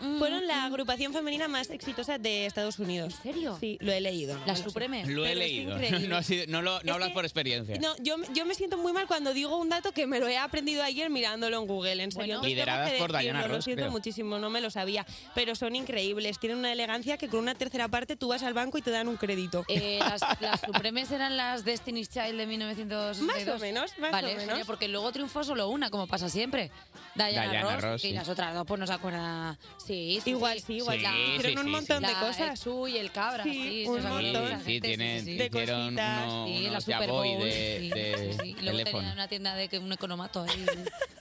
Speaker 1: Mm,
Speaker 4: Fueron la agrupación femenina más exitosa de Estados Unidos. ¿En serio? Sí, lo he leído. ¿no?
Speaker 1: Las
Speaker 4: Bueno,
Speaker 1: Supremes.
Speaker 2: Lo he leído. No, ha sido- no lo- no hablas por experiencia.
Speaker 4: No, yo, yo me siento muy mal cuando digo un dato que me lo he aprendido ayer mirándolo en Google, en serio.
Speaker 2: Bueno.
Speaker 4: Entonces,
Speaker 2: Lideradas
Speaker 4: tengo que
Speaker 2: por Diana
Speaker 4: decirlo, Lo
Speaker 2: Ross,
Speaker 4: siento
Speaker 2: creo.
Speaker 4: muchísimo, no me lo sabía. Pero son increíbles, tienen una elegancia que con una tercera parte tú vas al banco y te dan un crédito.
Speaker 1: Eh, las, las Supremes eran las Destiny's Child de 1962.
Speaker 4: Más o menos, más
Speaker 1: vale,
Speaker 4: o menos.
Speaker 1: genial, porque luego triunfó solo una, como pasa siempre. Diana,
Speaker 2: Diana
Speaker 1: Ross,
Speaker 2: Ross,
Speaker 1: y
Speaker 2: sí.
Speaker 1: las otras dos pues nos acuerda. Sí, sí,
Speaker 4: Igual
Speaker 1: sí,
Speaker 4: igual
Speaker 2: sí. Hicieron un montón
Speaker 4: de
Speaker 1: La
Speaker 4: cosas.
Speaker 1: Chu y el cabra,
Speaker 4: Sí,
Speaker 1: sí, sí,
Speaker 4: un
Speaker 1: nos
Speaker 2: Sí,
Speaker 1: acordamos de la
Speaker 2: sí,
Speaker 1: gente,
Speaker 2: tienen,
Speaker 1: sí, sí.
Speaker 2: hicieron uno-
Speaker 1: Sí, la
Speaker 2: unos
Speaker 1: Super
Speaker 2: yaboy
Speaker 1: Bowl,
Speaker 2: de,
Speaker 1: sí,
Speaker 2: de
Speaker 1: sí, sí. Y luego
Speaker 2: teléfono.
Speaker 1: tenían una tienda de que un economato ahí.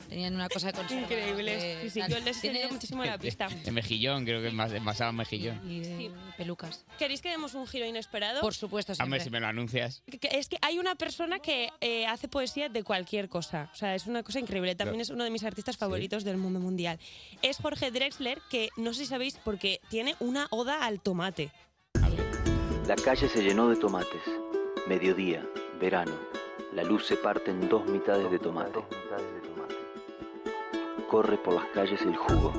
Speaker 1: tenían una cosa de conserva.
Speaker 4: Increíbles. Sí, sí, yo les he seguido muchísimo la pista.
Speaker 2: De mejillón, creo que es más, envasado en mejillón.
Speaker 1: Y de pelucas.
Speaker 4: ¿Queréis que demos un giro inesperado?
Speaker 1: Por supuesto,
Speaker 2: Hombre, si me lo anuncias.
Speaker 4: Que- que- Es que hay una persona que eh, hace poesía de cualquier cosa. O sea, es una cosa increíble. También
Speaker 2: Lo-
Speaker 4: es uno de mis artistas favoritos del mundo mundial. Es Jorge Drexler, que no sé si sabéis, porque tiene una oda al tomate.
Speaker 23: La calle se llenó de tomates. Mediodía, verano. La luz se parte en dos mitades de tomate. Corre por las calles el jugo.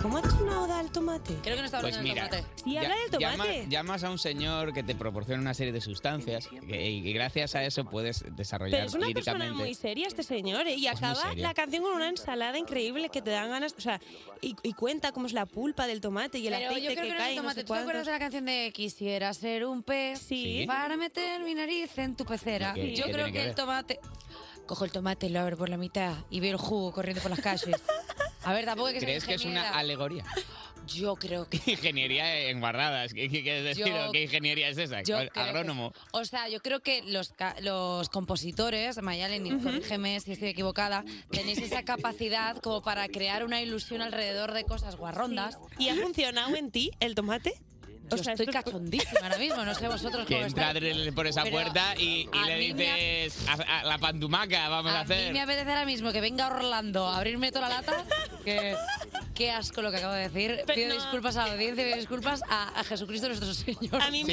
Speaker 4: ¿Cómo haces una oda al tomate?
Speaker 1: Creo que no está
Speaker 2: Pues
Speaker 1: hablando del
Speaker 2: mira,
Speaker 1: tomate.
Speaker 4: Sí, habla del
Speaker 2: llama-
Speaker 4: tomate.
Speaker 2: llamas a un señor que te proporciona una serie de sustancias que- y, y gracias a eso puedes desarrollar
Speaker 4: Pero es una persona
Speaker 2: líricamente.
Speaker 4: muy seria este señor ¿eh? y
Speaker 2: Es muy
Speaker 4: acaba
Speaker 2: serio.
Speaker 4: la canción con una ensalada increíble que te dan ganas, o sea, y, y cuenta cómo es la pulpa del tomate y el
Speaker 1: Pero
Speaker 4: aceite
Speaker 1: yo creo que,
Speaker 4: que,
Speaker 1: no es
Speaker 4: cae.
Speaker 1: el
Speaker 4: y
Speaker 1: tomate.
Speaker 4: sé
Speaker 1: ¿Tú te acuerdas
Speaker 4: cuántos.
Speaker 1: de la canción de Quisiera ser un pez
Speaker 4: Sí.
Speaker 1: para meter mi nariz en tu pecera?
Speaker 4: ¿Qué- qué
Speaker 1: yo creo que,
Speaker 4: tiene que
Speaker 1: el
Speaker 4: ver?
Speaker 1: tomate... Cojo el tomate, lo abro por la mitad y veo el jugo corriendo por las calles. A ver, tampoco es que sea
Speaker 2: ¿Crees que es una
Speaker 1: ingeniera.
Speaker 2: alegoría?
Speaker 1: Yo creo que...
Speaker 2: ingeniería en guardadas. ¿Qué, qué quieres decir?
Speaker 1: Yo-
Speaker 2: ¿Qué ingeniería es esa?
Speaker 1: yo creo que-
Speaker 2: Agrónomo.
Speaker 1: O sea, yo creo que los, ca- los compositores, Mayalen, y corrígeme si estoy equivocada, tenéis esa capacidad como para crear una ilusión alrededor de cosas guarrondas.
Speaker 4: ¿Y ha funcionado en ti el tomate?
Speaker 1: Yo estoy cachondísima ahora mismo, no sé vosotros
Speaker 2: Que
Speaker 1: cómo
Speaker 2: entra
Speaker 1: estáis.
Speaker 2: Adriel por esa
Speaker 1: Pero
Speaker 2: puerta y, y
Speaker 1: a
Speaker 2: le
Speaker 1: mí me
Speaker 2: dices a, a la pantumaca, vamos a,
Speaker 1: A mí
Speaker 2: hacer.
Speaker 1: me apetece ahora mismo que venga Orlando a abrirme toda la lata. Que, qué asco lo que acabo de decir. Pido disculpas a la audiencia, pido disculpas a, a Jesucristo nuestro Señor. A
Speaker 4: mí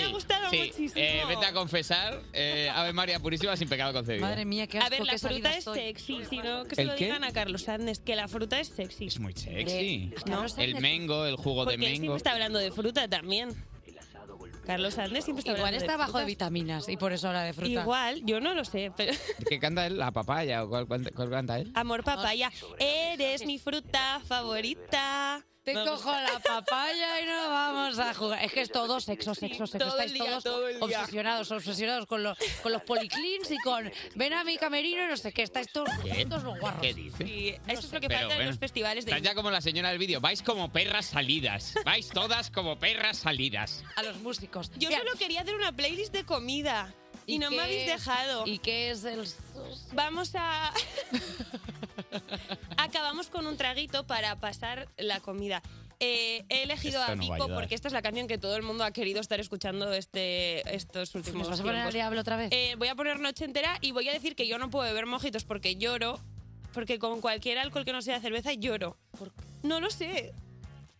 Speaker 2: Sí, sí. Eh, vete a confesar, eh, Ave María Purísima sin pecado concebido.
Speaker 1: Madre mía, qué
Speaker 4: A
Speaker 1: asco.
Speaker 4: ver, la
Speaker 1: qué salida
Speaker 4: fruta es
Speaker 1: estoy.
Speaker 4: sexy, sino que se
Speaker 2: ¿El
Speaker 4: lo
Speaker 2: qué?
Speaker 4: digan a Carlos Adnes, que la fruta es sexy. Es
Speaker 2: muy Sexy.
Speaker 4: No.
Speaker 2: El mengo, el jugo de
Speaker 4: Porque él siempre
Speaker 2: mengo.
Speaker 4: está hablando de fruta también. Carlos Adnes siempre está
Speaker 1: Igual
Speaker 4: hablando
Speaker 1: está
Speaker 4: de
Speaker 1: bajo de
Speaker 4: frutas.
Speaker 1: vitaminas y por eso habla de fruta.
Speaker 4: Igual, yo no lo sé, pero...
Speaker 2: ¿Qué canta él? ¿La papaya? ¿O cuál, cuál- cuál canta él?
Speaker 4: Amor papaya, eres mi fruta favorita.
Speaker 1: Te cojo la papaya y nos vamos a jugar. Es que es todo sexo, sexo, sexo.
Speaker 4: todo el
Speaker 1: Estáis
Speaker 4: día,
Speaker 1: todos
Speaker 4: todo el día.
Speaker 1: obsesionados, obsesionados con los, con los policlins y con ven a mi camerino y no sé qué. Estáis todos,
Speaker 2: ¿Qué?
Speaker 1: todos los guarros.
Speaker 2: ¿Qué dice?
Speaker 4: eso es lo que
Speaker 2: Pero,
Speaker 4: falta en
Speaker 2: bueno,
Speaker 4: los festivales de
Speaker 2: Estás ya como la señora del vídeo. Vais como perras salidas. Vais todas como perras salidas.
Speaker 1: a los músicos.
Speaker 4: Yo solo quería hacer una playlist de comida y,
Speaker 1: ¿Y
Speaker 4: no
Speaker 1: qué
Speaker 4: me habéis
Speaker 1: es?
Speaker 4: dejado.
Speaker 1: ¿Y qué es el...?
Speaker 4: Vamos a... Acabamos con un traguito para pasar la comida. Eh, he elegido
Speaker 1: Esto
Speaker 4: a
Speaker 1: no va a
Speaker 4: Vico
Speaker 1: ayudar.
Speaker 4: porque esta es la canción que todo el mundo ha querido estar escuchando este, estos últimos
Speaker 1: ¿Nos vas a poner al
Speaker 4: tiempos.
Speaker 1: diablo otra vez?
Speaker 4: Eh, voy a poner noche entera y voy a decir que yo no puedo beber mojitos porque lloro. Porque con cualquier alcohol que no sea cerveza lloro. No lo sé.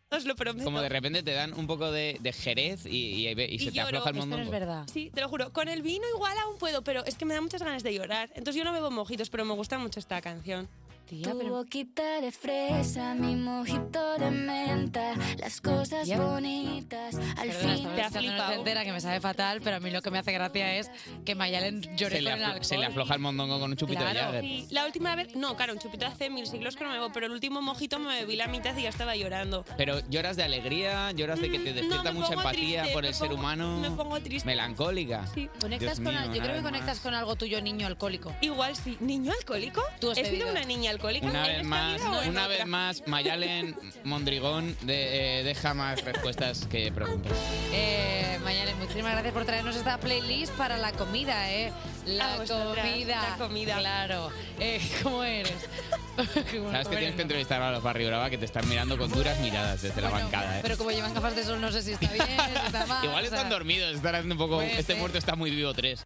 Speaker 4: Os lo prometo.
Speaker 2: Como de repente te dan un poco de, de jerez y, y- y se te afloja el mondongo.
Speaker 4: Sí, te lo juro. Con el vino igual aún puedo, pero es que me da muchas ganas de llorar. Entonces yo no bebo mojitos, pero me gusta mucho esta canción.
Speaker 7: Tu boquita de fresa, mi mojito de menta, las cosas
Speaker 1: Ya.
Speaker 7: bonitas, al
Speaker 1: Perdona,
Speaker 7: fin
Speaker 1: estaba escuchando Noche entera que me sabe fatal, pero a mí lo que me hace gracia es que Mayalen llore
Speaker 2: Se le,
Speaker 1: con el
Speaker 2: aflo-
Speaker 1: alcohol.
Speaker 2: se le afloja el mondongo con un chupito de
Speaker 1: Claro.
Speaker 2: Jagger.
Speaker 4: Y La última vez, no, claro, un chupito hace mil siglos que no me bebo, pero el último mojito me bebí la mitad y ya estaba llorando.
Speaker 2: Pero lloras de alegría, lloras de que te despierta
Speaker 4: Mm, me
Speaker 2: mucha
Speaker 4: pongo
Speaker 2: empatía
Speaker 4: triste,
Speaker 2: por
Speaker 4: me
Speaker 2: el ser
Speaker 4: pongo-
Speaker 2: humano.
Speaker 4: me pongo triste.
Speaker 2: Melancólica.
Speaker 1: Conectas
Speaker 2: Dios
Speaker 1: con
Speaker 2: mío,
Speaker 1: al- yo creo que
Speaker 2: una vez
Speaker 1: conectas con algo tuyo, niño alcohólico.
Speaker 4: Igual sí. ¿Niño alcohólico?
Speaker 1: Tú has
Speaker 4: ¿He sido
Speaker 1: bebido.
Speaker 4: una niña alcohólica?
Speaker 2: Una
Speaker 4: ¿En
Speaker 2: vez
Speaker 4: esta
Speaker 2: más,
Speaker 4: vida o en
Speaker 2: una
Speaker 4: otra?
Speaker 2: vez más, Mayalen Mondrigón de- eh, deja más respuestas que preguntas.
Speaker 1: Eh, Mayalen, muchísimas gracias por traernos esta playlist para la comida, ¿eh?
Speaker 4: Ah,
Speaker 1: La
Speaker 4: pues
Speaker 1: comida. La comida. Claro. Eh, ¿Cómo eres?
Speaker 2: Sabes que tienes que entrevistar a los Barri Brava que te están mirando con duras miradas desde la bancada. ¿eh?
Speaker 1: Pero como llevan gafas de sol, no sé si está bien, si está mal.
Speaker 2: Igual
Speaker 1: o sea,
Speaker 2: están dormidos, están haciendo un poco.
Speaker 1: puede
Speaker 2: Este
Speaker 1: ser.
Speaker 2: muerto está muy vivo tres.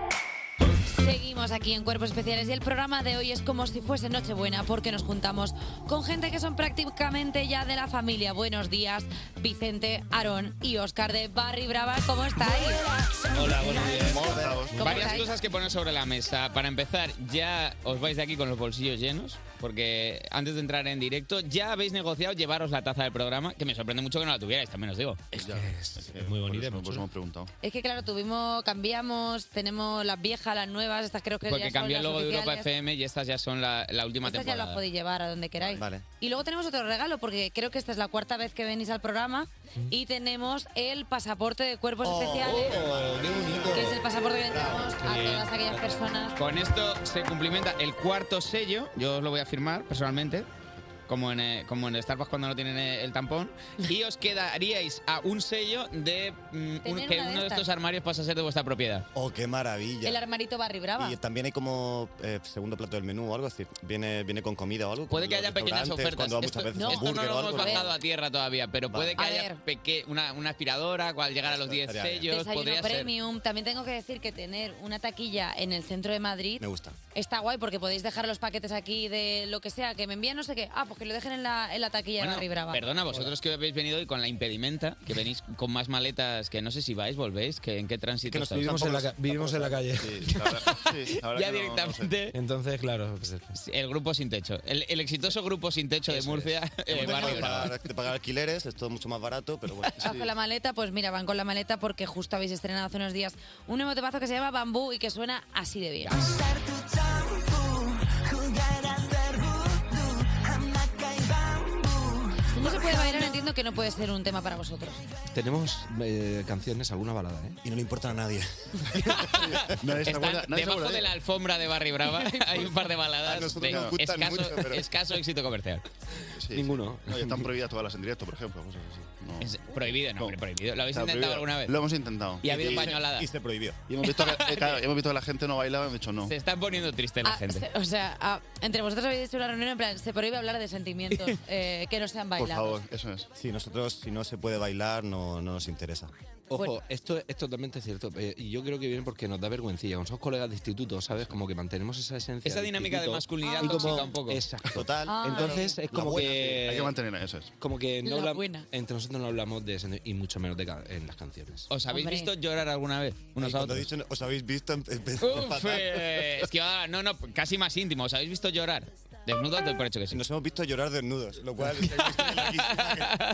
Speaker 1: Seguimos aquí en Cuerpos Especiales y el programa de hoy es como si fuese Nochebuena porque nos juntamos con gente que son prácticamente ya de la familia. Buenos días, Vicente, Aarón y Oscar de Barry Brava. ¿Cómo estáis?
Speaker 2: Hola, buenos días.
Speaker 1: ¿Cómo
Speaker 2: Varias
Speaker 1: estáis?
Speaker 2: cosas que poner sobre la mesa. Para empezar, ya os vais de aquí con los bolsillos llenos, porque antes de entrar en directo ya habéis negociado llevaros la taza del programa, que me sorprende mucho que no la tuvierais, también os digo. Es muy bonita. Por eso hemos preguntado.
Speaker 1: Es que claro, tuvimos, cambiamos, tenemos las viejas, las nuevas, estas creo que ya
Speaker 2: Porque
Speaker 1: son
Speaker 2: cambió el
Speaker 1: las
Speaker 2: logo de Europa
Speaker 1: oficiales.
Speaker 2: FM y estas ya son la, la última
Speaker 1: Estas ya
Speaker 2: temporada.
Speaker 1: las podéis llevar a donde queráis. Y luego tenemos otro regalo, porque creo que esta es la cuarta vez que venís al programa y tenemos el pasaporte de cuerpos especiales, que es el pasaporte que le damos a
Speaker 2: Qué bien.
Speaker 1: todas aquellas personas.
Speaker 2: Con esto se cumplimenta el cuarto sello, yo os lo voy a firmar personalmente, como en, eh, como en Starbucks cuando no tienen eh, el tampón, y os quedaríais a un sello de mm, un-
Speaker 1: Tener
Speaker 2: que
Speaker 1: una de
Speaker 2: uno de
Speaker 1: estas.
Speaker 2: estos armarios pasa a ser de vuestra propiedad.
Speaker 8: Oh, qué maravilla.
Speaker 1: El armarito Barry Brava.
Speaker 8: Y también hay como eh, segundo plato del menú o algo, es decir, viene, viene con comida o algo.
Speaker 2: Puede
Speaker 8: como
Speaker 2: que
Speaker 8: en los
Speaker 2: haya pequeñas
Speaker 8: restaurantes,
Speaker 2: ofertas.
Speaker 8: Cuando va
Speaker 2: esto
Speaker 8: muchas veces a
Speaker 2: no,
Speaker 8: un
Speaker 2: esto no
Speaker 8: burger o
Speaker 2: lo hemos
Speaker 8: algo,
Speaker 2: bajado a eh, tierra todavía, pero puede que
Speaker 1: A
Speaker 2: haya
Speaker 1: ver.
Speaker 2: peque- una, una aspiradora, cual llegar a los 10
Speaker 8: estaría bien.
Speaker 2: sellos,
Speaker 1: Desayuno
Speaker 2: podría ser.
Speaker 1: premium. También tengo que decir que tener una taquilla en el centro de Madrid
Speaker 2: gusta.
Speaker 1: está guay porque podéis dejar los paquetes aquí de lo que sea, que me envían no sé qué. Ah, pues que lo dejen en la, en la taquilla de Barri Brava.
Speaker 2: Perdona, vosotros que habéis venido hoy con la impedimenta, que venís con más maletas, que no sé si vais, volvéis, que en qué tránsito
Speaker 9: Que nos
Speaker 2: estáis?
Speaker 9: vivimos en la, ca- vivimos en la calle.
Speaker 2: ya directamente.
Speaker 9: Entonces, claro. pues, eh,
Speaker 2: El grupo sin techo. El, el exitoso grupo sin techo de Murcia. eh,
Speaker 8: Hemos dejado
Speaker 2: Barrio
Speaker 8: de
Speaker 2: Brava.
Speaker 8: pagar, de pagar alquileres, es todo mucho más barato, pero bueno.
Speaker 1: Vas con la maleta, pues mira, van con la maleta porque justo habéis estrenado hace unos días un nuevo temazo que se llama Bambú y que suena así de bien. Si no se puede bailar, entiendo que no puede ser un tema para vosotros.
Speaker 9: Tenemos eh, canciones, alguna balada, ¿eh?
Speaker 8: Y no le importa a nadie.
Speaker 2: Están debajo
Speaker 8: ¿eh?
Speaker 2: de la alfombra de Barry Brava hay un par de baladas
Speaker 12: nosotros
Speaker 2: de
Speaker 12: nos gustan
Speaker 2: escaso,
Speaker 12: mucho, pero-
Speaker 2: escaso éxito comercial.
Speaker 12: Ninguno. están prohibidas todas las en directo, por ejemplo. cosas así. No.
Speaker 2: Es prohibido, no, hombre, prohibido. ¿Lo habéis
Speaker 12: Está prohibido.
Speaker 2: intentado alguna vez?
Speaker 12: Lo hemos intentado.
Speaker 2: Y ha habido pañolada.
Speaker 8: prohibió.
Speaker 12: Y hemos visto que, eh, claro, hemos visto que la gente no bailaba y hemos dicho no.
Speaker 2: Se están poniendo tristes
Speaker 1: Ah, se- o sea, ah, entre vosotros habéis hecho una reunión en plan, se prohíbe hablar de sentimientos eh, que no sean bailados.
Speaker 8: eso es. Sí, nosotros, si no se puede bailar, no, no nos interesa.
Speaker 9: Ojo, esto es totalmente cierto. eh, Y yo creo que viene porque nos da vergüencilla. Con somos colegas de instituto, ¿sabes? Como que mantenemos esa esencia.
Speaker 12: Esa
Speaker 9: del
Speaker 12: dinámica de
Speaker 9: instituto. Ah,
Speaker 12: masculinidad
Speaker 9: Y como-
Speaker 12: tóxica un poco.
Speaker 9: Exacto.
Speaker 12: Total. Ah.
Speaker 9: Entonces
Speaker 12: Claro.
Speaker 9: es
Speaker 12: La
Speaker 9: como
Speaker 12: buena,
Speaker 9: que.
Speaker 12: sí. Hay que mantenerla, eso es.
Speaker 9: Como que no
Speaker 12: La
Speaker 9: habla-
Speaker 12: buena.
Speaker 9: entre nosotros no hablamos de eso y mucho menos de ca- en las canciones.
Speaker 2: ¿Os habéis
Speaker 9: Hombre.
Speaker 2: visto llorar alguna vez? Unos a
Speaker 9: cuando
Speaker 2: otros.
Speaker 9: he dicho,
Speaker 8: ¿Os habéis visto?
Speaker 2: Uf, eh, es que va- no, no, casi más íntimo. ¿Os habéis visto llorar? Desnudos, te por hecho que sí.
Speaker 8: Nos hemos visto llorar desnudos, lo cual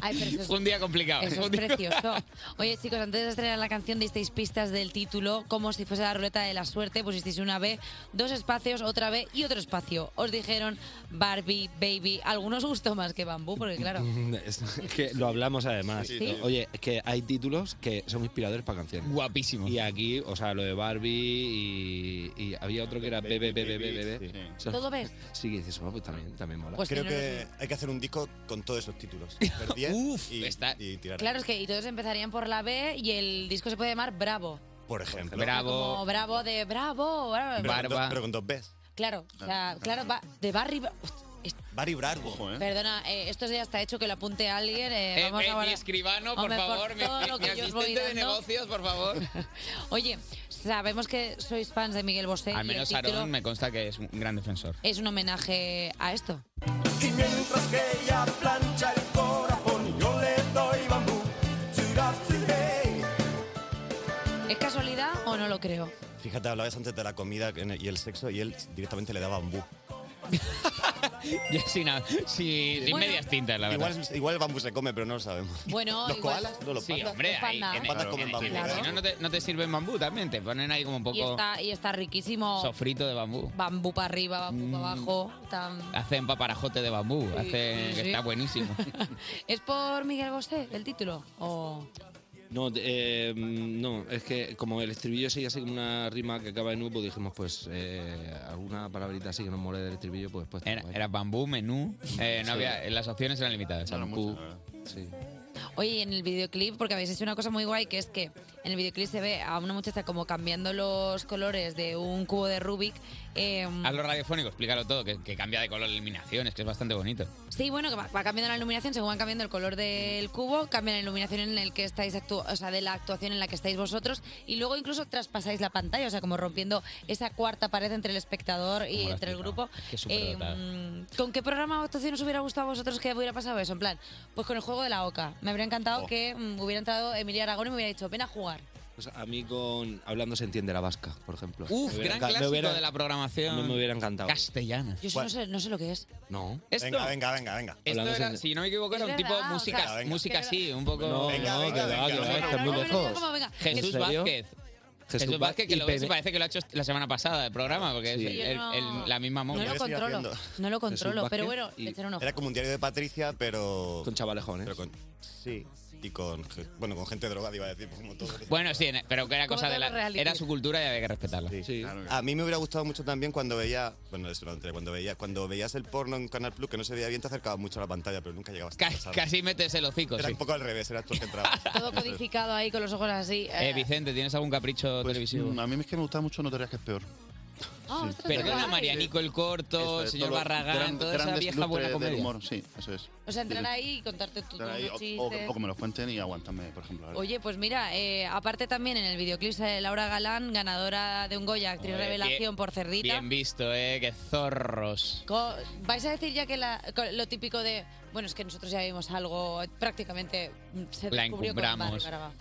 Speaker 1: Ay, pero eso es-
Speaker 2: un día complicado.
Speaker 1: Eso es
Speaker 2: Un día-
Speaker 1: precioso. Oye, chicos, antes de estrenar la canción disteis pistas del título, como si fuese la ruleta de la suerte, pusisteis una B, dos espacios, otra B y otro espacio. Os dijeron Barbie, Baby, algunos gustó más que Bambú, porque claro.
Speaker 9: Mm, Es que lo hablamos además.
Speaker 1: Sí, sí, sí.
Speaker 9: Oye, es que hay títulos que son inspiradores para canciones.
Speaker 2: Guapísimo.
Speaker 9: Y aquí, o sea, lo de Barbie y, y había otro que era Bebe, Bebe, Bebe, Bebe. O sea,
Speaker 1: ¿Todo ves?
Speaker 9: Sí, que dices, bueno, pues también, también mola.
Speaker 1: Pues
Speaker 8: Creo
Speaker 1: que no lo
Speaker 8: que hay que hacer un disco con todos esos títulos. Ver 10 y, y tirar.
Speaker 1: Claro, es que y todos empezarían por la B y el disco se puede llamar Bravo.
Speaker 8: Por ejemplo. Oh.
Speaker 1: Como bravo de bravo, bravo.
Speaker 8: Pero con dos- pero con dos Bs.
Speaker 1: Claro, o sea, claro, va- de Barry.
Speaker 8: Barry Bravo.
Speaker 1: Perdona, eh, esto ya está hecho, que lo apunte alguien. eh,
Speaker 2: Eh,
Speaker 1: vamos
Speaker 2: eh,
Speaker 1: a
Speaker 2: mi
Speaker 1: guardar-
Speaker 2: escribano, por
Speaker 1: Hombre,
Speaker 2: favor, mi,
Speaker 1: todo lo
Speaker 2: mi
Speaker 1: que yo os voy
Speaker 2: asistente de
Speaker 1: dando.
Speaker 2: negocios, por favor.
Speaker 1: Oye, sabemos que sois fans de Miguel Bosé
Speaker 2: Al
Speaker 1: y el
Speaker 2: menos
Speaker 1: título
Speaker 2: Aaron me consta que es un gran defensor.
Speaker 1: es un homenaje a esto.
Speaker 13: Y mientras que ella plancha el corazón, yo le doy bambú. Chira, chiré.
Speaker 1: ¿Es casualidad o no lo creo?
Speaker 8: Fíjate, hablabas antes de la comida en el- y el sexo y él directamente le daba bambú.
Speaker 2: Ya sin, a- sin- sin
Speaker 1: Bueno.
Speaker 2: medias tintas, la verdad.
Speaker 8: Igual, igual el bambú se come, pero no lo sabemos.
Speaker 1: Bueno,
Speaker 8: ¿Los
Speaker 1: igual-
Speaker 8: koalas? No, los
Speaker 2: Sí,
Speaker 8: pandas.
Speaker 2: hombre,
Speaker 1: Los
Speaker 2: ahí
Speaker 1: pandas.
Speaker 2: en el-
Speaker 8: Pandas comen
Speaker 2: en el-
Speaker 8: bambú,
Speaker 2: en el-
Speaker 8: claro.
Speaker 2: Si no, no te, no te sirven bambú también, te ponen ahí como un
Speaker 1: Y
Speaker 2: poco
Speaker 1: está, y está riquísimo.
Speaker 2: sofrito de bambú.
Speaker 1: Bambú para arriba, bambú
Speaker 2: Mm.
Speaker 1: para abajo. tan-
Speaker 2: Hacen paparajote de bambú,
Speaker 1: Sí,
Speaker 2: hacen
Speaker 1: sí,
Speaker 2: que
Speaker 1: sí.
Speaker 2: está buenísimo.
Speaker 1: ¿Es por Miguel Bosé el título? ¿O
Speaker 9: No, eh, mm, no, es que como el estribillo sigue así como una rima que acaba en U, pues dijimos, pues eh, alguna palabrita así que nos mole del estribillo, pues pues. Mm.
Speaker 2: Era, era bambú, menú, eh, no
Speaker 9: Sí.
Speaker 2: había, eh, las opciones eran limitadas.
Speaker 9: Bambú, sí.
Speaker 1: Oye, y en el videoclip, porque habéis hecho una cosa muy guay, que es que en el videoclip se ve a una muchacha como cambiando los colores de un cubo de Rubik. eh,
Speaker 2: Hazlo radiofónico, explícalo todo, que, que cambia de color eliminaciones, que es bastante bonito.
Speaker 1: sí, bueno, que va, va cambiando la iluminación, según van cambiando el color del cubo, cambia la iluminación en el que estáis actu- o sea, de la actuación en la que estáis vosotros, y luego incluso traspasáis la pantalla, o sea, como rompiendo esa cuarta pared entre el espectador
Speaker 2: Cómo
Speaker 1: y
Speaker 2: lo has
Speaker 1: entre el
Speaker 2: explicado.
Speaker 1: grupo.
Speaker 2: Es que es superdotado.
Speaker 1: mm, ¿Con qué programa o actuación os hubiera gustado a vosotros que hubiera pasado eso? En plan, pues con el juego de la OCA. Me habría encantado
Speaker 9: Oh.
Speaker 1: que mm, hubiera entrado Emilia Aragón y me hubiera dicho, ven a jugar.
Speaker 9: Pues a mí con Hablando se entiende la vasca, por ejemplo.
Speaker 2: Uf,
Speaker 9: Me hubiera
Speaker 2: gran
Speaker 9: enca- me
Speaker 2: clásico
Speaker 9: hubiera-
Speaker 2: de la programación
Speaker 9: a mí me hubiera encantado.
Speaker 2: Castellana.
Speaker 1: Yo eso no sé, no sé lo que es.
Speaker 9: No.
Speaker 2: Esto- Venga,
Speaker 8: venga, venga, venga.
Speaker 2: Esto
Speaker 9: Hablando
Speaker 2: era,
Speaker 9: se-
Speaker 2: si no me equivoco, era
Speaker 1: Es
Speaker 2: un tipo
Speaker 1: verdad, o
Speaker 2: música,
Speaker 1: sea, Venga.
Speaker 2: música
Speaker 1: que-
Speaker 2: así, un poco.
Speaker 9: No, Venga, no, venga, que va, venga, que va, venga, están muy no, no, no, lejos.
Speaker 1: como, venga, que-
Speaker 2: Jesús
Speaker 9: ¿En serio?
Speaker 2: Vázquez. Jesús,
Speaker 9: Jesús
Speaker 2: Vázquez, que
Speaker 9: y
Speaker 2: lo ves y
Speaker 9: Pene-
Speaker 2: parece que lo ha hecho la semana pasada del programa, porque es
Speaker 1: Sí, yo
Speaker 2: el-
Speaker 1: no-
Speaker 2: el- la misma
Speaker 1: No
Speaker 2: momia.
Speaker 1: lo controlo, no lo controlo, pero bueno, le echaré un ojo.
Speaker 8: Era como un diario de Patricia, pero. Con
Speaker 9: chavalejones.
Speaker 8: Pero con, sí. Y con. ge- Bueno, con gente drogada, iba a decir, pues como todo.
Speaker 2: Bueno, sí, en- pero que era
Speaker 8: Como
Speaker 2: cosa de la.
Speaker 8: todo reality.
Speaker 2: Era su cultura y había que respetarla.
Speaker 8: A mí me hubiera gustado mucho también cuando veía. Bueno, es una tontería, cuando, veía, cuando veías el porno en Canal Plus, que no se veía bien, te acercabas mucho a la pantalla, pero nunca llegabas tan pasado.
Speaker 2: Casi metes el hocico.
Speaker 8: Era
Speaker 2: sí.
Speaker 8: un poco al revés, eras tú el que entrabas.
Speaker 1: Todo codificado ahí con los ojos así. eh,
Speaker 12: Pues,
Speaker 2: Eh, Vicente, ¿tienes algún capricho televisivo?
Speaker 12: Mm, A mí es que me gusta mucho No te rías que es peor.
Speaker 1: Ah, ostras,
Speaker 2: Perdona,
Speaker 1: guay.
Speaker 2: María Nicole Corto,
Speaker 12: Eso
Speaker 2: el
Speaker 12: es,
Speaker 2: señor
Speaker 12: todos los
Speaker 2: Barragán,
Speaker 12: gran-
Speaker 2: toda esa
Speaker 12: grandes
Speaker 2: vieja buena
Speaker 12: ilustres del
Speaker 2: comedia.
Speaker 12: humor, sí, eso es.
Speaker 1: O sea, entrar
Speaker 12: Sí, sí.
Speaker 1: ahí y contarte tu,
Speaker 12: Entrar ahí,
Speaker 1: tus
Speaker 12: o, o-
Speaker 1: chistes.
Speaker 12: o que me los cuenten y aguántame, por ejemplo. ahora.
Speaker 1: Oye, pues mira, eh, aparte también en el videoclip sale Laura Galán, ganadora de un Goya, actriz
Speaker 2: Hombre,
Speaker 1: revelación
Speaker 2: bien-
Speaker 1: por Cerdita.
Speaker 2: Bien visto, ¿eh? Qué zorros.
Speaker 1: Co- ¿Vais a decir ya que la- co- lo típico de, bueno, es que nosotros ya vimos algo, eh, prácticamente mm, se
Speaker 8: La
Speaker 1: descubrió con
Speaker 8: encumbramos.
Speaker 1: Bárbara.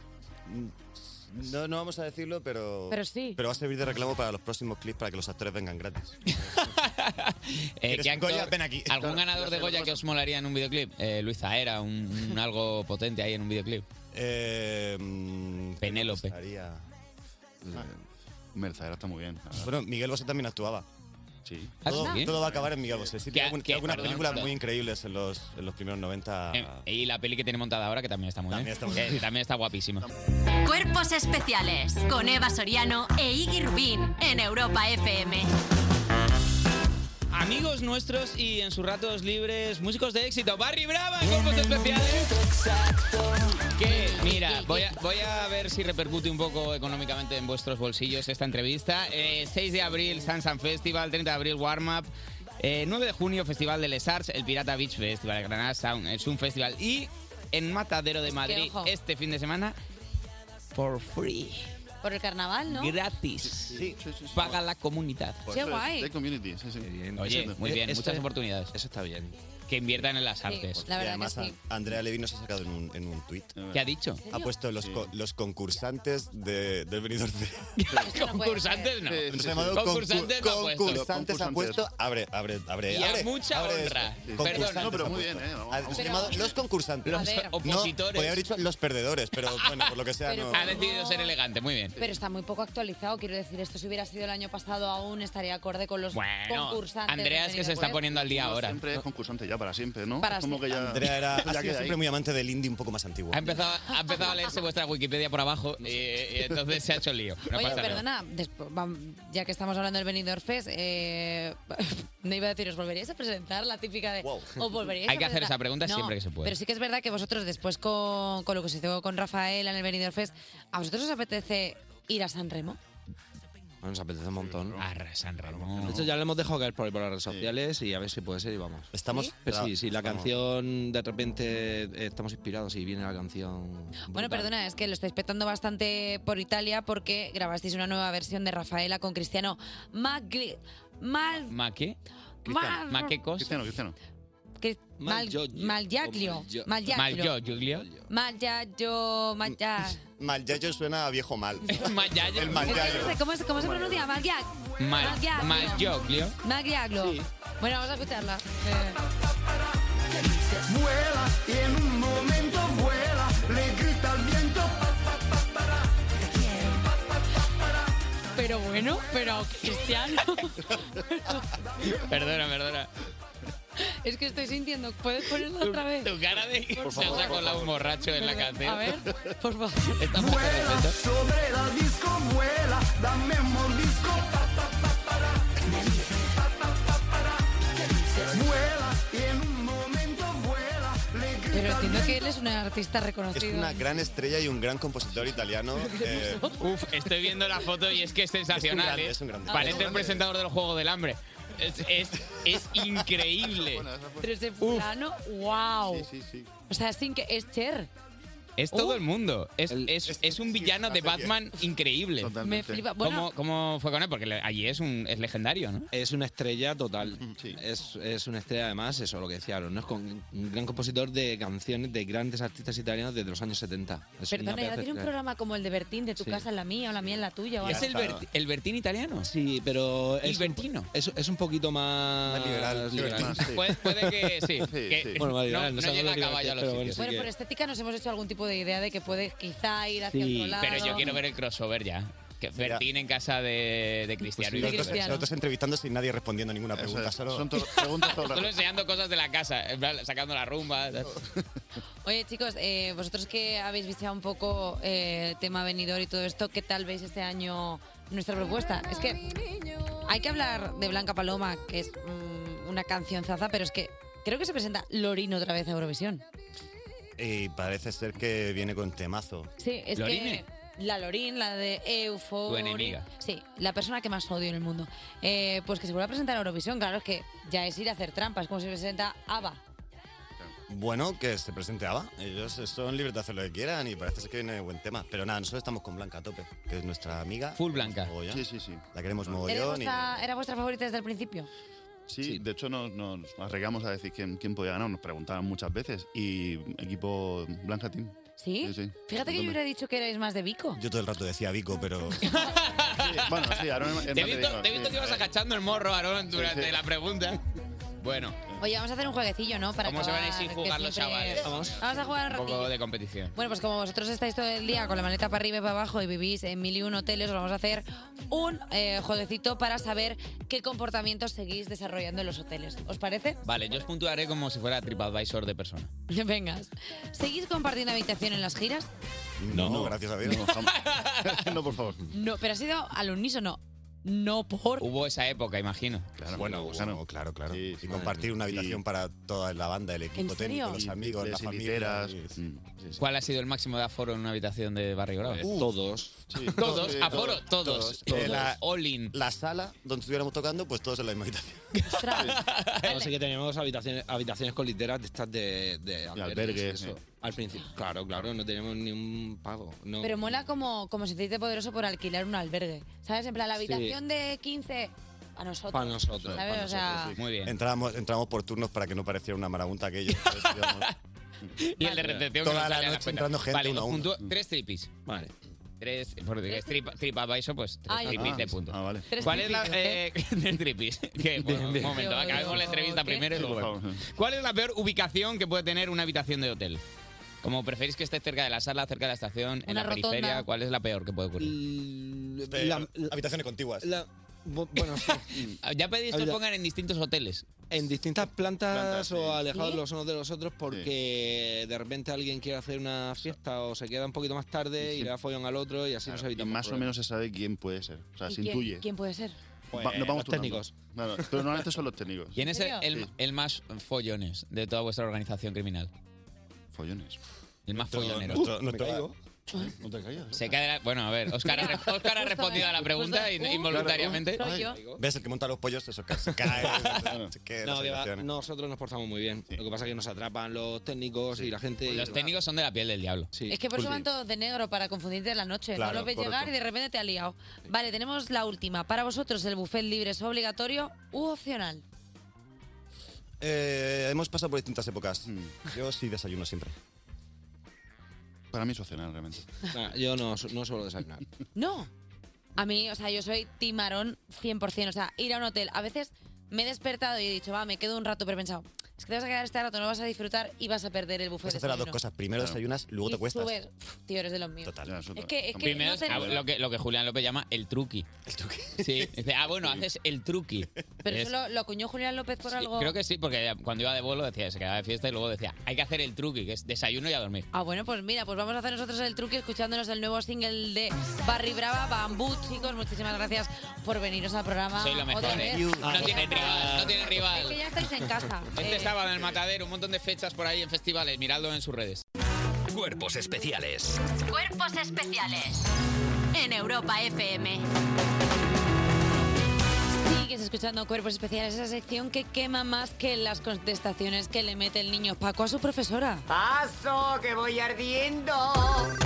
Speaker 8: No, no vamos a decirlo, pero.
Speaker 1: Pero sí.
Speaker 8: Pero va a servir de reclamo para los próximos clips para que los actores vengan gratis.
Speaker 2: Eh,
Speaker 8: ¿Quieres
Speaker 2: ¿qué
Speaker 8: un Goya?
Speaker 2: actor-
Speaker 8: Ven aquí.
Speaker 2: ¿Algún
Speaker 8: Claro,
Speaker 2: ganador de
Speaker 8: hacer
Speaker 2: Goya que
Speaker 8: cosas.
Speaker 2: os molaría en un videoclip? Eh, Luis Zahera, un, un algo potente ahí en un videoclip.
Speaker 12: Eh,
Speaker 2: Penélope.
Speaker 12: Merzaera Ah. está muy bien.
Speaker 8: Bueno, Miguel Bosé también actuaba.
Speaker 12: Sí.
Speaker 8: Todo,
Speaker 2: ¿Ah, sí?
Speaker 8: todo va a acabar en Miguel Bosé. Sí, tiene algún-
Speaker 2: que-
Speaker 8: algunas
Speaker 2: perdón,
Speaker 8: películas
Speaker 2: perdón.
Speaker 8: muy increíbles en los, en los primeros 90.
Speaker 2: Eh, y la peli que tiene montada ahora, que también está muy bien. Eh, también está guapísima.
Speaker 6: Cuerpos especiales con Eva Soriano e Iggy Rubín en Europa FM.
Speaker 2: Amigos nuestros y en sus ratos libres, músicos de éxito, Barry Brava, en Cuerpos especiales. Que, mira, voy a, voy a ver si repercute un poco económicamente en vuestros bolsillos esta entrevista. Eh, 6 de abril, Sansan Festival, 30 de abril, Warm Up. eh, 9 de junio, Festival de Les Arts, el Pirata Beach Festival, el Granada Sound, es un festival. Y en Matadero de Madrid,
Speaker 1: ojo.
Speaker 2: este fin de semana, for free,
Speaker 1: Por el carnaval, ¿no?
Speaker 2: gratis. Paga la comunidad.
Speaker 1: Qué guay. de
Speaker 12: community, sí, sí.
Speaker 2: Oye, muy bien,
Speaker 8: Esto-
Speaker 2: muchas oportunidades. Eso está bien. Que inviertan en las artes.
Speaker 8: Y además, a- Andrea Levino se ha sacado en un, en un tuit.
Speaker 2: ¿Qué ha dicho? ¿En
Speaker 8: Ha
Speaker 2: serio?
Speaker 8: puesto los, co- los concursantes de, del Benidorm Fest.
Speaker 2: Concursantes no.
Speaker 8: Nos ha llamado
Speaker 2: Concursantes no ha
Speaker 8: concur-
Speaker 2: puesto.
Speaker 8: concursantes ha puesto. Abre, abre, abre.
Speaker 2: Y a
Speaker 8: abre,
Speaker 2: mucha
Speaker 8: abre
Speaker 2: honra.
Speaker 8: esto.
Speaker 2: Perdón.
Speaker 8: Concursantes
Speaker 2: No, pero
Speaker 8: ha
Speaker 2: muy
Speaker 8: puesto.
Speaker 2: bien, eh, vamos,
Speaker 8: Ha-
Speaker 2: vamos.
Speaker 8: se ha llamado los concursantes.
Speaker 2: Los A ver. opositores.
Speaker 8: No, podía haber dicho los perdedores, pero bueno, por lo que sea, no.
Speaker 2: Ha decidido ser elegante, muy bien.
Speaker 1: Pero está muy poco actualizado, quiero decir, esto si hubiera sido el año pasado aún estaría acorde con los
Speaker 12: Bueno,
Speaker 1: concursantes. de Benidorm Fest.
Speaker 2: al día
Speaker 12: ahora. Siempre es concursante ya para siempre, ¿no?
Speaker 1: Para
Speaker 12: Es como que ya.
Speaker 8: Andrea era,
Speaker 12: ya
Speaker 8: ha sido
Speaker 12: queda
Speaker 8: siempre
Speaker 12: ahí.
Speaker 8: muy amante del indie un poco más antiguo.
Speaker 2: Ha empezado, ha empezado a leerse vuestra Wikipedia por abajo y, y entonces se ha hecho lío. No
Speaker 1: Oye,
Speaker 2: pasa nada.
Speaker 1: perdona, despo- vam- ya que estamos hablando del Benidorm Fest, eh, no iba a decir, ¿os volveríais a presentar? La típica de... ¿os volveríais
Speaker 2: Hay
Speaker 1: a
Speaker 2: que hacer
Speaker 1: presentar?
Speaker 2: esa pregunta
Speaker 1: No,
Speaker 2: siempre que se puede.
Speaker 1: Pero sí que es verdad que vosotros después con, con lo que se hizo con Rafael en el Benidorm Fest, ¿a vosotros os apetece ir a San Remo?
Speaker 9: Bueno, nos apetece un montón.
Speaker 2: Arre, San
Speaker 9: De hecho, ya le hemos dejado caer por ahí por las redes sociales y a ver si puede ser y vamos.
Speaker 8: Estamos-
Speaker 9: Pero sí, sí, la
Speaker 8: Estamos.
Speaker 9: canción, de repente eh, estamos inspirados y viene la canción.
Speaker 1: Bueno, perdona, es que lo estáis petando bastante por Italia porque grabasteis una nueva versión de Rafaela con Cristiano Magli... Mal...
Speaker 2: ¿Ma qué?
Speaker 1: Cristiano.
Speaker 2: ¿Ma qué cosa?
Speaker 12: Cristiano, Cristiano.
Speaker 1: Cris- Mal, Malgiaglio. Malgiaglio.
Speaker 2: Malyo, Giulio.
Speaker 1: Malgiaglio, Malgia-
Speaker 8: Malyayo suena a viejo mal.
Speaker 2: Malyayo.
Speaker 8: El Malyayo.
Speaker 1: ¿Cómo, se- cómo se pronuncia? Malgiag.
Speaker 2: Mal-
Speaker 1: Malgiaglio.
Speaker 2: Malyoglio.
Speaker 1: Malgiaglio. Bueno, vamos a escucharla. Eh,
Speaker 13: Vuela y en un momento vuela, le grita al viento.
Speaker 1: Pero bueno, pero Cristiano.
Speaker 2: Perdona, perdona.
Speaker 1: es que estoy sintiendo. ¿Puedes ponerla otra vez?
Speaker 2: Tu cara de
Speaker 1: Por
Speaker 2: se ha
Speaker 1: favor.
Speaker 2: colado un borracho en la canción.
Speaker 1: A ver, por favor.
Speaker 13: Vuela sobre la disco, vuela, dame un mordisco. Vuela y en un momento vuela, le grita
Speaker 1: Pero
Speaker 13: al
Speaker 1: entiendo que
Speaker 13: viento.
Speaker 1: él es un artista
Speaker 8: Es
Speaker 1: reconocido.
Speaker 8: una gran estrella y un gran compositor italiano. eh,
Speaker 2: Uf, estoy viendo la foto y es que es sensacional.
Speaker 8: grande,
Speaker 2: ¿eh?
Speaker 8: es un grande.
Speaker 2: Parece
Speaker 8: Es un
Speaker 2: el
Speaker 8: grande.
Speaker 2: presentador del juego del hambre. Es, es, es increíble.
Speaker 1: Pero ese fulano, wow.
Speaker 12: Sí, sí.
Speaker 1: O sea, sin que es Cher.
Speaker 2: Es todo el mundo. Es, es, es un villano de
Speaker 9: hace bien.
Speaker 2: Batman increíble.
Speaker 9: Totalmente. Me flipa. Bueno-
Speaker 2: ¿Cómo, cómo fue con él? Porque le- allí es un es legendario, ¿no?
Speaker 9: Es una estrella total. Es, es una estrella, además, eso lo que decía Aaron, ¿no? Es con, un gran compositor de canciones de grandes artistas italianos desde los años 70. Es una
Speaker 1: Perdona, ya
Speaker 9: pedazo de
Speaker 1: tiene un
Speaker 9: estrella.
Speaker 1: programa como el de Bertín, de tu
Speaker 9: Sí.
Speaker 1: casa en la mía o la mía en la tuya. o
Speaker 9: Ya
Speaker 1: algo
Speaker 9: está.
Speaker 1: así.
Speaker 2: ¿El Bertín italiano?
Speaker 9: Sí, pero.
Speaker 2: ¿Y
Speaker 9: es un- Es, es un poquito más.
Speaker 2: Más liberal. Libertino. Puede- puede que sí, que
Speaker 9: Bueno, más
Speaker 2: no-
Speaker 9: liberal,
Speaker 2: no
Speaker 9: sé
Speaker 2: llega
Speaker 9: lo
Speaker 2: a caballo
Speaker 9: que iba
Speaker 2: a los
Speaker 9: decir, pero
Speaker 2: sitios.
Speaker 9: bueno,
Speaker 1: Bueno,
Speaker 9: sí
Speaker 1: por
Speaker 9: que-
Speaker 1: estética nos hemos hecho algún tipo de idea de que puede quizá ir hacia otro lado.
Speaker 2: Pero yo quiero ver el crossover ya. Que Bertín en casa de, de Cristiano.
Speaker 8: nosotros, nosotros entrevistando sin nadie respondiendo ninguna pregunta. solo-
Speaker 2: Solo enseñando cosas de la casa, en plan, sacando la rumba.
Speaker 1: Oye, chicos, eh, vosotros que habéis visto un poco eh, el tema venidor y todo esto, ¿qué tal veis este año nuestra propuesta? Es que hay que hablar de Blanca Paloma, que es mm, una canción zaza, pero es que creo que se presenta Lorin otra vez a Eurovisión.
Speaker 8: Y parece ser que viene con temazo.
Speaker 1: Sí, es que... la Lorín, la de Euphoria.
Speaker 2: Tu enemiga.
Speaker 1: Sí, la persona que más odio en el mundo. Eh, pues que se vuelva a presentar a Eurovisión, claro, es que ya es ir a hacer trampas, como si presenta ABBA.
Speaker 8: Bueno, que se presente ABBA. Ellos son libres de hacer lo que quieran y parece ser que viene buen tema. Pero nada, nosotros estamos con Blanca a tope, que es nuestra amiga. Full
Speaker 2: Blanca.
Speaker 8: Sí, sí, sí. La queremos
Speaker 1: ¿Era
Speaker 8: mogollón y...
Speaker 1: vuestra, era vuestra favorita desde el principio?
Speaker 12: Sí, de hecho nos, nos arreglamos a decir quién, quién podía ganar. Nos preguntaban muchas veces y equipo Blanca Team.
Speaker 1: ¿Sí? Fíjate que yo hubiera dicho que erais más de Vico.
Speaker 8: Yo todo el rato decía Vico, pero...
Speaker 12: bueno, sí, ahora es más
Speaker 2: Te he
Speaker 12: de
Speaker 2: visto,
Speaker 12: Vigo,
Speaker 2: te he visto
Speaker 12: sí.
Speaker 2: que ibas agachando el morro, Aarón, durante
Speaker 12: Sí, sí.
Speaker 2: la pregunta. Bueno,
Speaker 1: Oye, vamos a hacer un jueguecillo, ¿no? Para
Speaker 2: ¿cómo se van a ir sin
Speaker 1: acabar, que
Speaker 2: jugar los
Speaker 1: siempre-
Speaker 2: chavales?
Speaker 1: Vamos a jugar un
Speaker 2: un poco
Speaker 1: ratillo.
Speaker 2: de competición.
Speaker 1: Bueno, pues como vosotros estáis todo el día con la maleta para arriba y para abajo y vivís en mil y un hoteles, os vamos a hacer un eh, jueguecito para saber qué comportamientos seguís desarrollando en los hoteles. ¿Os parece?
Speaker 2: Vale, yo os puntuaré como si fuera TripAdvisor de persona.
Speaker 1: Vengas. ¿Seguís compartiendo habitación en las giras?
Speaker 8: No, gracias a Dios.
Speaker 12: No, por favor.
Speaker 1: No, pero ha sido al unísono. No por...
Speaker 2: Hubo esa época, imagino.
Speaker 8: bueno, claro, claro, claro. y compartir una habitación para toda la banda, el equipo
Speaker 1: ¿En serio?
Speaker 8: técnico, los amigos, la familia. y-
Speaker 2: ¿Cuál ha sido el máximo de aforo en una habitación de Barrio Bravo? todos. Todos,
Speaker 8: Sí,
Speaker 2: aforo,
Speaker 8: todos,
Speaker 2: todos. Eh,
Speaker 8: todos, todos.
Speaker 2: La- all in.
Speaker 8: La sala donde estuviéramos tocando, pues todos en la misma habitación.
Speaker 9: No sé que teníamos habitaciones, habitaciones con literas de estas de, de albergues.
Speaker 8: albergues,
Speaker 9: eso.
Speaker 8: sí.
Speaker 9: Al principio, claro, claro, no teníamos ni un pago. No.
Speaker 1: Pero mola como, como sentirte poderoso por alquilar un albergue. ¿Sabes? En plan, la habitación de 15 a nosotros. ¿Sabes? o sea,
Speaker 2: Muy bien.
Speaker 8: Entramos, entramos por turnos para que no pareciera una marabunta aquello.
Speaker 2: Y el de recepción
Speaker 8: Toda
Speaker 2: que nos
Speaker 8: la
Speaker 2: sale a
Speaker 8: noche
Speaker 2: las cuentas.
Speaker 8: entrando gente
Speaker 2: Vale,
Speaker 8: uno a
Speaker 2: os
Speaker 8: uno.
Speaker 2: puntúo tres tripis. Vale. Tres, porque es trip, TripAdvisor, pues tres
Speaker 1: Ay.
Speaker 2: tripis
Speaker 1: Ah,
Speaker 2: de punto.
Speaker 12: vale.
Speaker 1: Tres
Speaker 2: ¿Cuál es la.
Speaker 1: tripis,
Speaker 2: Eh, tres tripis. Que, bueno, un momento,
Speaker 1: Yo,
Speaker 2: acabemos la
Speaker 1: yo,
Speaker 2: entrevista
Speaker 1: ¿qué?
Speaker 2: primero y
Speaker 12: Sí, por
Speaker 2: luego. ¿Cuál es la peor ubicación que puede tener una habitación de hotel? Como preferís que esté cerca de la sala, cerca de la estación, en
Speaker 9: Una
Speaker 2: la periferia,
Speaker 9: rotonda.
Speaker 2: ¿cuál es la peor que puede ocurrir?
Speaker 8: Este, habitaciones contiguas.
Speaker 9: bueno, sí.
Speaker 2: Ah, ya pedís que os
Speaker 9: Habita-
Speaker 2: pongan en distintos hoteles.
Speaker 9: En distintas plantas,
Speaker 2: Plantas,
Speaker 9: o
Speaker 2: sí.
Speaker 9: alejados
Speaker 2: ¿Sí?
Speaker 9: los unos de los otros porque de repente alguien quiere hacer una fiesta o se queda un poquito más tarde y le da follón al otro y así nos
Speaker 12: Y
Speaker 9: evitamos
Speaker 12: más o menos
Speaker 9: problemas.
Speaker 12: se sabe quién puede ser. O sea,
Speaker 1: ¿y
Speaker 12: se
Speaker 1: quién-
Speaker 12: intuye.
Speaker 1: ¿Quién puede ser?
Speaker 12: Va- nos vamos
Speaker 9: los técnicos.
Speaker 12: turnando. Claro, pero normalmente son los técnicos.
Speaker 2: ¿Quién es el,
Speaker 1: serio?
Speaker 2: el-
Speaker 12: Sí.
Speaker 2: el más follones de toda vuestra organización criminal?
Speaker 12: Follones.
Speaker 2: El más
Speaker 12: Nuestro-
Speaker 2: follonero.
Speaker 12: nuestro- Uh, nuestro- me caigo.
Speaker 2: No te caigas. Se cae de la- Bueno, a ver, Oscar, ha, re- Óscar ha respondido a la
Speaker 8: justo
Speaker 2: pregunta in-
Speaker 8: ahí. Uh,
Speaker 2: involuntariamente.
Speaker 8: Soy yo. ¿Ves el que monta los pollos? Eso que se cae. se queda en
Speaker 9: No,
Speaker 8: las
Speaker 9: que va,
Speaker 8: habitaciones.
Speaker 9: nosotros nos portamos muy bien. Lo que pasa es que nos atrapan los técnicos y la gente.
Speaker 2: Pues Los técnicos son de la piel del diablo.
Speaker 1: Es que por eso van todos de negro para confundirte en la noche.
Speaker 2: Claro,
Speaker 1: no lo ves
Speaker 2: correcto.
Speaker 1: llegar y de repente te ha liado. Vale, tenemos la última. Para vosotros, ¿el buffet libre es obligatorio u opcional?
Speaker 8: Eh, hemos pasado por distintas épocas.
Speaker 2: Mm.
Speaker 8: Yo sí desayuno siempre.
Speaker 12: Para mí es opcional, realmente.
Speaker 9: yo no, no suelo desayunar.
Speaker 1: No. A mí, o sea, yo soy timarón 100%. O sea, ir a un hotel. A veces me he despertado y he dicho, va, me quedo un rato, pero he pensado, es que te vas a quedar este rato, no vas a disfrutar y vas a perder el buffet
Speaker 8: Puedes
Speaker 1: de
Speaker 8: hacer las dos
Speaker 1: desayuno.
Speaker 8: cosas. Primero desayunas, luego te
Speaker 1: Y
Speaker 8: cuestas.
Speaker 1: subes. Uf, tío, eres de los míos.
Speaker 8: Total.
Speaker 1: Es que- es que
Speaker 2: Primero,
Speaker 1: no tenemos-
Speaker 2: ah, lo, que, lo que Julián López llama el truqui. ¿El truqui? Sí. Dice, ah, bueno, haces el truqui.
Speaker 1: Pero
Speaker 2: Es-
Speaker 1: eso lo, lo acuñó Julián López por
Speaker 2: sí,
Speaker 1: algo.
Speaker 2: Creo que sí, porque cuando iba de vuelo decía, se quedaba de fiesta y luego decía, hay que hacer el truqui, que es desayuno y a dormir.
Speaker 1: Ah, bueno, pues mira, pues vamos a hacer nosotros el truque escuchándonos el nuevo single de Barry Brava, Bambú, chicos. Muchísimas gracias por veniros al programa.
Speaker 2: Soy lo mejor,
Speaker 1: otra
Speaker 2: ¿eh?
Speaker 1: vez.
Speaker 2: No tiene rival, no tiene
Speaker 1: Es que
Speaker 2: rival.
Speaker 1: ya estáis en casa. Eh.
Speaker 2: Este sábado en el Matadero, un montón de fechas por ahí en festivales, miradlo en sus redes.
Speaker 5: Cuerpos especiales.
Speaker 6: Cuerpos especiales en Europa FM.
Speaker 1: Sigues escuchando Cuerpos Especiales, esa sección que quema más que las contestaciones que le mete el niño Paco a su profesora.
Speaker 11: ¡Paso, que voy ardiendo!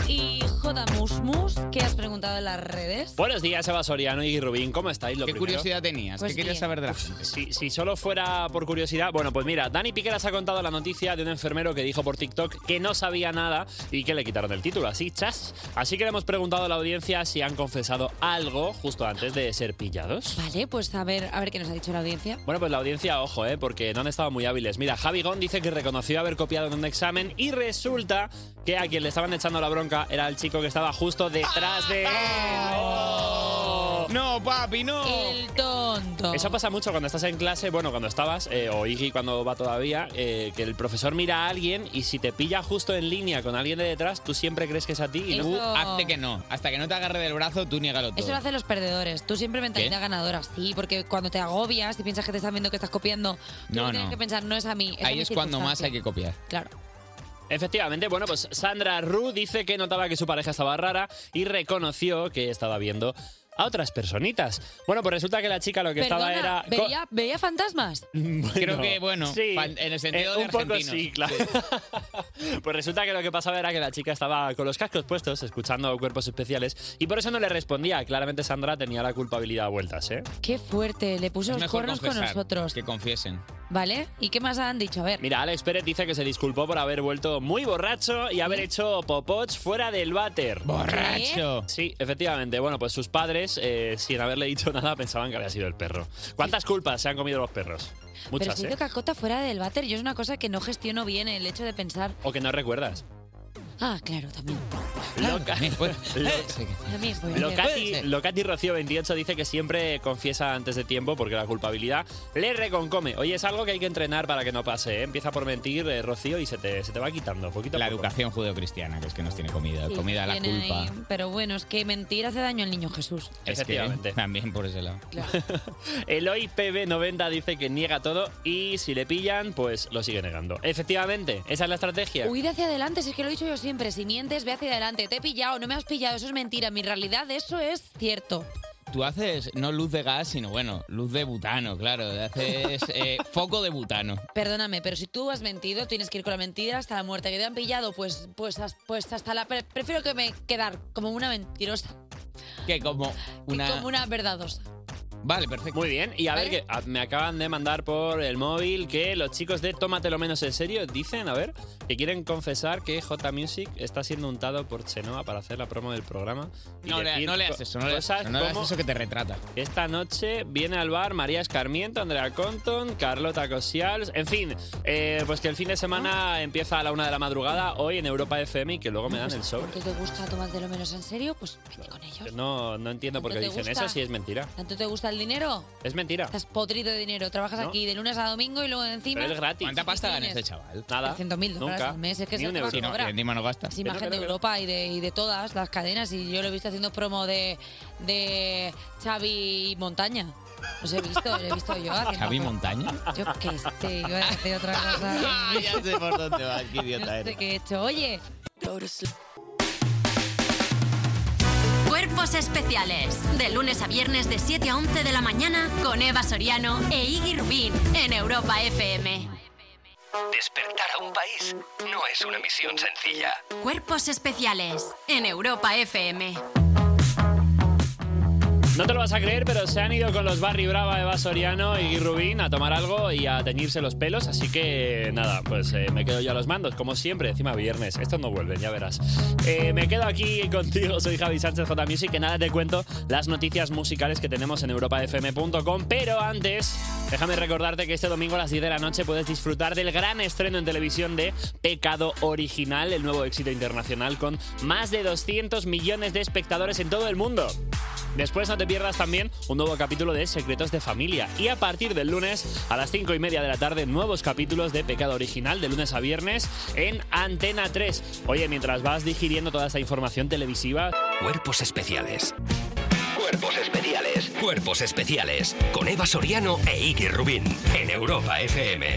Speaker 1: Y J. Musmus, que has preguntado en las redes.
Speaker 3: Buenos días, Eva Soriano y Rubín. ¿Cómo estáis? Lo
Speaker 2: ¿Qué
Speaker 3: primero.
Speaker 2: curiosidad tenías?
Speaker 3: Pues
Speaker 2: ¿Qué querías
Speaker 3: bien.
Speaker 2: saber de la gente?
Speaker 3: Si, si solo fuera por curiosidad, bueno, pues mira, Dani Piqueras ha contado la noticia de un enfermero que dijo por TikTok que no sabía nada y que le quitaron el título, así, chas. Así que le hemos preguntado a la audiencia si han confesado algo justo antes de ser pillados.
Speaker 1: Vale, pues a ver, a ver qué nos ha dicho la audiencia.
Speaker 3: Bueno, pues la audiencia, ojo, ¿eh? porque no han estado muy hábiles. Mira, Javi Gón dice que reconoció haber copiado en un examen y resulta que a quien le estaban echando la bronca era el chico que estaba justo detrás de él.
Speaker 2: ¡Oh! No, papi, no.
Speaker 1: El tonto.
Speaker 3: Eso pasa mucho cuando estás en clase, bueno, cuando estabas, eh, o Iggy cuando va todavía, eh, que el profesor mira a alguien y si te pilla justo en línea con alguien de detrás, tú siempre crees que es a ti y
Speaker 1: Eso-
Speaker 3: luego...
Speaker 2: Hazte que no. Hasta que no te agarre del brazo, tú niégalo todo.
Speaker 1: Eso lo hacen los perdedores. Tú siempre mentalidad
Speaker 2: ¿Qué?
Speaker 1: ganadora, sí, porque cuando te agobias y piensas que te están viendo que estás copiando, tú
Speaker 2: No,
Speaker 1: tienes
Speaker 2: no.
Speaker 1: que pensar, no es a mí. es a
Speaker 2: Ahí
Speaker 1: mi
Speaker 2: es cuando más
Speaker 1: circunstancia.
Speaker 2: hay que copiar.
Speaker 1: Claro.
Speaker 3: Efectivamente, bueno, pues Sandra Ru dice que notaba que su pareja estaba rara y reconoció que estaba viendo a otras personitas. Bueno, pues resulta que la chica lo que
Speaker 1: Perdona,
Speaker 3: estaba era... co-
Speaker 1: ¿veía, veía fantasmas?
Speaker 2: Creo que, bueno, fan- en el sentido
Speaker 3: eh,
Speaker 2: de
Speaker 3: un poco
Speaker 2: argentinos.
Speaker 3: sí, claro. pues resulta que lo que pasaba era que la chica estaba con los cascos puestos, escuchando cuerpos especiales, y por eso no le respondía. Claramente Sandra tenía la culpabilidad a vueltas, ¿eh?
Speaker 1: Qué fuerte, le puso los
Speaker 3: mejor
Speaker 1: cuernos con
Speaker 3: confesar.
Speaker 1: nosotros,
Speaker 3: Que confiesen.
Speaker 1: ¿vale? ¿Y qué más han dicho? A ver.
Speaker 3: Mira, Alex Pérez dice que se disculpó por haber vuelto muy borracho y haber hecho popots fuera del váter.
Speaker 2: ¿Borracho?
Speaker 3: Sí, efectivamente. Bueno, pues sus padres, eh, sin haberle dicho nada, pensaban que había sido el perro. ¿Cuántas culpas se han comido los perros?
Speaker 1: Pero
Speaker 3: Muchas,
Speaker 1: si hizo
Speaker 3: ¿eh?
Speaker 1: cacota fuera del váter, yo es una cosa que no gestiono bien el hecho de pensar.
Speaker 3: O que no recuerdas.
Speaker 1: Ah, claro, también.
Speaker 3: Loca-
Speaker 1: También es muy
Speaker 3: Locati,
Speaker 1: bien.
Speaker 3: Locati Rocío 28 dice que siempre confiesa antes de tiempo porque la culpabilidad le reconcome. Oye, es algo que hay que entrenar para que no pase. ¿eh? Empieza por mentir, eh, Rocío, y se te, se te va quitando poquito a
Speaker 2: La
Speaker 3: poco.
Speaker 2: educación judeocristiana, que es que nos tiene comida.
Speaker 1: Sí,
Speaker 2: comida a la
Speaker 1: tiene
Speaker 2: culpa.
Speaker 1: ahí- Pero bueno, es que mentir hace daño al niño Jesús.
Speaker 2: Es que también por ese lado.
Speaker 3: Eloy PB90 dice que niega todo y si le pillan, pues lo sigue negando. Efectivamente, esa es la estrategia.
Speaker 1: Huid hacia adelante, si es que lo he dicho yo siempre. Si mientes, ve hacia adelante. Te he pillado, no me has pillado, eso es mentira. Mi realidad, eso es cierto.
Speaker 2: Tú haces no luz de gas, sino bueno, luz de butano, claro. Haces eh, foco de butano.
Speaker 1: Perdóname, pero si tú has mentido, tienes que ir con la mentira hasta la muerte. Que te han pillado, pues, pues, has- pues hasta la. pre- prefiero que me quedar como una mentirosa,
Speaker 2: Que como una.
Speaker 1: como una verdadosa.
Speaker 2: Vale, perfecto.
Speaker 3: Muy bien, y a
Speaker 1: ¿Vale?
Speaker 3: ver que a- me acaban de mandar por el móvil que los chicos de Tómatelo menos en serio dicen, a ver, que quieren confesar que J Music está siendo untado por Chenoa para hacer la promo del programa. y
Speaker 2: No, le,
Speaker 3: decir
Speaker 2: no leas
Speaker 3: co-
Speaker 2: eso, no leas
Speaker 3: cosas
Speaker 2: eso, no leas
Speaker 3: como
Speaker 2: eso que te retrata.
Speaker 3: Esta noche viene al bar María Escarmiento, Andrea Compton, Carlota Cosials. En fin, eh, pues que el fin de
Speaker 1: Ah.
Speaker 3: semana empieza a la una de la madrugada hoy en Europa FM y que luego me dan el sobre.
Speaker 1: Pues, ¿Porque te gusta tomártelo menos en serio? Pues vete con ellos.
Speaker 3: No, no entiendo por qué
Speaker 1: ¿Te
Speaker 3: dicen
Speaker 1: gusta?
Speaker 3: eso si es mentira.
Speaker 1: ¿Tanto te gusta el dinero?
Speaker 3: Es mentira.
Speaker 1: Estás podrido de dinero. Trabajas
Speaker 3: No.
Speaker 1: aquí de lunes a domingo y luego encima.
Speaker 3: Pero es gratis.
Speaker 2: ¿Cuánta pasta
Speaker 1: ¿Qué
Speaker 2: gana
Speaker 1: tienes?
Speaker 2: este chaval?
Speaker 3: Nada.
Speaker 1: 300.000 dólares
Speaker 2: Nunca.
Speaker 1: al mes. Es que
Speaker 2: Ni
Speaker 1: se
Speaker 2: un
Speaker 1: te va a
Speaker 2: euro. Sí, no,
Speaker 1: cobrar.
Speaker 2: y encima no gasta.
Speaker 1: Es imagen de Europa y de, y de todas las cadenas. Y yo lo he visto haciendo promo de, de Xavi Montaña. Los he visto, lo he visto yo haciendo.
Speaker 2: ¿Javi Montaña?
Speaker 1: Yo qué sé, iba a decir otra cosa.
Speaker 2: Ah, ya sé por dónde va, qué
Speaker 1: No
Speaker 2: idiota
Speaker 1: sé
Speaker 2: eres.
Speaker 1: qué he hecho. Oye,
Speaker 6: Cuerpos especiales. De lunes a viernes de 7 a 11 de la mañana con Eva Soriano e Iggy Rubín en Europa FM.
Speaker 5: Despertar a un país no es una misión sencilla.
Speaker 6: Cuerpos especiales en Europa FM.
Speaker 3: No te lo vas a creer, pero se han ido con los Barry Brava, Eva Soriano y Gui Rubín a tomar algo y a teñirse los pelos, así que nada, pues eh, me quedo yo a los mandos, como siempre, encima viernes, estos no vuelven, ya verás. Eh, me quedo aquí contigo, soy Javi Sánchez J Music, que nada te cuento las noticias musicales que tenemos en europafm.com, pero antes, déjame recordarte que este domingo a las 10 de la noche puedes disfrutar del gran estreno en televisión de Pecado Original, el nuevo éxito internacional con más de 200 millones de espectadores en todo el mundo. Después no te pierdas también un nuevo capítulo de Secretos de Familia. Y a partir del lunes a las 5 y media de la tarde, nuevos capítulos de Pecado Original de lunes a viernes en Antena 3. Oye, mientras vas digiriendo toda esta información televisiva.
Speaker 5: Cuerpos especiales. Cuerpos especiales. Cuerpos especiales. Con Eva Soriano e Iggy Rubín. En Europa FM.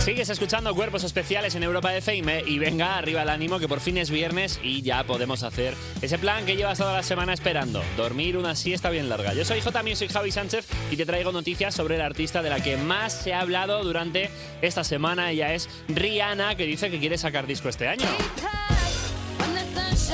Speaker 3: Sigues escuchando Cuerpos Especiales en Europa FM y venga, arriba el ánimo que por fin es viernes y ya podemos hacer ese plan que llevas toda la semana esperando, dormir una siesta bien larga. Yo soy J Music Javi Sánchez y te traigo noticias sobre el artista de la que más se ha hablado durante esta semana, ella es Rihanna, que dice que quiere sacar disco este año.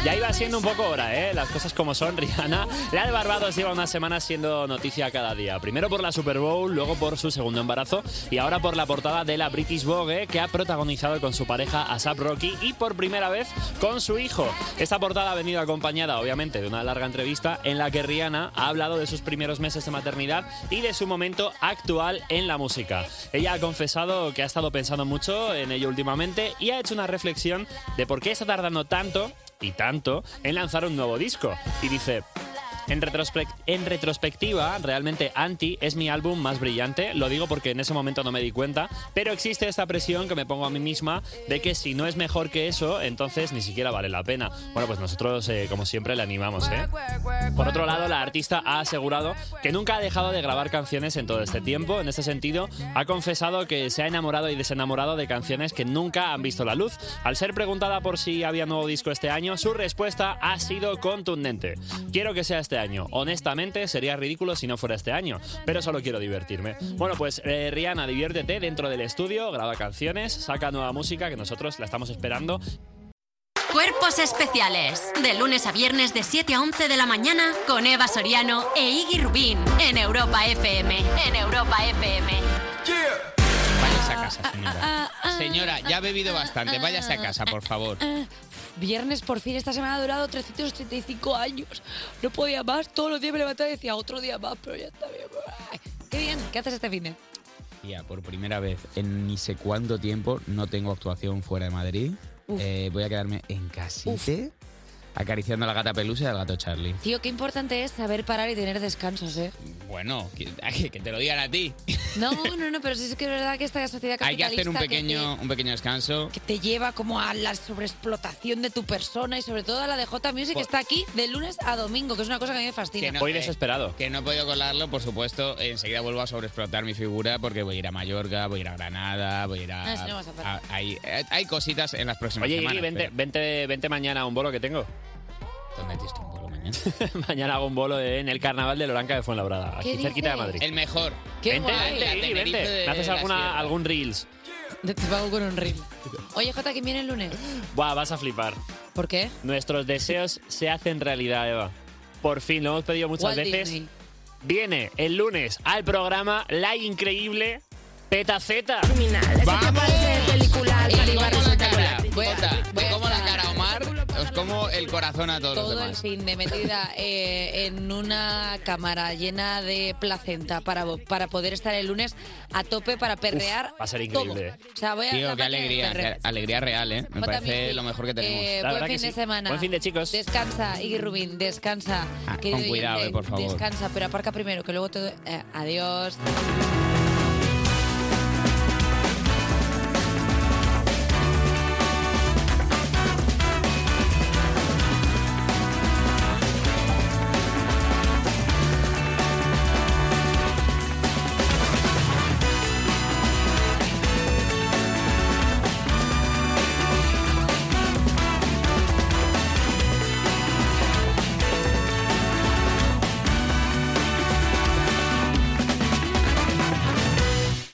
Speaker 3: Ya iba siendo un poco hora, ¿eh? Las cosas como son, Rihanna. La de Barbados lleva unas semanas siendo noticia cada día. Primero por la Super Bowl, luego por su segundo embarazo y ahora por la portada de la British Vogue que ha protagonizado con su pareja Asap Rocky y por primera vez con su hijo. Esta portada ha venido acompañada, obviamente, de una larga entrevista en la que Rihanna ha hablado de sus primeros meses de maternidad y de su momento actual en la música. Ella ha confesado que ha estado pensando mucho en ello últimamente y ha hecho una reflexión de por qué está tardando tanto y tanto en lanzar un nuevo disco. Y dice, En, retrospec- en retrospectiva, realmente Anti es mi álbum más brillante, lo digo porque en ese momento no me di cuenta, pero existe esta presión que me pongo a mí misma de que si no es mejor que eso, entonces ni siquiera vale la pena. Bueno, pues nosotros, eh, como siempre, le animamos, ¿eh? Por otro lado, la artista ha asegurado que nunca ha dejado de grabar canciones en todo este tiempo. En este sentido, ha confesado que se ha enamorado y desenamorado de canciones que nunca han visto la luz. Al ser preguntada por si había nuevo disco este año, su respuesta ha sido contundente. Quiero que sea este año. Honestamente, sería ridículo si no fuera este año, pero solo quiero divertirme. Bueno, pues eh, Rihanna, diviértete dentro del estudio, graba canciones, saca nueva música que nosotros la estamos esperando
Speaker 6: Cuerpos especiales. De lunes a viernes de 7 a 11 de la mañana con Eva Soriano e Iggy Rubín en Europa FM. En Europa FM.
Speaker 2: Váyase a casa, señora. Señora, ya ha bebido bastante. Váyase a casa, por favor.
Speaker 1: Viernes por fin, esta semana ha durado 385 años. No podía más, todos los días me levantaba y decía otro día más, pero ya está bien. Ay, Qué bien, ¿qué haces este fin de?
Speaker 2: Tía, por primera vez en ni sé cuánto tiempo no tengo actuación fuera de Madrid.
Speaker 1: Uf.
Speaker 2: Eh, voy a quedarme en casite acariciando a la gata pelusa y al gato Charlie.
Speaker 1: Tío, qué importante es saber parar y tener descansos, ¿eh?
Speaker 2: Bueno, que, que te lo digan a ti.
Speaker 1: No, no, no, pero sí es que es verdad que esta sociedad
Speaker 2: Hay que
Speaker 1: capitalista
Speaker 2: hacer un
Speaker 1: que
Speaker 2: pequeño, un pequeño descanso.
Speaker 1: te, te lleva como a la sobreexplotación de tu persona y sobre todo a la de J Music que está aquí de lunes a domingo, que es una cosa que a mí me fascina.
Speaker 3: desesperado.
Speaker 2: Que no he podido colarlo, por supuesto. Enseguida vuelvo a sobreexplotar mi figura porque voy a ir a Mallorca, voy a ir a Granada, voy a ir a.
Speaker 1: Ah, eso no vas a parar.
Speaker 2: a- hay, eh, hay cositas en las próximas
Speaker 3: Oye,
Speaker 2: semanas.
Speaker 3: Iggy, vente,
Speaker 2: pero-
Speaker 3: vente, vente mañana a un bolo que tengo.
Speaker 2: ¿Dónde tienes tú un bolo mañana?
Speaker 3: mañana hago un bolo en el carnaval de Loranca de Fuenlabrada,
Speaker 2: ¿Qué
Speaker 3: aquí cerquita de
Speaker 2: dices?
Speaker 3: Madrid.
Speaker 2: El mejor.
Speaker 1: Qué
Speaker 3: vente,
Speaker 1: guay.
Speaker 3: vente,
Speaker 1: La
Speaker 3: Iggy,
Speaker 1: Tenerife
Speaker 3: vente.
Speaker 1: de
Speaker 3: ¿Me haces
Speaker 1: la
Speaker 3: alguna,
Speaker 1: sierra.
Speaker 3: algún reels?
Speaker 1: Te pago con un rim. Oye, J, ¿quién viene el lunes?
Speaker 3: Buah, vas a flipar.
Speaker 1: ¿Por qué?
Speaker 3: Nuestros deseos se hacen realidad, Eva. Por fin, lo hemos pedido muchas
Speaker 1: Walt
Speaker 3: veces.
Speaker 1: Disney.
Speaker 3: Viene el lunes al programa la increíble Peta Z.
Speaker 1: película,
Speaker 2: Y como la cara, Jota, te como la cara, Omar. Os como el corazón a todos los
Speaker 1: Todo el
Speaker 2: demás.
Speaker 1: fin de metida eh, en una cámara llena de placenta para, vo- para poder estar el lunes a tope para perrear.
Speaker 2: va a ser
Speaker 1: todo.
Speaker 2: increíble.
Speaker 1: O sea, voy a
Speaker 2: Tío,
Speaker 1: la
Speaker 2: qué
Speaker 1: parte del
Speaker 2: alegría,
Speaker 1: perreo.
Speaker 2: qué alegría real, ¿eh? Me
Speaker 1: Jota
Speaker 2: parece
Speaker 1: Music,
Speaker 2: lo mejor que tenemos.
Speaker 1: Eh, buen fin de semana.
Speaker 3: chicos.
Speaker 1: Descansa, Iggy Rubín, descansa.
Speaker 2: Ah,
Speaker 1: querido
Speaker 2: con cuidado,
Speaker 1: oyente,
Speaker 2: eh, por favor.
Speaker 1: Descansa, pero aparca primero, que luego te... doy- eh, adiós.